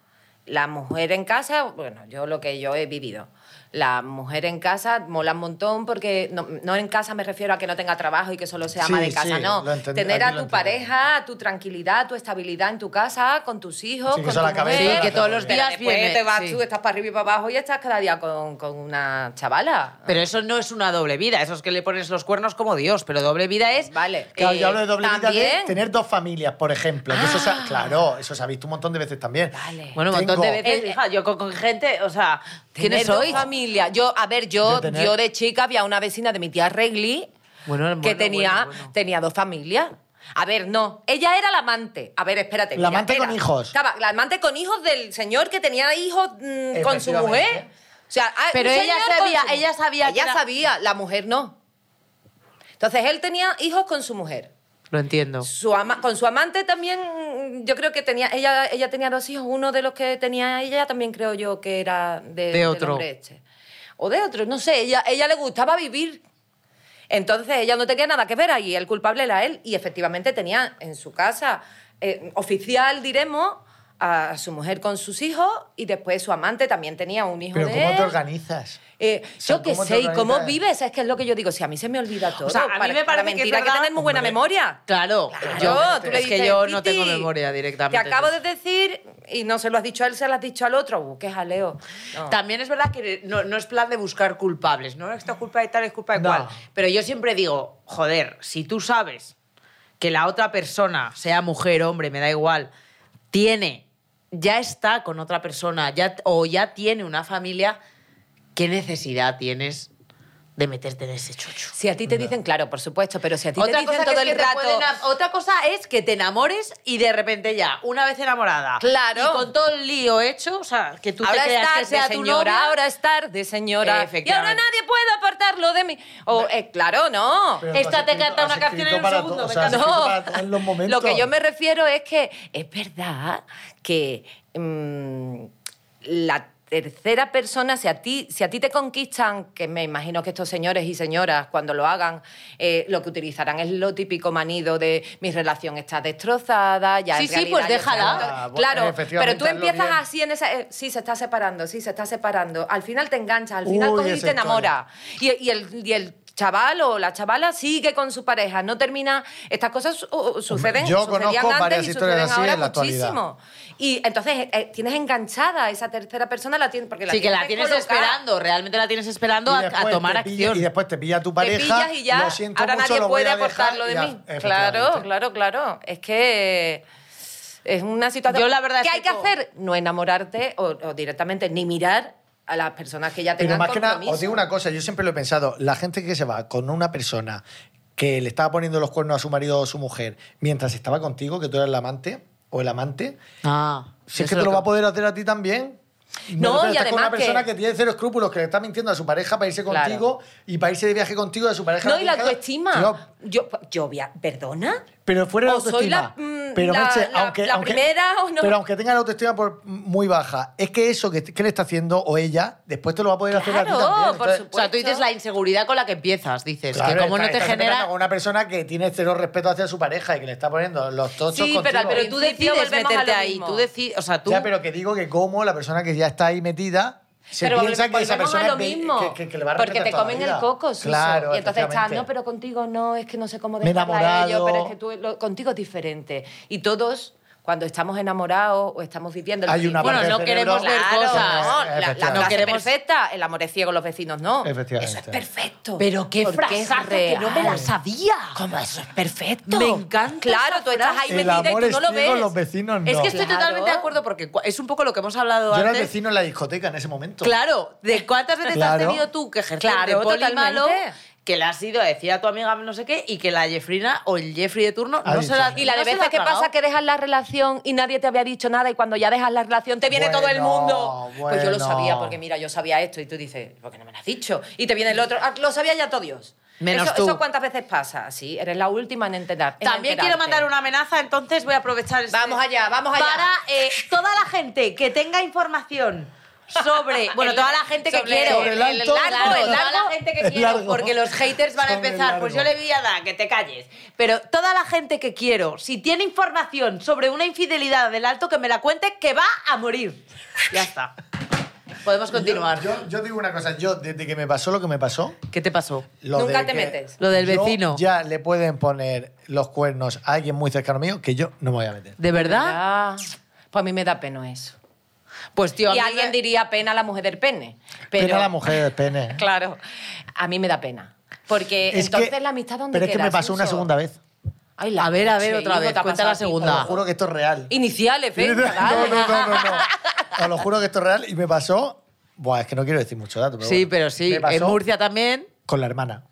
Speaker 2: la mujer en casa, bueno, yo lo que yo he vivido, la mujer en casa mola un montón porque no, no en casa me refiero a que no tenga trabajo y que solo sea ama
Speaker 3: Sí,
Speaker 2: de casa,
Speaker 3: sí,
Speaker 2: no.
Speaker 3: lo entendí-
Speaker 2: Tener a
Speaker 3: aquí lo
Speaker 2: tu
Speaker 3: entendí.
Speaker 2: pareja, tu tranquilidad, tu estabilidad en tu casa, con tus hijos,
Speaker 3: Sí, que
Speaker 2: con
Speaker 3: eso
Speaker 2: tu
Speaker 3: la cabeza
Speaker 2: mujer.
Speaker 3: Sí, que todos los
Speaker 2: Pero
Speaker 4: días
Speaker 2: después
Speaker 4: viene,
Speaker 2: te vas
Speaker 4: sí.
Speaker 2: tú, estás para arriba y para abajo y estás cada día con, con una chavala.
Speaker 4: Pero eso no es una doble vida. Eso es que le pones los cuernos como Dios. Pero doble vida es...
Speaker 2: Vale.
Speaker 3: Claro,
Speaker 2: Eh,
Speaker 3: yo hablo de doble vida de
Speaker 2: también- Ah.
Speaker 3: tener dos familias, por ejemplo. que eso se ha- claro, eso se ha visto un montón de veces también.
Speaker 2: Vale.
Speaker 4: Bueno, un montón de
Speaker 3: Tengo-
Speaker 4: veces,
Speaker 2: Eh, eh.
Speaker 4: hija, yo con, con gente, o sea, ¿quiénes
Speaker 2: Tener dos
Speaker 4: sois?
Speaker 2: familia. Yo, a ver, yo,
Speaker 3: Yo tener-
Speaker 2: yo de chica había una vecina de mi tía Regli
Speaker 4: Bueno,
Speaker 2: que
Speaker 4: bueno,
Speaker 2: tenía,
Speaker 4: bueno, bueno.
Speaker 2: tenía dos familias. A ver, no. Ella era la amante. A ver, espérate.
Speaker 3: La
Speaker 2: mira,
Speaker 3: amante
Speaker 2: era-
Speaker 3: con hijos.
Speaker 2: Estaba la amante con hijos del señor que tenía hijos mm, con su
Speaker 3: Efectivamente.
Speaker 2: mujer. O sea, ah,
Speaker 4: Pero
Speaker 2: un
Speaker 4: ella
Speaker 2: señor con
Speaker 4: sabía-
Speaker 2: su-
Speaker 4: ella sabía que
Speaker 2: Ella
Speaker 4: era-
Speaker 2: sabía, la mujer no. Entonces él tenía hijos con su mujer.
Speaker 4: Lo entiendo.
Speaker 2: Su ama- con su amante también, mm, yo creo que tenía, ella, ella tenía dos hijos, uno de los que tenía ella también creo yo que era de, del
Speaker 4: otro.
Speaker 2: hombre este. O de otro, no sé, ella, ella le gustaba vivir. Entonces ella no tenía nada que ver ahí, el culpable era él. Y efectivamente tenía en su casa eh, oficial, diremos, a su mujer con sus hijos y después su amante también tenía un hijo
Speaker 3: Pero
Speaker 2: de
Speaker 3: ¿cómo te
Speaker 2: él.
Speaker 3: organizas?
Speaker 2: Eh,
Speaker 3: O sea,
Speaker 2: yo qué
Speaker 3: ¿cómo te
Speaker 2: sé, ¿y cómo
Speaker 3: organizas?
Speaker 2: vives? Es que es lo que yo digo, si a mí se me olvida todo.
Speaker 4: O sea, a mí
Speaker 2: para- para
Speaker 4: me parece que es
Speaker 2: mentir hay que
Speaker 4: verdad.
Speaker 2: tener muy buena
Speaker 3: Hombre.
Speaker 2: memoria.
Speaker 4: Claro,
Speaker 2: Claro, tú le
Speaker 4: es que
Speaker 2: dices,
Speaker 4: yo no
Speaker 2: "Titi,
Speaker 4: tengo memoria directamente.
Speaker 2: Te acabo de decir, y no se lo has dicho a él, se lo has dicho al otro. Uh, qué jaleo. No.
Speaker 4: También es verdad que no, no es plan de buscar culpables, no esta culpa de tal, es culpa de
Speaker 3: No.
Speaker 4: cual. Pero yo siempre digo, joder, si tú sabes que la otra persona, sea mujer, hombre, me da igual, tiene, ya está con otra persona, ya, o ya tiene una familia, ¿qué necesidad tienes de meterte en ese chocho?
Speaker 2: Si a ti te dicen, claro, por supuesto, pero si a ti te
Speaker 4: Otra
Speaker 2: dicen
Speaker 4: cosa,
Speaker 2: todo
Speaker 4: que es
Speaker 2: el
Speaker 4: que te pueden
Speaker 2: rato.
Speaker 4: a- otra cosa es que te enamores y de repente ya, una vez enamorada.
Speaker 2: Claro.
Speaker 4: Y con todo el lío hecho, o sea, que tú
Speaker 2: Ahora
Speaker 4: te creas
Speaker 2: es
Speaker 4: que
Speaker 2: tarde,
Speaker 4: sea tu
Speaker 2: señora.
Speaker 4: novia.
Speaker 2: Ahora es tarde, señora. Y
Speaker 4: Efectivamente.
Speaker 2: ahora nadie puede apartarlo de mí. O, eh, claro, no.
Speaker 3: Pero
Speaker 4: Esta
Speaker 3: has
Speaker 4: te
Speaker 3: escrito-
Speaker 4: canta
Speaker 3: has
Speaker 4: una canción
Speaker 3: escrito
Speaker 4: en un
Speaker 3: para
Speaker 4: segundo,
Speaker 3: todo,
Speaker 4: me
Speaker 3: o sea, has
Speaker 4: encanta.
Speaker 3: escrito
Speaker 2: No,
Speaker 3: para todos los momentos.
Speaker 2: lo que yo me refiero es que es verdad que mm, la tercera persona, si a, ti, si a ti te conquistan, que me imagino que estos señores y señoras cuando lo hagan, eh, lo que utilizarán es lo típico manido de mi relación está destrozada, ya en
Speaker 4: Sí, sí,
Speaker 2: realidad
Speaker 4: pues
Speaker 2: yo
Speaker 4: déjala.
Speaker 2: estoy-
Speaker 3: Ah, bueno,
Speaker 2: claro,
Speaker 3: efectivamente,
Speaker 2: pero tú
Speaker 3: hazlo
Speaker 2: empiezas
Speaker 3: bien.
Speaker 2: así en esa... eh, sí, se está separando, sí, se está separando. Al final te enganchas, al final
Speaker 3: Uy,
Speaker 2: coges y
Speaker 3: esa
Speaker 2: te
Speaker 3: historia.
Speaker 2: enamoras. Y, y el, y el chaval o la chavala sigue con su pareja, no termina. Estas cosas su- o- suceden,
Speaker 3: yo
Speaker 2: sucedían
Speaker 3: conozco
Speaker 2: antes
Speaker 3: varias
Speaker 2: y
Speaker 3: historias
Speaker 2: suceden
Speaker 3: así
Speaker 2: ahora
Speaker 3: en la actualidad.
Speaker 2: muchísimo. Y entonces eh, tienes enganchada a esa tercera persona, la tienes porque la
Speaker 4: Sí, que
Speaker 2: tienes
Speaker 4: la tienes
Speaker 2: colocada.
Speaker 4: esperando, realmente la tienes esperando
Speaker 3: Y
Speaker 4: a- a,
Speaker 3: después
Speaker 4: tomar
Speaker 3: te pilla-
Speaker 4: acción.
Speaker 3: y después te pilla tu
Speaker 2: Te
Speaker 3: pareja.
Speaker 2: pillas y ya.
Speaker 3: lo siento
Speaker 2: ahora
Speaker 3: mucho,
Speaker 2: nadie
Speaker 3: lo voy
Speaker 2: puede
Speaker 3: a dejar
Speaker 2: apartarlo
Speaker 3: y
Speaker 2: de
Speaker 3: ya-
Speaker 2: mí. Claro,
Speaker 3: efectivamente.
Speaker 2: claro, claro. Es que es una situación.
Speaker 4: Yo la verdad
Speaker 2: ¿Qué
Speaker 4: es
Speaker 2: hay que
Speaker 4: que como-
Speaker 2: hacer? No enamorarte o, o directamente ni mirar a las personas que ya
Speaker 3: Pero
Speaker 2: tengan
Speaker 3: más que nada, os
Speaker 2: compromiso.
Speaker 3: digo una cosa, yo siempre lo he pensado, la gente que se va con una persona que le estaba poniendo los cuernos a su marido o a su mujer mientras estaba contigo, que tú eras la amante o el amante,
Speaker 4: Ah,
Speaker 3: si es
Speaker 4: eso
Speaker 3: que te lo va a poder hacer a ti también. Me
Speaker 2: No,
Speaker 3: refiero,
Speaker 2: y
Speaker 3: estás con una
Speaker 2: además que-
Speaker 3: persona que... tiene cero escrúpulos, que le está mintiendo a su pareja para irse
Speaker 2: Claro.
Speaker 3: contigo y para irse de viaje contigo de su pareja.
Speaker 2: No, y la
Speaker 3: cada- Tío,
Speaker 2: autoestima. Yo, yo, via- ¿perdona?
Speaker 3: Pero fuera de
Speaker 2: O soy
Speaker 3: autoestima.
Speaker 2: la, mm,
Speaker 3: pero,
Speaker 2: la-
Speaker 3: Merche,
Speaker 2: la-
Speaker 3: aunque,
Speaker 2: la
Speaker 3: aunque-
Speaker 2: primera o no.
Speaker 3: Pero aunque tenga la autoestima por, muy baja, es que eso que, que le está haciendo o ella, después te lo va a poder hacer a ti
Speaker 2: Claro,
Speaker 3: también.
Speaker 2: por
Speaker 3: Entonces,
Speaker 2: supuesto.
Speaker 4: O sea, tú dices la inseguridad con la que empiezas, dices,
Speaker 3: claro,
Speaker 4: que como
Speaker 3: está-
Speaker 4: no te
Speaker 3: estás empezando
Speaker 4: genera...
Speaker 3: Con una persona que tiene cero respeto hacia su pareja y que le está poniendo los tochos
Speaker 2: Sí,
Speaker 3: contigo.
Speaker 2: pero- pero
Speaker 4: Tú
Speaker 2: principio
Speaker 4: decides
Speaker 2: volvemos a
Speaker 4: meterte
Speaker 2: lo
Speaker 4: ahí,
Speaker 2: mismo.
Speaker 4: tú decides, o sea, tú...
Speaker 3: Ya, pero que digo que como la persona que ya está ahí metida se
Speaker 2: pero
Speaker 3: piensa que
Speaker 2: volvemos
Speaker 3: esa persona
Speaker 2: a lo
Speaker 3: es be-
Speaker 2: mismo.
Speaker 3: que, que- que le va a
Speaker 2: porque
Speaker 3: respetar
Speaker 2: te
Speaker 3: toda la
Speaker 2: comen
Speaker 3: vida.
Speaker 2: el coco, Suso.
Speaker 3: Claro,
Speaker 2: y entonces estás,
Speaker 3: efectivamente.
Speaker 2: no, pero contigo no, es que no sé cómo
Speaker 3: Me he
Speaker 2: dejarla a ellos,
Speaker 3: enamorado.
Speaker 2: pero es que tú lo- contigo es diferente. Y todos, cuando estamos enamorados o estamos viviendo... el
Speaker 3: Hay
Speaker 2: principio-
Speaker 3: una
Speaker 4: Bueno,
Speaker 3: parte
Speaker 4: no
Speaker 3: del
Speaker 4: queremos
Speaker 3: cerebro-
Speaker 4: ver cosas.
Speaker 2: No, la, la
Speaker 3: Efectivamente.
Speaker 4: No
Speaker 2: frase
Speaker 4: queremos-
Speaker 2: perfecta, el amor es ciego, los vecinos no.
Speaker 3: Efectivamente.
Speaker 2: Eso es perfecto.
Speaker 4: Pero qué
Speaker 2: Porque es
Speaker 4: frasazo, que no me la
Speaker 2: real.
Speaker 4: sabía.
Speaker 2: ¿Cómo eso es perfecto?
Speaker 4: Me encanta
Speaker 2: Claro,
Speaker 4: esa
Speaker 2: tú estás
Speaker 4: frase.
Speaker 2: ahí
Speaker 3: El
Speaker 2: metida y
Speaker 3: amor
Speaker 2: tú
Speaker 3: es
Speaker 2: no lo
Speaker 3: ciego,
Speaker 2: ves.
Speaker 3: los vecinos no.
Speaker 4: Es que estoy
Speaker 2: Claro.
Speaker 4: totalmente de acuerdo porque cu- es un poco lo que hemos hablado
Speaker 3: Yo era el
Speaker 4: antes.
Speaker 3: vecino en la discoteca en ese momento.
Speaker 4: Claro, ¿de cuántas veces
Speaker 3: Claro.
Speaker 4: has tenido tú que ejercer
Speaker 2: Claro,
Speaker 4: de poli
Speaker 2: totalmente.
Speaker 4: malo que le has ido a decir a tu amiga no sé qué y que la Jeffrina o el Jeffrey de turno
Speaker 3: Ha
Speaker 4: no
Speaker 3: dicho
Speaker 4: se la
Speaker 3: eso.
Speaker 2: Y la
Speaker 4: no
Speaker 2: de
Speaker 4: se
Speaker 2: veces
Speaker 4: ha
Speaker 2: que
Speaker 4: tragado?
Speaker 2: pasa que dejas la relación y nadie te había dicho nada y cuando ya dejas la relación te viene todo el
Speaker 3: Bueno,
Speaker 2: mundo. Pues yo lo
Speaker 3: bueno.
Speaker 2: sabía porque mira, yo sabía esto y tú dices, ¿por qué no me lo has dicho? Y te viene el otro, "Ah, lo sabía ya todo Dios.
Speaker 4: Menos
Speaker 2: eso,
Speaker 4: tú.
Speaker 2: eso cuántas veces pasa, sí, eres la última en enterar. en
Speaker 4: También quiero
Speaker 2: enterarte.
Speaker 4: mandar una amenaza, entonces voy a aprovechar este-
Speaker 2: Vamos allá, vamos allá.
Speaker 4: Para eh, toda la gente que tenga información sobre, bueno, toda la gente que
Speaker 2: Sobre-
Speaker 4: quiero,
Speaker 3: sobre el alto,
Speaker 4: largo, el
Speaker 3: claro,
Speaker 4: largo,
Speaker 3: toda
Speaker 4: la gente que
Speaker 3: el
Speaker 4: quiero,
Speaker 3: largo.
Speaker 4: porque los haters van a
Speaker 3: Sobre el
Speaker 4: empezar, pues yo
Speaker 3: largo.
Speaker 4: le voy a dar, que te calles. Pero toda la gente que quiero, si tiene información sobre una infidelidad del alto, que me la cuente, que va a morir. Ya está. Podemos continuar.
Speaker 3: Yo, yo- yo digo una cosa, yo desde que me pasó lo que me pasó,
Speaker 4: ¿Qué te pasó?
Speaker 3: lo
Speaker 2: Nunca
Speaker 3: de
Speaker 2: te
Speaker 3: que
Speaker 2: metes.
Speaker 4: Lo del
Speaker 3: yo
Speaker 4: vecino.
Speaker 3: Ya le pueden poner los cuernos a alguien muy cercano mío que yo no me voy a meter.
Speaker 4: ¿De verdad?
Speaker 2: Ah, Pues a mí me da pena eso.
Speaker 4: Pues tío, a
Speaker 2: Y
Speaker 4: mí
Speaker 2: alguien
Speaker 4: me-
Speaker 2: diría pena a la mujer del pene. Pero,
Speaker 3: Pero, la mujer del pene.
Speaker 2: Claro, a mí me da pena. Porque
Speaker 3: Es que-
Speaker 2: entonces la amistad donde
Speaker 3: Pero es que me pasó una segunda vez.
Speaker 4: A ver, a ver, otra vez, cuenta la
Speaker 3: Os lo
Speaker 4: segunda.
Speaker 3: juro que esto es real.
Speaker 2: Iniciales,
Speaker 3: No,
Speaker 2: venga,
Speaker 3: no,
Speaker 2: dale.
Speaker 3: no, no, no. Os lo juro que esto es real y me pasó. Buah, es que no quiero decir mucho dato. Pero
Speaker 4: Sí,
Speaker 3: bueno.
Speaker 4: pero sí.
Speaker 3: Me pasó
Speaker 4: En Murcia también.
Speaker 3: Con la hermana.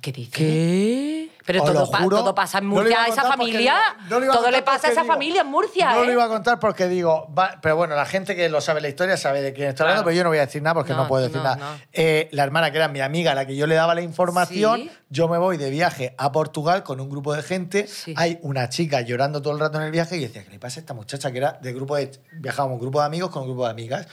Speaker 2: ¿Qué dices?
Speaker 4: ¿Qué?
Speaker 2: Pero
Speaker 3: Os
Speaker 2: todo,
Speaker 3: lo
Speaker 2: pa-
Speaker 3: juro,
Speaker 2: todo pasa en
Speaker 3: no lo
Speaker 2: Murcia
Speaker 3: iba
Speaker 2: a esa
Speaker 3: contar porque
Speaker 2: familia.
Speaker 3: digo- no lo iba
Speaker 2: todo
Speaker 3: contar
Speaker 2: le pasa a
Speaker 3: porque
Speaker 2: esa
Speaker 3: digo-
Speaker 2: familia en Murcia,
Speaker 3: No
Speaker 2: ¿eh?
Speaker 3: lo iba a contar porque digo, va- pero bueno, la gente que lo sabe la historia sabe de quién estoy hablando,
Speaker 4: Claro.
Speaker 3: pero yo no voy a decir nada porque no,
Speaker 2: No,
Speaker 3: puedo
Speaker 2: tú
Speaker 3: decir
Speaker 2: no,
Speaker 3: nada.
Speaker 2: no.
Speaker 3: Eh, la hermana, que era mi amiga, a la que yo le daba la información,
Speaker 2: Sí.
Speaker 3: yo me voy de viaje a Portugal con un grupo de gente.
Speaker 2: Sí.
Speaker 3: Hay una chica llorando todo el rato en el viaje y decía, ¿qué le pasa a esta muchacha? Que era de grupo de. Viajábamos un grupo de amigos con un grupo de amigas.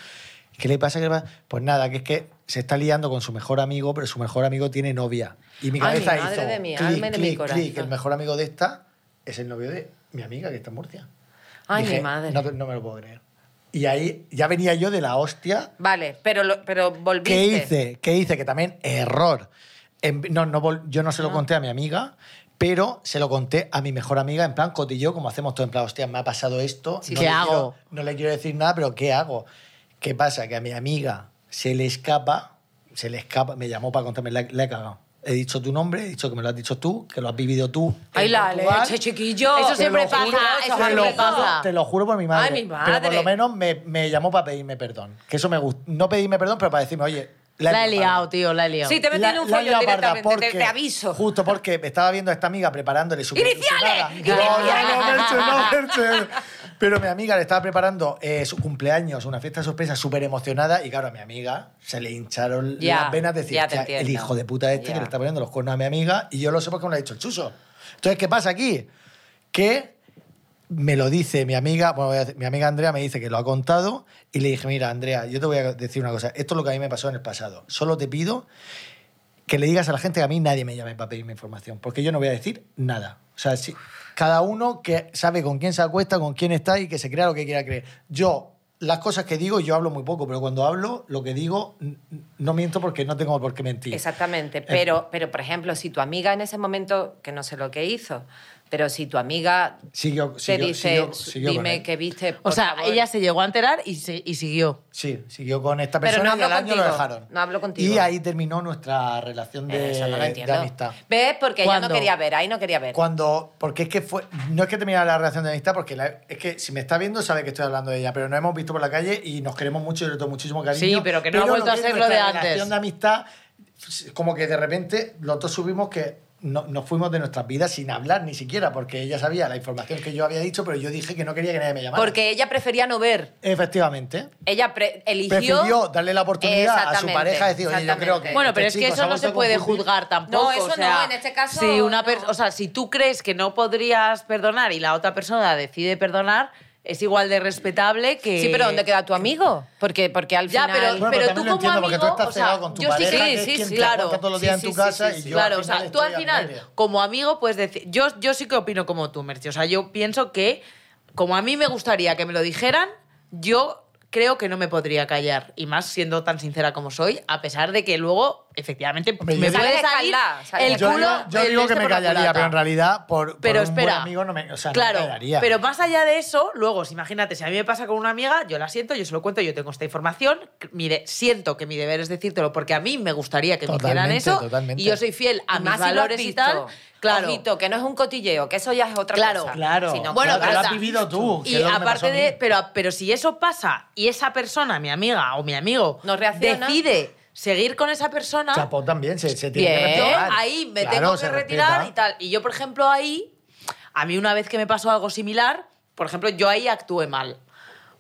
Speaker 3: ¿Qué le pasa? ¿Qué le pasa? Pues nada, que es que se está liando con su mejor amigo, pero su mejor amigo tiene novia. Y mi
Speaker 2: Ay, mi
Speaker 3: cabeza
Speaker 2: madre
Speaker 3: hizo
Speaker 2: de mi
Speaker 3: clic,
Speaker 2: alma y de mi
Speaker 3: clic, clic.
Speaker 2: corazón.
Speaker 3: El mejor amigo de esta es el novio de mi amiga que está en Murcia.
Speaker 2: Ay,
Speaker 3: Dije,
Speaker 2: mi madre.
Speaker 3: No, te- no me lo puedo creer. Y ahí ya venía yo de la hostia.
Speaker 2: Vale, pero, lo- pero volviste.
Speaker 3: ¿Qué hice? ¿Qué hice? Que también error. En- no, no vol- yo no se lo
Speaker 2: Ah.
Speaker 3: conté a mi amiga, pero se lo conté a mi mejor amiga en plan cotillo, como hacemos todo en plan, hostia, me ha pasado esto.
Speaker 4: Sí,
Speaker 3: no
Speaker 4: ¿qué
Speaker 3: le
Speaker 4: hago?
Speaker 3: quiero- no le quiero decir nada, pero ¿qué hago? ¿Qué pasa? Que a mi amiga se le escapa, se le escapa, me llamó para contarme, la, la he cagado. He dicho tu nombre, he dicho que me lo has dicho tú, que lo has vivido tú.
Speaker 2: Ay,
Speaker 3: en
Speaker 2: la
Speaker 3: Portugal.
Speaker 2: leche, chiquillo.
Speaker 4: Eso
Speaker 2: Te
Speaker 4: siempre
Speaker 2: lo
Speaker 4: pasa,
Speaker 2: juro,
Speaker 4: eso
Speaker 2: te
Speaker 3: Te lo,
Speaker 2: lo
Speaker 4: siempre
Speaker 2: juro.
Speaker 3: juro,
Speaker 4: pasa.
Speaker 3: te lo juro por mi madre.
Speaker 2: Ay, mi
Speaker 3: Pero por
Speaker 2: madre.
Speaker 3: lo menos me, me llamó para pedirme perdón. Que eso me gusta. No pedirme perdón, pero para decirme, oye,
Speaker 4: La he
Speaker 3: parda.
Speaker 4: liado, tío, la he liado.
Speaker 2: Sí, te metí
Speaker 3: La-
Speaker 2: en un
Speaker 3: la he
Speaker 2: follón
Speaker 3: liado parda
Speaker 2: directamente, te-
Speaker 3: porque-
Speaker 2: te aviso.
Speaker 3: Justo porque estaba viendo a esta amiga preparándole su
Speaker 2: ¡Iniciales!
Speaker 3: No, no, no,
Speaker 4: ¡Iniciales!
Speaker 3: Merche, no, Merche. Pero mi amiga le estaba preparando eh, su cumpleaños, una fiesta sorpresa súper emocionada. Y claro, a mi amiga se le hincharon
Speaker 2: Ya,
Speaker 3: las venas de decir,
Speaker 2: ya te
Speaker 3: "Hostia, el
Speaker 2: entiendo.
Speaker 3: hijo de puta este
Speaker 2: Ya.
Speaker 3: que le está poniendo los cuernos a mi amiga. Y yo lo sé porque me lo ha dicho el chuso. Entonces, ¿qué pasa aquí? que me lo dice mi amiga, bueno, voy a decir, mi amiga Andrea me dice que lo ha contado y le dije, mira, Andrea, yo te voy a decir una cosa, esto es lo que a mí me pasó en el pasado, solo te pido que le digas a la gente que a mí nadie me llame para pedirme información, porque yo no voy a decir nada. O sea, si, cada uno que sabe con quién se acuesta, con quién está y que se crea lo que quiera creer. Yo, las cosas que digo, yo hablo muy poco, pero cuando hablo, lo que digo, n- no miento porque no tengo por qué mentir. Eh,
Speaker 2: Exactamente, pero, pero por ejemplo, si tu amiga en ese momento, que no sé lo que hizo, pero si tu amiga
Speaker 3: Siguió-
Speaker 2: te
Speaker 3: siguió-
Speaker 2: dice,
Speaker 3: siguió- siguió con
Speaker 2: dime
Speaker 3: él".
Speaker 2: qué viste,
Speaker 4: O
Speaker 2: por
Speaker 4: sea,
Speaker 2: favor.
Speaker 4: ella se llegó a enterar y, se- y siguió.
Speaker 3: Sí, siguió con esta
Speaker 2: Pero
Speaker 3: persona
Speaker 2: no
Speaker 3: y al
Speaker 2: hablo
Speaker 3: año lo
Speaker 2: contigo,
Speaker 3: dejaron.
Speaker 2: no hablo contigo.
Speaker 3: Y ahí terminó nuestra relación de,
Speaker 2: Eso Eh, no lo
Speaker 3: de
Speaker 2: entiendo.
Speaker 3: amistad.
Speaker 2: ¿Ves? Porque ella no
Speaker 4: ¿Cuándo?
Speaker 2: quería ver, ahí no quería ver.
Speaker 3: Cuando, porque es que fue, no es que terminara la relación de amistad, porque la- es que si me está viendo sabe que estoy hablando de ella, pero nos hemos visto por la calle y nos queremos mucho y le tengo muchísimo cariño.
Speaker 4: Sí, pero que no ha
Speaker 3: lo
Speaker 4: vuelto a
Speaker 3: que es
Speaker 4: ser lo de
Speaker 3: nuestra
Speaker 4: antes.
Speaker 3: pues, relación de amistad, como que de repente los dos subimos que no- nos fuimos de nuestras vidas sin hablar ni siquiera, porque ella sabía la información que yo había dicho, pero yo dije que no quería que nadie me llamara.
Speaker 2: Porque ella prefería no ver.
Speaker 3: Efectivamente.
Speaker 2: Ella pre- eligió.
Speaker 3: Prefirió darle la oportunidad a su
Speaker 2: Exactamente,
Speaker 3: pareja decir, oye, yo creo que.
Speaker 2: exactamente.
Speaker 4: Bueno,
Speaker 3: este
Speaker 4: pero es que
Speaker 3: chico
Speaker 4: eso no
Speaker 3: vuelto
Speaker 4: se
Speaker 3: a
Speaker 4: puede
Speaker 3: confundir.
Speaker 4: juzgar tampoco.
Speaker 2: No, eso
Speaker 4: o sea,
Speaker 2: no, en este caso,
Speaker 4: Si una per-
Speaker 2: no.
Speaker 4: O sea, si tú crees que no podrías perdonar y la otra persona decide perdonar, es igual de respetable que.
Speaker 2: Sí, pero ¿dónde queda tu amigo? Porque, porque al
Speaker 4: Ya,
Speaker 2: final.
Speaker 4: pero,
Speaker 3: Bueno, pero
Speaker 4: pero tú
Speaker 3: también lo
Speaker 4: como
Speaker 3: entiendo, porque
Speaker 4: amigo,
Speaker 3: tú estás
Speaker 4: o sea,
Speaker 3: pegado con tu
Speaker 4: yo sí
Speaker 3: pareja,
Speaker 4: que,
Speaker 2: que es
Speaker 4: sí,
Speaker 2: quien
Speaker 4: sí,
Speaker 2: te
Speaker 4: claro,
Speaker 3: aguanta todos los
Speaker 4: Sí,
Speaker 3: días en
Speaker 4: sí,
Speaker 3: tu
Speaker 4: sí,
Speaker 3: casa
Speaker 4: sí,
Speaker 3: y
Speaker 4: sí.
Speaker 3: yo al
Speaker 4: claro, o sea,
Speaker 3: final
Speaker 4: tú al
Speaker 3: estoy al
Speaker 4: final
Speaker 3: medio.
Speaker 4: como amigo puedes decir, yo yo sí que opino como tú, Merche, o sea, yo pienso que como a mí me gustaría que me lo dijeran, yo creo que no me podría callar y más siendo tan sincera como soy, a pesar de que luego efectivamente
Speaker 3: Hombre,
Speaker 4: me
Speaker 3: yo-
Speaker 4: puede
Speaker 2: Sales
Speaker 4: salir
Speaker 2: escaldada, sales
Speaker 4: el
Speaker 3: yo
Speaker 4: culo
Speaker 3: digo, yo
Speaker 4: del
Speaker 3: digo que
Speaker 4: este
Speaker 3: me
Speaker 4: por la
Speaker 3: callaría,
Speaker 4: culata.
Speaker 3: pero en realidad por, por
Speaker 4: Pero
Speaker 3: un buen
Speaker 4: espera.
Speaker 3: amigo no me, o sea, no me
Speaker 4: claro,
Speaker 3: callaría.
Speaker 4: pero más allá de eso, luego, si imagínate, si a mí me pasa con una amiga, yo la siento, yo se lo cuento, yo tengo esta información, que mi de- siento que mi deber es decírtelo porque a mí me gustaría que me hicieran
Speaker 3: Totalmente,
Speaker 4: eso
Speaker 3: totalmente.
Speaker 4: y yo soy fiel a
Speaker 2: Y
Speaker 4: mis
Speaker 2: más si lo has
Speaker 4: valores y
Speaker 2: visto.
Speaker 4: tal. Claro.
Speaker 2: Ojito, que no es un cotilleo, que eso ya es otra
Speaker 4: Claro,
Speaker 2: cosa.
Speaker 3: claro.
Speaker 2: Si no,
Speaker 4: Bueno,
Speaker 3: Claro, que
Speaker 4: pero
Speaker 3: lo
Speaker 4: o
Speaker 3: has
Speaker 4: sea,
Speaker 3: vivido tú. que
Speaker 4: Y
Speaker 3: es lo que me pasó a
Speaker 4: aparte
Speaker 3: mí.
Speaker 4: de, pero, pero si eso pasa y esa persona, mi amiga o mi amigo,
Speaker 2: No reacciona.
Speaker 4: decide seguir con esa persona,
Speaker 3: Chapo también se, se tiene que
Speaker 2: Bien.
Speaker 4: yo
Speaker 3: respetar.
Speaker 4: ahí me
Speaker 3: Claro,
Speaker 4: tengo
Speaker 3: se
Speaker 4: que retirar
Speaker 3: respeta.
Speaker 4: y tal. Y yo, por ejemplo, ahí, a mí una vez que me pasó algo similar, por ejemplo, yo ahí actué mal.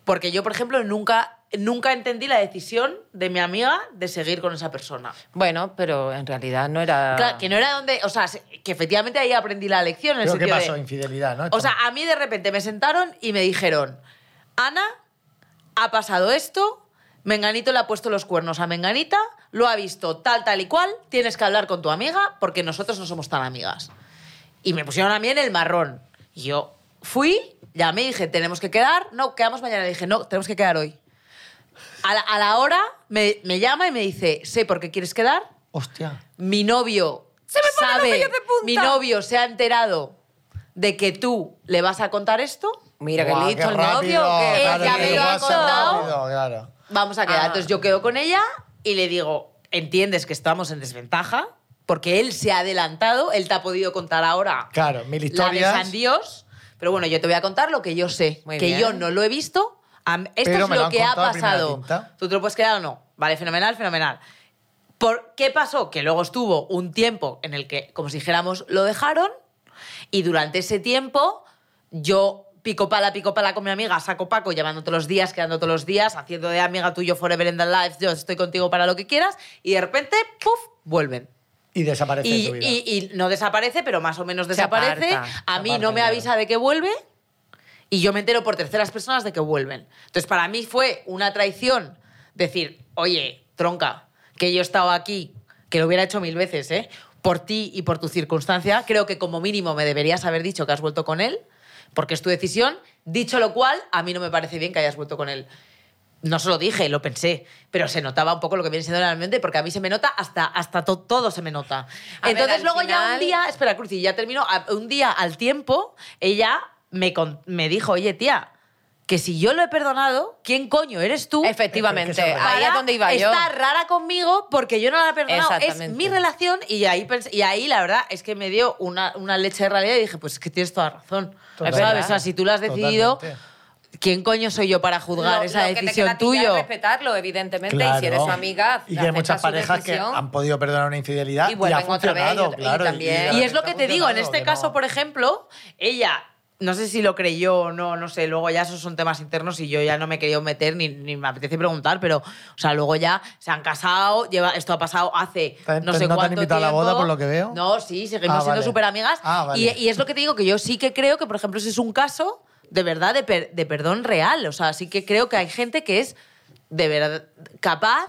Speaker 4: Porque yo, por ejemplo, nunca, nunca entendí la decisión de mi amiga de seguir con esa persona.
Speaker 2: Bueno, pero en realidad no
Speaker 3: Ah.
Speaker 2: era.
Speaker 4: Claro, que no era donde. O sea, se- que efectivamente ahí aprendí la lección. en el
Speaker 3: Pero ¿qué
Speaker 4: sentido
Speaker 3: pasó?
Speaker 4: de-
Speaker 3: Infidelidad, ¿no?
Speaker 4: o sea, a mí de repente me sentaron y me dijeron, Ana, ha pasado esto, Menganito le ha puesto los cuernos a Menganita, lo ha visto tal, tal y cual, tienes que hablar con tu amiga porque nosotros no somos tan amigas. Y me pusieron a mí en el marrón. Y yo fui, llamé y dije, tenemos que quedar, no, quedamos mañana. Le dije, no, tenemos que quedar hoy. A la, a la hora me, me llama y me dice, sé por qué quieres quedar,
Speaker 3: Hostia.
Speaker 4: mi novio
Speaker 2: ponen los
Speaker 4: sabe,
Speaker 2: vellos de punta.
Speaker 4: mi novio se ha enterado de que tú le vas a contar esto,
Speaker 2: Mira, que
Speaker 3: Guau,
Speaker 2: listo
Speaker 3: qué
Speaker 2: el novio.
Speaker 3: rápido,
Speaker 2: que-
Speaker 4: claro, Ella
Speaker 2: Ella
Speaker 4: me
Speaker 2: me
Speaker 4: lo
Speaker 2: lo
Speaker 4: ha
Speaker 2: ha
Speaker 3: pasa
Speaker 4: contado.
Speaker 2: contado.
Speaker 3: rápido, claro.
Speaker 4: vamos a quedar.
Speaker 2: Ah.
Speaker 4: Entonces yo quedo con ella y le digo, entiendes que estamos en desventaja porque él se ha adelantado, él te ha podido contar ahora
Speaker 3: Claro, mil historias.
Speaker 4: la de San Dios, pero bueno, yo te voy a contar lo que yo sé,
Speaker 2: Muy
Speaker 4: que
Speaker 2: bien.
Speaker 4: yo no lo he visto. A m- Esto
Speaker 3: Pero
Speaker 4: es
Speaker 3: me lo
Speaker 4: lo
Speaker 3: han
Speaker 4: que ha
Speaker 3: contado a primera
Speaker 4: pasado.
Speaker 3: tinta.
Speaker 4: Tú te lo puedes quedar o no. Vale, fenomenal, fenomenal. ¿Por qué pasó? Que luego estuvo un tiempo en el que, como si dijéramos, lo dejaron y durante ese tiempo yo pico pala, pico pala con mi amiga, saco Paco, llamando todos los días, quedando todos los días, haciendo de amiga tuyo forever in the life, yo estoy contigo para lo que quieras y de repente, ¡puf!, vuelven.
Speaker 3: Y desaparece de
Speaker 4: Y,
Speaker 3: tu vida.
Speaker 4: y- y no desaparece, pero más o menos desaparece.
Speaker 2: aparta,
Speaker 4: a mí
Speaker 3: aparta,
Speaker 4: no me
Speaker 3: claro.
Speaker 4: avisa de que vuelve y yo me entero por terceras personas de que vuelven. Entonces, para mí fue una traición decir, oye, tronca, que yo he estado aquí, que lo hubiera hecho mil veces, ¿eh? Por ti y por tu circunstancia, creo que como mínimo me deberías haber dicho que has vuelto con él, porque es tu decisión. Dicho lo cual, a mí no me parece bien que hayas vuelto con él. No se lo dije, lo pensé, pero se notaba un poco lo que viene siendo realmente, porque a mí se me nota hasta, hasta to- todo se me nota.
Speaker 2: A ver,
Speaker 4: Entonces
Speaker 2: al
Speaker 4: luego ya un
Speaker 2: final-
Speaker 4: día, espera, Cruz, y ya terminó, a- un día al tiempo, ella me, con- me dijo, oye tía, que si yo lo he perdonado, ¿quién coño eres tú?
Speaker 2: Efectivamente,
Speaker 3: Es que se
Speaker 2: ahí es donde iba yo.
Speaker 4: Está rara conmigo porque yo no la he perdonado. Es
Speaker 2: Exactamente.
Speaker 4: mi relación y ahí, pens- y ahí la verdad es que me dio una, una leche de realidad y dije, pues es que tienes toda razón.
Speaker 3: Total.
Speaker 4: ¿Sabes? O sea, si tú lo has decidido,
Speaker 3: Totalmente.
Speaker 4: ¿quién coño soy yo para juzgar
Speaker 2: Lo-
Speaker 4: esa
Speaker 2: lo que te queda
Speaker 4: decisión
Speaker 2: a ti ya es
Speaker 4: tuya?
Speaker 2: respetarlo, evidentemente. Y si
Speaker 3: Claro.
Speaker 2: eres su amiga,
Speaker 3: Y que hay muchas
Speaker 2: aceptas su
Speaker 3: parejas que
Speaker 2: decisión.
Speaker 3: han podido perdonar una infidelidad
Speaker 2: Y
Speaker 3: y, ha
Speaker 2: vuelven otra vez,
Speaker 3: funcionado,
Speaker 2: y- y
Speaker 3: claro.
Speaker 2: también-
Speaker 3: de
Speaker 2: Claro,
Speaker 4: Y
Speaker 3: repente
Speaker 4: es lo que
Speaker 3: ha
Speaker 4: te digo, en
Speaker 3: funcionado,
Speaker 4: este
Speaker 3: que
Speaker 4: caso,
Speaker 3: no-
Speaker 4: por ejemplo, ella, no sé si lo creyó o no, no sé, luego ya esos son temas internos y yo ya no me he querido meter ni, ni me apetece preguntar, pero, o sea, luego ya se han casado, lleva, esto ha pasado hace
Speaker 3: Te- te-
Speaker 4: no sé
Speaker 3: no te han
Speaker 4: cuánto
Speaker 3: invitado a la
Speaker 4: tiempo.
Speaker 3: boda, por lo que veo.
Speaker 4: No, sí, seguimos
Speaker 3: Ah,
Speaker 4: siendo
Speaker 3: vale.
Speaker 4: súper amigas.
Speaker 3: Ah, vale.
Speaker 4: y, y es lo que te digo, que yo sí que creo que, por ejemplo, ese es un caso de verdad de, per- de perdón real. O sea, sí que creo que hay gente que es de verdad capaz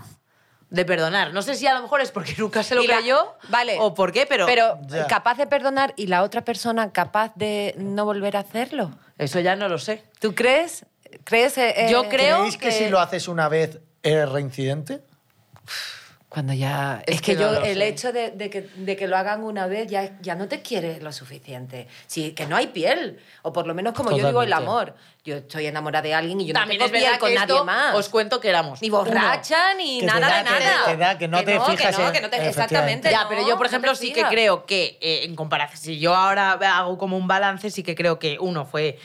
Speaker 4: de perdonar. No sé si a lo mejor es porque nunca se lo
Speaker 2: Y la-
Speaker 4: creyó
Speaker 2: vale.
Speaker 4: o por qué, pero...
Speaker 2: Pero
Speaker 3: Ya.
Speaker 2: capaz de perdonar y la otra persona capaz de no volver a hacerlo.
Speaker 4: Eso ya no lo sé.
Speaker 2: ¿Tú crees? ¿Crees? eh,
Speaker 4: Yo
Speaker 2: eh,
Speaker 4: creo
Speaker 3: ¿Creéis que,
Speaker 4: que-
Speaker 3: si lo haces una vez eres reincidente?
Speaker 2: Cuando ya. Es,
Speaker 4: Es
Speaker 2: que,
Speaker 4: que
Speaker 2: yo,
Speaker 4: no lo
Speaker 2: el
Speaker 4: sé.
Speaker 2: hecho de, de que, de que lo hagan una vez ya, ya no te quieres lo suficiente. Sí, que no hay piel. O por lo menos, como yo digo, el
Speaker 3: Totalmente.
Speaker 2: amor. Yo estoy enamorada de alguien y yo
Speaker 4: También
Speaker 2: no
Speaker 4: es
Speaker 2: tengo piel
Speaker 4: verdad
Speaker 2: con
Speaker 4: que
Speaker 2: nadie
Speaker 4: esto,
Speaker 2: más.
Speaker 4: os cuento que éramos
Speaker 2: ni borracha, ni
Speaker 3: Que te
Speaker 2: nada
Speaker 3: da-
Speaker 2: de
Speaker 3: que te-
Speaker 2: nada.
Speaker 3: te da- que no te fijas
Speaker 2: Que no,
Speaker 3: en-
Speaker 2: que no te,
Speaker 3: efectivamente.
Speaker 2: exactamente.
Speaker 4: Ya,
Speaker 2: no,
Speaker 4: pero
Speaker 2: no
Speaker 4: yo,
Speaker 2: te
Speaker 4: por ejemplo, sí que
Speaker 2: fijas.
Speaker 4: creo que, eh, en comparación, si yo ahora hago como un balance, sí que creo que uno fue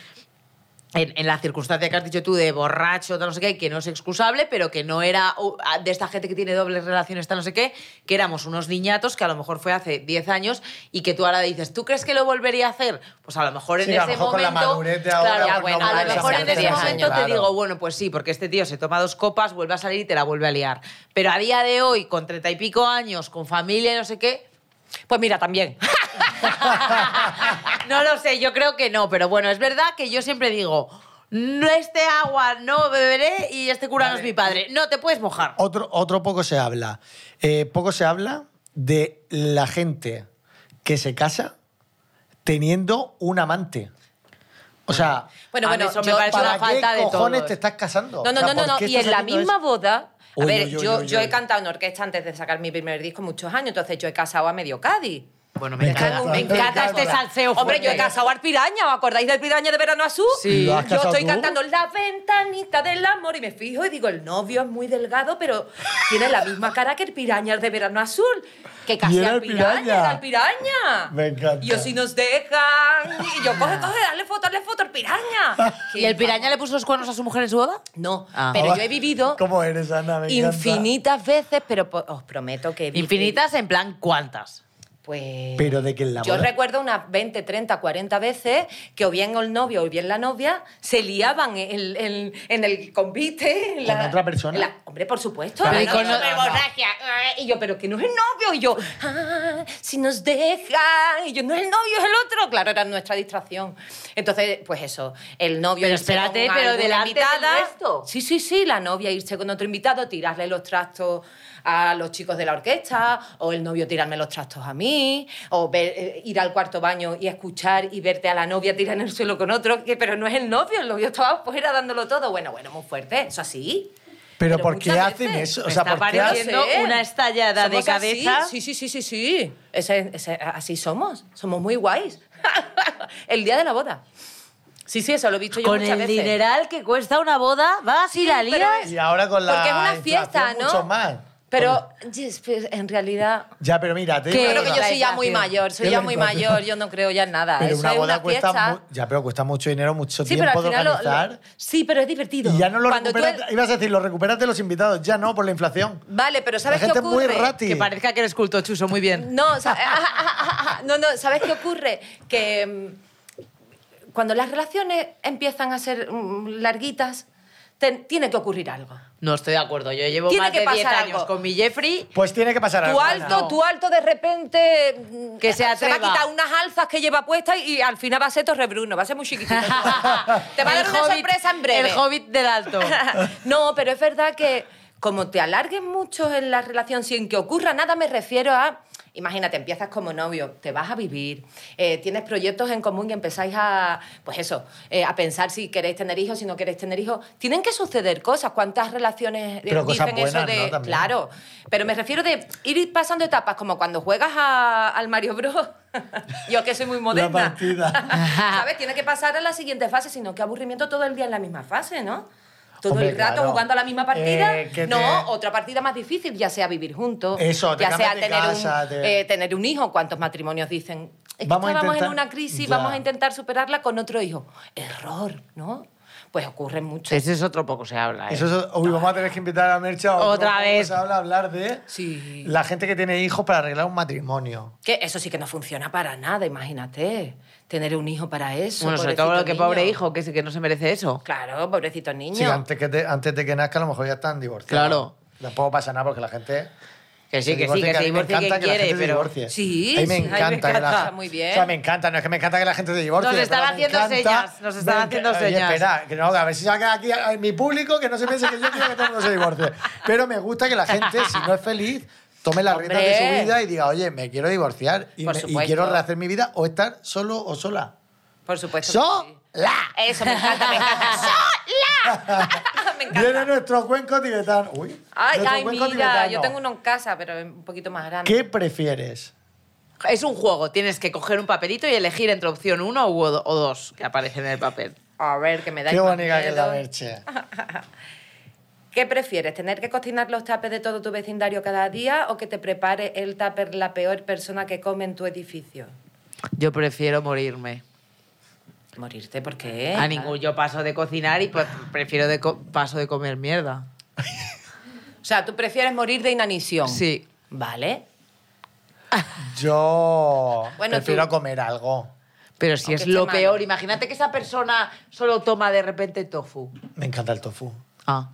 Speaker 4: en, en la circunstancia que has dicho tú de borracho, tal no sé qué, que no es excusable, pero que no era uh, de esta gente que tiene dobles relaciones, tal no sé qué, que éramos unos niñatos que a lo mejor fue hace 10 años y que tú ahora dices, ¿tú crees que lo volvería a hacer? Pues a lo mejor en
Speaker 3: Sí,
Speaker 4: ese
Speaker 3: a lo mejor con la
Speaker 4: momento.
Speaker 3: madurez de ahora,
Speaker 2: pues, no
Speaker 4: claro, bueno, a
Speaker 2: vale,
Speaker 4: lo mejor
Speaker 2: hace
Speaker 4: en ese
Speaker 2: 10
Speaker 4: momento
Speaker 2: años,
Speaker 4: te
Speaker 3: claro.
Speaker 4: digo, bueno, pues sí, porque este tío se toma dos copas, vuelve a salir y te la vuelve a liar. Pero a día de hoy, con treinta y pico años, con familia y no sé qué,
Speaker 2: Pues mira, también.
Speaker 4: no lo sé, yo creo que no, pero bueno, es verdad que yo siempre digo, no este agua no beberé y este cura no es mi padre. No te puedes mojar.
Speaker 3: Otro, otro poco se habla. Eh, poco se habla de la gente que se casa teniendo un amante. O sea,
Speaker 2: Bueno,
Speaker 4: Bueno, bueno,
Speaker 2: bueno,
Speaker 4: eso me
Speaker 2: yo-
Speaker 4: parece
Speaker 3: ¿para
Speaker 4: una
Speaker 3: qué
Speaker 4: falta de
Speaker 3: cojones
Speaker 4: todo.
Speaker 3: te estás casando?
Speaker 2: No, no,
Speaker 3: O
Speaker 2: no,
Speaker 3: sea,
Speaker 2: no,
Speaker 3: ¿por
Speaker 2: no.
Speaker 3: qué
Speaker 2: Y
Speaker 3: estás
Speaker 2: en la
Speaker 3: haciendo
Speaker 2: misma
Speaker 3: eso?
Speaker 2: boda. A
Speaker 3: Uy,
Speaker 2: ver,
Speaker 3: uy, uy,
Speaker 2: yo,
Speaker 3: uy,
Speaker 2: yo
Speaker 3: uy.
Speaker 2: he cantado en orquesta antes de sacar mi primer disco muchos años, entonces yo he casado a medio Cádiz.
Speaker 4: Bueno, me,
Speaker 3: Me
Speaker 4: encanta,
Speaker 3: encanta,
Speaker 4: me
Speaker 3: me
Speaker 4: encanta
Speaker 3: encanta.
Speaker 4: este salseo.
Speaker 2: Hombre,
Speaker 4: fuerte.
Speaker 2: yo he casado al Piraña, ¿os acordáis del Piraña de Verano Azul?
Speaker 4: Sí. ¿Lo has
Speaker 2: Yo
Speaker 3: casado
Speaker 2: estoy
Speaker 3: tú?
Speaker 2: cantando La ventanita del amor y me fijo y digo, el novio es muy delgado, pero tiene la misma cara que el Piraña de Verano Azul. Que
Speaker 3: Y
Speaker 2: casi
Speaker 3: era
Speaker 2: al
Speaker 3: el
Speaker 2: Piraña,
Speaker 3: Piraña.
Speaker 2: era el Piraña.
Speaker 3: Me encanta.
Speaker 2: Y yo, si nos dejan... Y yo, coge, coge, dale foto, dale foto al Piraña.
Speaker 4: ¿Y el piraña le puso los cuernos a su mujer en su boda?
Speaker 2: No,
Speaker 4: Ah.
Speaker 2: pero yo he vivido...
Speaker 3: ¿Cómo eres, Ana? Me encanta.
Speaker 2: Infinitas veces, pero po- os prometo que... he vivido-
Speaker 4: Infinitas en plan, ¿cuántas?
Speaker 2: Pues...
Speaker 3: Pero de que en la
Speaker 2: Yo
Speaker 3: boda-
Speaker 2: recuerdo unas 20, 30, 40 veces que o bien el novio o bien la novia se liaban en, en- en el convite. en
Speaker 3: ¿Con
Speaker 2: la-
Speaker 3: otra persona?
Speaker 2: en la- hombre, por supuesto.
Speaker 4: Pero
Speaker 2: la
Speaker 4: y con
Speaker 2: novia
Speaker 4: o-
Speaker 2: superborracha, ah, Y yo, pero que no es el novio. Y yo, ah, si nos dejan. Y yo, no es el novio, es el otro. Claro, era nuestra distracción. Entonces, pues eso, el novio...
Speaker 4: Pero
Speaker 2: irse
Speaker 4: espérate,
Speaker 2: con
Speaker 4: pero
Speaker 2: alguna
Speaker 4: delante del resto.
Speaker 2: Sí, sí, sí, la novia irse con otro invitado, tirarle los trastos a los chicos de la orquesta, o el novio tirarme los trastos a mí, o ver- eh, ir al cuarto baño y escuchar y verte a la novia tirar en el suelo con otro, que, pero no es el novio, el novio estaba fuera dándolo todo. Bueno, bueno, muy fuerte, eso así.
Speaker 3: Pero,
Speaker 2: pero
Speaker 3: ¿por qué
Speaker 2: muchas
Speaker 3: hacen
Speaker 2: veces
Speaker 3: eso? O
Speaker 4: me
Speaker 3: sea,
Speaker 4: está
Speaker 3: ¿por qué
Speaker 2: No
Speaker 3: hacen-
Speaker 4: pareciendo- Haciendo
Speaker 2: sé.
Speaker 4: una estallada
Speaker 2: Somos
Speaker 4: de
Speaker 2: así,
Speaker 4: cabeza.
Speaker 2: Sí, sí, sí, sí, sí. Ese- ese- así somos, somos muy guays. el día de la boda. Sí, sí, eso lo he visto yo
Speaker 4: Con
Speaker 2: muchas
Speaker 4: el
Speaker 2: veces.
Speaker 4: dineral que cuesta una boda, vas y la
Speaker 2: Sí, pero
Speaker 4: lías.
Speaker 2: es-
Speaker 3: Y ahora con la
Speaker 2: Porque es una
Speaker 3: inflación,
Speaker 2: fiesta, ¿no?
Speaker 3: mucho más.
Speaker 2: Pero yes, pues, en realidad
Speaker 3: Ya, pero mira, te digo
Speaker 2: Yo
Speaker 3: una
Speaker 2: creo que
Speaker 3: cosa.
Speaker 2: yo soy ya muy mayor, soy
Speaker 3: Qué
Speaker 2: ya muy
Speaker 3: vergüenza.
Speaker 2: mayor, yo no creo ya en nada.
Speaker 3: Pero
Speaker 2: Eso
Speaker 3: una
Speaker 2: es
Speaker 3: boda
Speaker 2: una
Speaker 3: cuesta...
Speaker 2: fiesta.
Speaker 3: mu- Ya, pero cuesta mucho dinero, mucho
Speaker 2: sí, pero
Speaker 3: tiempo
Speaker 2: al
Speaker 3: de
Speaker 2: final lo-
Speaker 3: organizar.
Speaker 2: lo- sí, pero es divertido.
Speaker 3: Y ya no lo
Speaker 2: Cuando tú
Speaker 3: recuperas.
Speaker 2: el-
Speaker 3: Ibas a decir, lo recuperas de los invitados. Ya no, por la inflación.
Speaker 2: Vale, pero
Speaker 3: La
Speaker 2: ¿sabes
Speaker 3: gente
Speaker 2: qué
Speaker 3: es muy
Speaker 2: ocurre?
Speaker 3: rati.
Speaker 4: Que parezca que eres culto, Chuso, muy bien.
Speaker 2: No, o sea, no, no, ¿sabes qué ocurre? Que mm, cuando las relaciones empiezan a ser mm, larguitas, te- tiene que ocurrir algo.
Speaker 4: No estoy de acuerdo. Yo llevo
Speaker 2: Tiene
Speaker 4: más
Speaker 2: que
Speaker 4: de 10
Speaker 2: pasar
Speaker 4: años
Speaker 2: algo.
Speaker 4: con mi Jeffrey.
Speaker 3: Pues tiene que pasar
Speaker 2: Tu
Speaker 3: algo. Ana.
Speaker 2: alto, tu alto de repente mm,
Speaker 4: Que se
Speaker 2: va a
Speaker 4: atreva.
Speaker 2: quitar unas alzas que lleva puestas y al final va a ser Torre Bruno, va a ser muy chiquitito. Te va a
Speaker 4: El
Speaker 2: dar una
Speaker 4: Hobbit-
Speaker 2: sorpresa en breve.
Speaker 4: El hobbit del alto.
Speaker 2: no, pero es verdad que como te alargues mucho en la relación sin que ocurra nada, me refiero a... Imagínate, empiezas como novio, te vas a vivir, eh, tienes proyectos en común y empezáis a, pues eso, eh, a pensar si queréis tener hijos, si no queréis tener hijos. Tienen que suceder cosas. ¿Cuántas relaciones eh,
Speaker 3: Pero cosas
Speaker 2: dicen eso
Speaker 3: buenas,
Speaker 2: de,
Speaker 3: ¿no? También.
Speaker 2: claro? Pero me refiero de ir pasando etapas, como cuando juegas a- al Mario Bros. Yo que soy muy moderna.
Speaker 3: partida.
Speaker 2: ¿Sabes? Tiene que pasar a la siguiente fase, sino que aburrimiento todo el día en la misma fase, ¿no? Todo
Speaker 3: Hombre,
Speaker 2: el rato
Speaker 3: claro.
Speaker 2: jugando a la misma partida.
Speaker 3: Eh, que
Speaker 2: no,
Speaker 3: te-
Speaker 2: otra partida más difícil, ya sea vivir juntos,
Speaker 3: Eso, te
Speaker 2: ya sea
Speaker 3: cambias de
Speaker 2: tener,
Speaker 3: casa,
Speaker 2: un,
Speaker 3: te-
Speaker 2: eh, tener un hijo. ¿Cuántos matrimonios dicen? Es que
Speaker 3: Vamos a
Speaker 2: estábamos
Speaker 3: intentar-
Speaker 2: en una crisis,
Speaker 3: Ya.
Speaker 2: vamos a intentar superarla con otro hijo. Error, ¿no? Pues ocurre mucho.
Speaker 4: Ese es otro poco se habla. ¿eh?
Speaker 3: Eso es- uy, vamos a tener que invitar a Mercha a otro
Speaker 4: Otra
Speaker 3: podcast
Speaker 4: vez.
Speaker 3: a hablar, a hablar de
Speaker 2: Sí.
Speaker 3: la gente que tiene hijos para arreglar un matrimonio.
Speaker 2: Que eso sí que no funciona para nada, imagínate. Tener un hijo para eso.
Speaker 4: bueno, sobre todo lo que
Speaker 2: pobrecito
Speaker 4: pobre
Speaker 2: niño.
Speaker 4: hijo, que, se- que no se merece eso.
Speaker 2: Claro, pobrecito niño.
Speaker 3: Sí, antes, que te- antes de que nazca, a lo mejor ya están divorciados.
Speaker 4: Claro.
Speaker 3: Tampoco pasa nada porque la gente.
Speaker 4: Que sí,
Speaker 3: se
Speaker 4: que sí,
Speaker 3: divorcia,
Speaker 4: que se
Speaker 3: a mí me
Speaker 4: divorcie quien
Speaker 3: encanta que la
Speaker 4: quiere,
Speaker 3: gente se
Speaker 4: pero-
Speaker 3: divorcie.
Speaker 2: Sí,
Speaker 3: A mí me
Speaker 2: sí, a mí me
Speaker 3: encanta. que la-
Speaker 2: encanta, muy bien.
Speaker 3: O sea, me encanta, no es que me encanta que la gente se divorcie.
Speaker 4: Nos están
Speaker 3: pero me
Speaker 4: haciendo
Speaker 3: encanta-
Speaker 4: señas, nos están
Speaker 3: me enca-
Speaker 4: haciendo
Speaker 3: Oye,
Speaker 4: señas.
Speaker 3: Espera, que no, a ver si saca aquí a, a mi público que no se piense que yo quiero que todo el mundo se divorcie. Pero me gusta que la gente, si no es feliz, tome las riendas de su
Speaker 2: Hombre.
Speaker 3: vida y diga, oye, me quiero divorciar y,
Speaker 2: Por
Speaker 3: me- y
Speaker 2: supuesto.
Speaker 3: quiero rehacer mi vida o estar solo o sola.
Speaker 2: Por supuesto. que sí.
Speaker 3: ¡Sola!
Speaker 2: Eso, me encanta, me encanta. ¡Sola! me
Speaker 3: Viene
Speaker 2: encanta.
Speaker 3: nuestro cuenco tibetano. Uy,
Speaker 2: Ay,
Speaker 3: nuestro
Speaker 2: ay,
Speaker 3: cuenco
Speaker 2: mira,
Speaker 3: tibetano.
Speaker 2: yo tengo uno en casa, pero un poquito más grande.
Speaker 3: ¿Qué prefieres?
Speaker 4: Es un juego, tienes que coger un papelito y elegir entre opción uno u o o dos que aparecen en el papel.
Speaker 2: A ver, que me da
Speaker 3: Qué bonita que es la merche.
Speaker 2: ¿Qué prefieres, tener que cocinar los tapes de todo tu vecindario cada día o que te prepare el tupper la peor persona que come en tu edificio?
Speaker 4: Yo prefiero morirme.
Speaker 2: Morirte, ¿por qué?
Speaker 4: A ningún yo paso de cocinar y pues, prefiero de co- paso de comer mierda.
Speaker 2: O sea, tú prefieres morir de inanición.
Speaker 4: Sí.
Speaker 2: Vale.
Speaker 3: Yo
Speaker 2: Bueno,
Speaker 3: prefiero
Speaker 2: tú-
Speaker 3: comer algo.
Speaker 4: Pero si
Speaker 2: Aunque
Speaker 4: es
Speaker 2: esté
Speaker 4: lo
Speaker 2: malo.
Speaker 4: peor, imagínate que esa persona solo toma de repente tofu.
Speaker 3: Me encanta el tofu.
Speaker 4: Ah.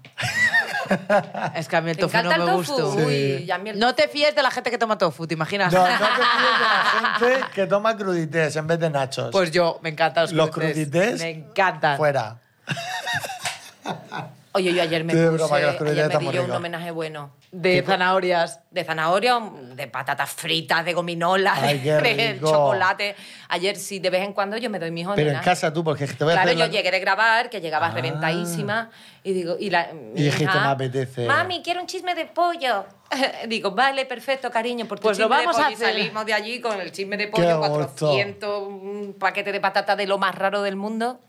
Speaker 4: es que a mí el
Speaker 2: ¿Te
Speaker 4: tofu no
Speaker 2: encanta
Speaker 4: Este me
Speaker 2: el tofu?
Speaker 4: gusta.
Speaker 2: Uy, ya a mí el-
Speaker 4: No te fíes de la gente que toma tofu, ¿te
Speaker 3: No,
Speaker 4: imaginas?
Speaker 3: no te fíes de la gente que toma crudités en vez de nachos.
Speaker 4: Pues yo, me encantan los,
Speaker 3: Los crudités,
Speaker 4: Me encantan.
Speaker 3: Fuera.
Speaker 2: Oye, yo ayer me
Speaker 3: Estoy de
Speaker 2: puse,
Speaker 3: broma, que las crueles
Speaker 2: ayer me
Speaker 3: están
Speaker 2: di
Speaker 3: muy
Speaker 2: yo un
Speaker 3: ricas.
Speaker 2: homenaje bueno.
Speaker 4: De zanahorias.
Speaker 2: De zanahoria, de patatas fritas, de gominolas,
Speaker 3: Ay, qué
Speaker 2: de
Speaker 3: rico.
Speaker 2: chocolate. Ayer sí, de vez en cuando yo me doy mis
Speaker 3: Pero
Speaker 2: homenajes.
Speaker 3: en casa tú, porque es que te voy a
Speaker 2: Claro,
Speaker 3: hacer
Speaker 2: yo
Speaker 3: la-
Speaker 2: llegué de grabar, que llegaba reventadísima, y digo, y la. mi
Speaker 3: dijiste,
Speaker 2: hija,
Speaker 3: "Me apetece".
Speaker 2: Mami, quiero un chisme de pollo. digo, vale, perfecto, cariño, porque
Speaker 4: Pues lo vamos a hacer.
Speaker 2: salimos de allí con el chisme de
Speaker 3: Qué
Speaker 2: pollo,
Speaker 3: gusto.
Speaker 2: 400, un paquete de patata de lo más raro del mundo.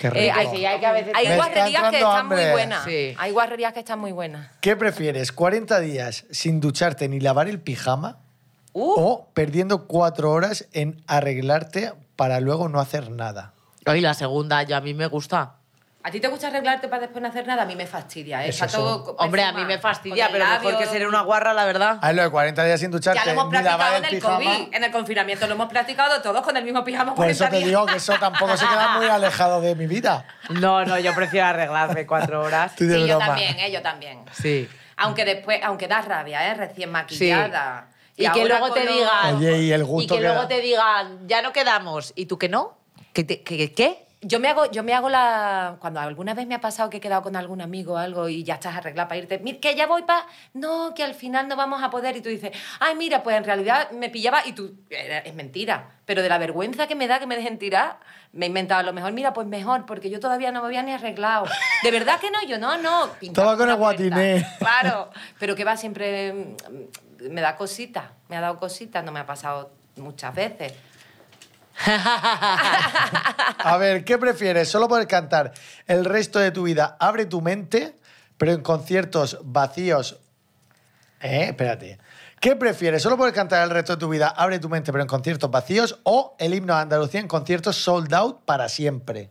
Speaker 3: Qué
Speaker 2: Eh,
Speaker 3: rico.
Speaker 2: hay,
Speaker 4: sí, hay que a veces-
Speaker 2: hay
Speaker 3: Me está
Speaker 2: guarrerías que
Speaker 3: entrando
Speaker 2: están muy
Speaker 3: hambre.
Speaker 2: buenas.
Speaker 4: Sí.
Speaker 2: Hay guarrerías que están muy buenas.
Speaker 3: ¿Qué prefieres? ¿40 días sin ducharte ni lavar el pijama?
Speaker 2: Uh.
Speaker 3: ¿O perdiendo cuatro horas en arreglarte para luego no hacer nada?
Speaker 4: Ay, la segunda, yo a mí me gusta.
Speaker 2: ¿A ti te gusta arreglarte para después no hacer nada? A mí me fastidia. ¿eh?
Speaker 3: Eso
Speaker 2: Está
Speaker 3: sí.
Speaker 2: todo co-
Speaker 4: Hombre, a
Speaker 2: encima,
Speaker 4: mí me
Speaker 2: con
Speaker 4: fastidia,
Speaker 2: el
Speaker 4: pero mejor
Speaker 2: labio.
Speaker 4: que ser una guarra, la verdad.
Speaker 3: Ah, lo de 40 días sin ducharte
Speaker 2: Ya lo hemos
Speaker 3: ni lavar
Speaker 2: practicado
Speaker 3: el
Speaker 2: en el
Speaker 3: pijama.
Speaker 2: COVID, en el confinamiento lo hemos practicado todos con el mismo pijama.
Speaker 3: Por eso
Speaker 2: 40
Speaker 3: te
Speaker 2: días.
Speaker 3: digo que eso tampoco se queda muy alejado de mi vida.
Speaker 4: No, no, yo prefiero arreglarme cuatro horas.
Speaker 3: Estoy de
Speaker 2: Sí, yo
Speaker 3: broma.
Speaker 2: también, ¿eh? yo también.
Speaker 4: Sí.
Speaker 2: Aunque después, aunque da rabia, ¿eh? recién maquillada.
Speaker 4: Y, que
Speaker 2: ahora
Speaker 4: luego
Speaker 2: con
Speaker 4: te
Speaker 2: los-
Speaker 4: digan.
Speaker 3: Oye, y el gusto
Speaker 4: que,
Speaker 3: que
Speaker 4: luego
Speaker 3: da.
Speaker 4: te digan, ya no quedamos. ¿Y tú que no? ¿Qué? te- qué- qué- qué?
Speaker 2: Yo me hago, yo me hago la. Cuando alguna vez me ha pasado que he quedado con algún amigo o algo y ya estás arreglada para irte. "Mir, que ya voy para. No, que al final no vamos a poder. Y tú dices, ay, mira, pues en realidad me pillaba y tú. era- Es mentira. Pero de la vergüenza que me da que me dejen tirar, me he inventado a lo mejor, mira, pues mejor, porque yo todavía no me había ni arreglado. De verdad que no, yo no, no. Pintaba
Speaker 3: Estaba con el
Speaker 2: una puerta.
Speaker 3: guatiné.
Speaker 2: Claro. Pero que va siempre. mm, Me da cosita. Me ha dado cosita. No me ha pasado muchas veces.
Speaker 3: A ver, ¿qué prefieres? Solo poder cantar el resto de tu vida Abre tu mente, pero en conciertos vacíos. Eh, espérate. ¿Qué prefieres? ¿Solo poder cantar el resto de tu vida Abre tu mente, pero en conciertos vacíos? ¿O el himno de Andalucía en conciertos sold out para siempre?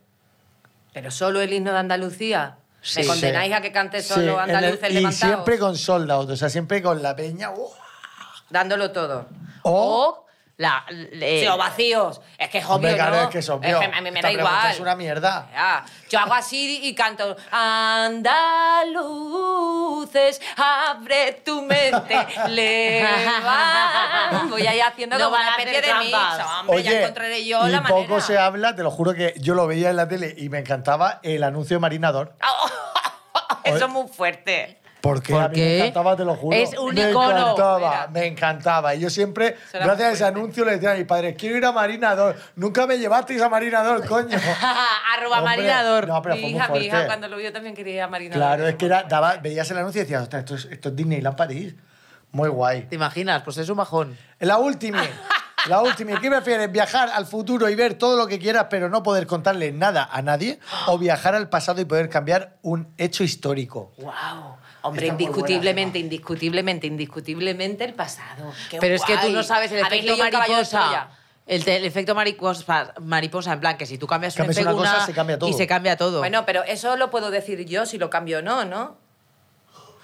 Speaker 2: Pero solo el himno de Andalucía.
Speaker 4: Sí.
Speaker 2: Me condenáis
Speaker 3: Sí.
Speaker 2: a que cante
Speaker 3: Sí,
Speaker 2: solo
Speaker 3: en el-
Speaker 2: Andaluz el Oh,
Speaker 3: Y
Speaker 2: levantado.
Speaker 3: siempre con sold out, o sea, siempre con la peña. ¡uh!
Speaker 2: Dándolo todo.
Speaker 3: O,
Speaker 4: O la. le-
Speaker 2: Sí, o vacíos. Es que es obvio,
Speaker 3: Hombre, claro,
Speaker 2: ¿no?
Speaker 3: es que es obvio.
Speaker 2: a mí me
Speaker 3: Esta
Speaker 2: da
Speaker 3: pregunta
Speaker 2: igual.
Speaker 3: Es una mierda.
Speaker 2: Ya. Yo hago así y canto Andaluces, abre tu mente, levanta. Voy ahí haciendo
Speaker 4: No
Speaker 2: como
Speaker 4: van a
Speaker 2: una especie
Speaker 4: hacer
Speaker 2: de mix.
Speaker 4: trampas.
Speaker 2: Hombre, ya encontraré yo
Speaker 3: y
Speaker 2: la manera.
Speaker 3: poco se habla, te lo juro que yo lo veía en la tele y me encantaba el anuncio de Marinador.
Speaker 2: Eso es muy fuerte.
Speaker 3: Porque
Speaker 4: ¿Por
Speaker 3: a mí
Speaker 4: qué?
Speaker 3: me encantaba, te lo juro.
Speaker 4: Es un
Speaker 3: me
Speaker 4: icono.
Speaker 3: Encantaba,
Speaker 2: Mira.
Speaker 3: Me encantaba. Y yo siempre,
Speaker 2: Será
Speaker 3: gracias a
Speaker 2: muy
Speaker 3: ese anuncio, le decía a mis padres, quiero ir a Marinador. Nunca me llevasteis a Marinador, coño.
Speaker 4: Arroba
Speaker 3: Hombre,
Speaker 4: marinador.
Speaker 3: No, pero
Speaker 2: mi
Speaker 3: fue muy
Speaker 2: hija, mi hija,
Speaker 3: fuerte.
Speaker 2: cuando lo vio también quería ir a marinador.
Speaker 3: Claro, es que era, daba- veías el anuncio y decías, ostras, esto es, esto es Disneyland París. Muy guay.
Speaker 4: ¿Te imaginas? Pues es un bajón.
Speaker 3: La última. La última. ¿Qué prefieres? ¿Viajar al futuro y ver todo lo que quieras, pero no poder contarle nada a nadie? ¿O viajar al pasado y poder cambiar un hecho histórico?
Speaker 2: Wow. Hombre,
Speaker 3: Está muy
Speaker 2: indiscutiblemente, indiscutiblemente, indiscutiblemente el pasado. Qué
Speaker 4: Pero es que tú
Speaker 2: guay.
Speaker 4: no sabes el
Speaker 2: ¿Habéis
Speaker 4: efecto
Speaker 2: leído El Caballo de
Speaker 4: mariposa.
Speaker 2: Troya?
Speaker 4: El, te- el efecto mariposa, mariposa, en plan, que si tú cambias,
Speaker 3: Cambias
Speaker 4: un
Speaker 3: una
Speaker 4: efecto,
Speaker 3: cosa, se cambia todo.
Speaker 4: Y se cambia todo.
Speaker 2: Bueno, pero eso lo puedo decir yo si lo cambio o no, ¿no?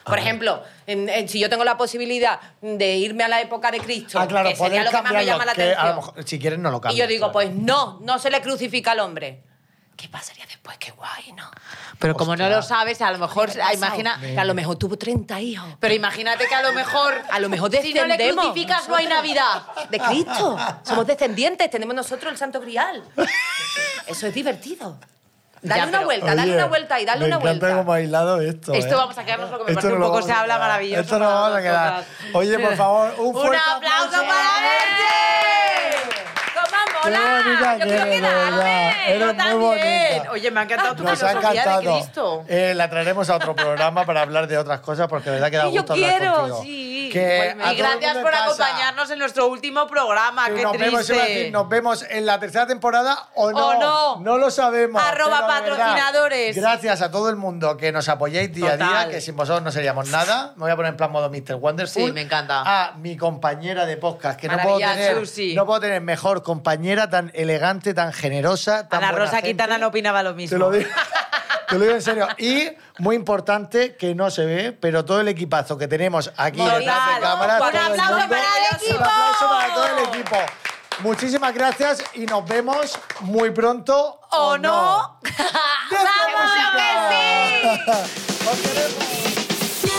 Speaker 2: Por
Speaker 3: Ah.
Speaker 2: ejemplo, en- en- si yo tengo la posibilidad de irme a la época de Cristo,
Speaker 3: Ah, claro,
Speaker 2: que sería
Speaker 3: poder
Speaker 2: lo que más me llama la
Speaker 3: cambiarlo, que a lo
Speaker 2: atención.
Speaker 3: mejor, si quieres, no lo cambias.
Speaker 2: y yo digo,
Speaker 3: claro.
Speaker 2: pues no, no se le crucifica al hombre. ¿Qué pasaría después? Qué guay, ¿no?
Speaker 4: pero como no
Speaker 3: hostia.
Speaker 4: lo sabes, a lo mejor,
Speaker 2: Pasado,
Speaker 4: imagina,
Speaker 2: que a lo mejor tuvo 30 hijos.
Speaker 4: Pero imagínate que a lo mejor.
Speaker 2: A lo mejor
Speaker 4: Si no le
Speaker 2: descendemos
Speaker 4: crucificas, no hay Navidad.
Speaker 2: De Cristo. Somos descendientes, tenemos nosotros el Santo Grial. Eso es divertido. Dale
Speaker 4: Ya,
Speaker 2: una
Speaker 4: pero-
Speaker 2: vuelta, dale
Speaker 3: Oye,
Speaker 2: una vuelta y dale
Speaker 3: me
Speaker 2: una
Speaker 3: encanta
Speaker 2: vuelta.
Speaker 3: cómo ha hilado esto.
Speaker 4: Esto
Speaker 3: ¿eh?
Speaker 4: vamos a quedarnos lo que me
Speaker 3: Esto
Speaker 4: parece
Speaker 3: no
Speaker 4: un
Speaker 3: lo
Speaker 4: poco
Speaker 3: vamos
Speaker 4: se
Speaker 3: a
Speaker 4: habla
Speaker 3: quedar.
Speaker 4: maravilloso.
Speaker 3: Esto no lo
Speaker 4: para
Speaker 3: vamos a quedar.
Speaker 4: nosotras.
Speaker 3: Oye, por favor, un
Speaker 4: Un
Speaker 3: fuerte ¡Eh!
Speaker 4: aplauso para Merche.
Speaker 2: ¡Comamos!
Speaker 3: Qué
Speaker 2: hola!
Speaker 3: bonita
Speaker 2: ¡Yo
Speaker 3: que
Speaker 2: quiero
Speaker 3: eres, de verdad.
Speaker 2: quedarme!
Speaker 3: Eres
Speaker 4: Yo
Speaker 3: muy
Speaker 4: también.
Speaker 3: bonita.
Speaker 4: Oye, me ha encantado tu
Speaker 3: Nos ha
Speaker 4: filosofía de
Speaker 3: encantado.
Speaker 4: Cristo.
Speaker 3: Eh, la traeremos a otro programa para hablar de otras cosas porque de verdad que da
Speaker 2: Sí, yo
Speaker 3: gusto hablar
Speaker 2: quiero,
Speaker 3: contigo.
Speaker 2: sí. Pues
Speaker 3: Que
Speaker 2: Igualmente.
Speaker 3: a
Speaker 4: Y
Speaker 3: todo el
Speaker 4: Pues gracias
Speaker 3: mundo
Speaker 4: por
Speaker 3: en casa.
Speaker 4: acompañarnos en nuestro último programa.
Speaker 3: Que
Speaker 4: Qué
Speaker 3: nos vemos, iba a
Speaker 4: triste.
Speaker 3: decir, nos vemos en la tercera temporada o no.
Speaker 4: O no.
Speaker 3: lo sabemos.
Speaker 4: Arroba
Speaker 3: pero de verdad,
Speaker 4: patrocinadores.
Speaker 3: gracias a todo el mundo que nos apoyáis día a
Speaker 4: Total.
Speaker 3: día, que sin vosotros no seríamos nada. Me voy a poner en plan modo Mr. Wonderful.
Speaker 4: Sí, me encanta.
Speaker 3: A mi compañera de podcast, que no puedo,
Speaker 4: Maravilla,
Speaker 3: tener,
Speaker 4: Susi.
Speaker 3: no puedo tener mejor compañera manera tan elegante, tan generosa, tan
Speaker 4: Ana
Speaker 3: buena
Speaker 4: Rosa
Speaker 3: gente.
Speaker 4: Quintana no opinaba lo mismo.
Speaker 3: Te lo, digo, te lo digo en serio. Y muy importante, que no se ve, pero todo el equipazo que tenemos aquí
Speaker 2: Total.
Speaker 3: detrás de cámara.
Speaker 4: Un
Speaker 3: todo el
Speaker 4: aplauso
Speaker 3: mundo.
Speaker 4: para el equipo.
Speaker 3: Un aplauso para todo el equipo. Muchísimas gracias y nos vemos muy pronto.
Speaker 4: ¿O no?
Speaker 3: ¡Desde la
Speaker 4: ¡Vamos,
Speaker 3: música!
Speaker 4: que sí!
Speaker 3: Os queremos.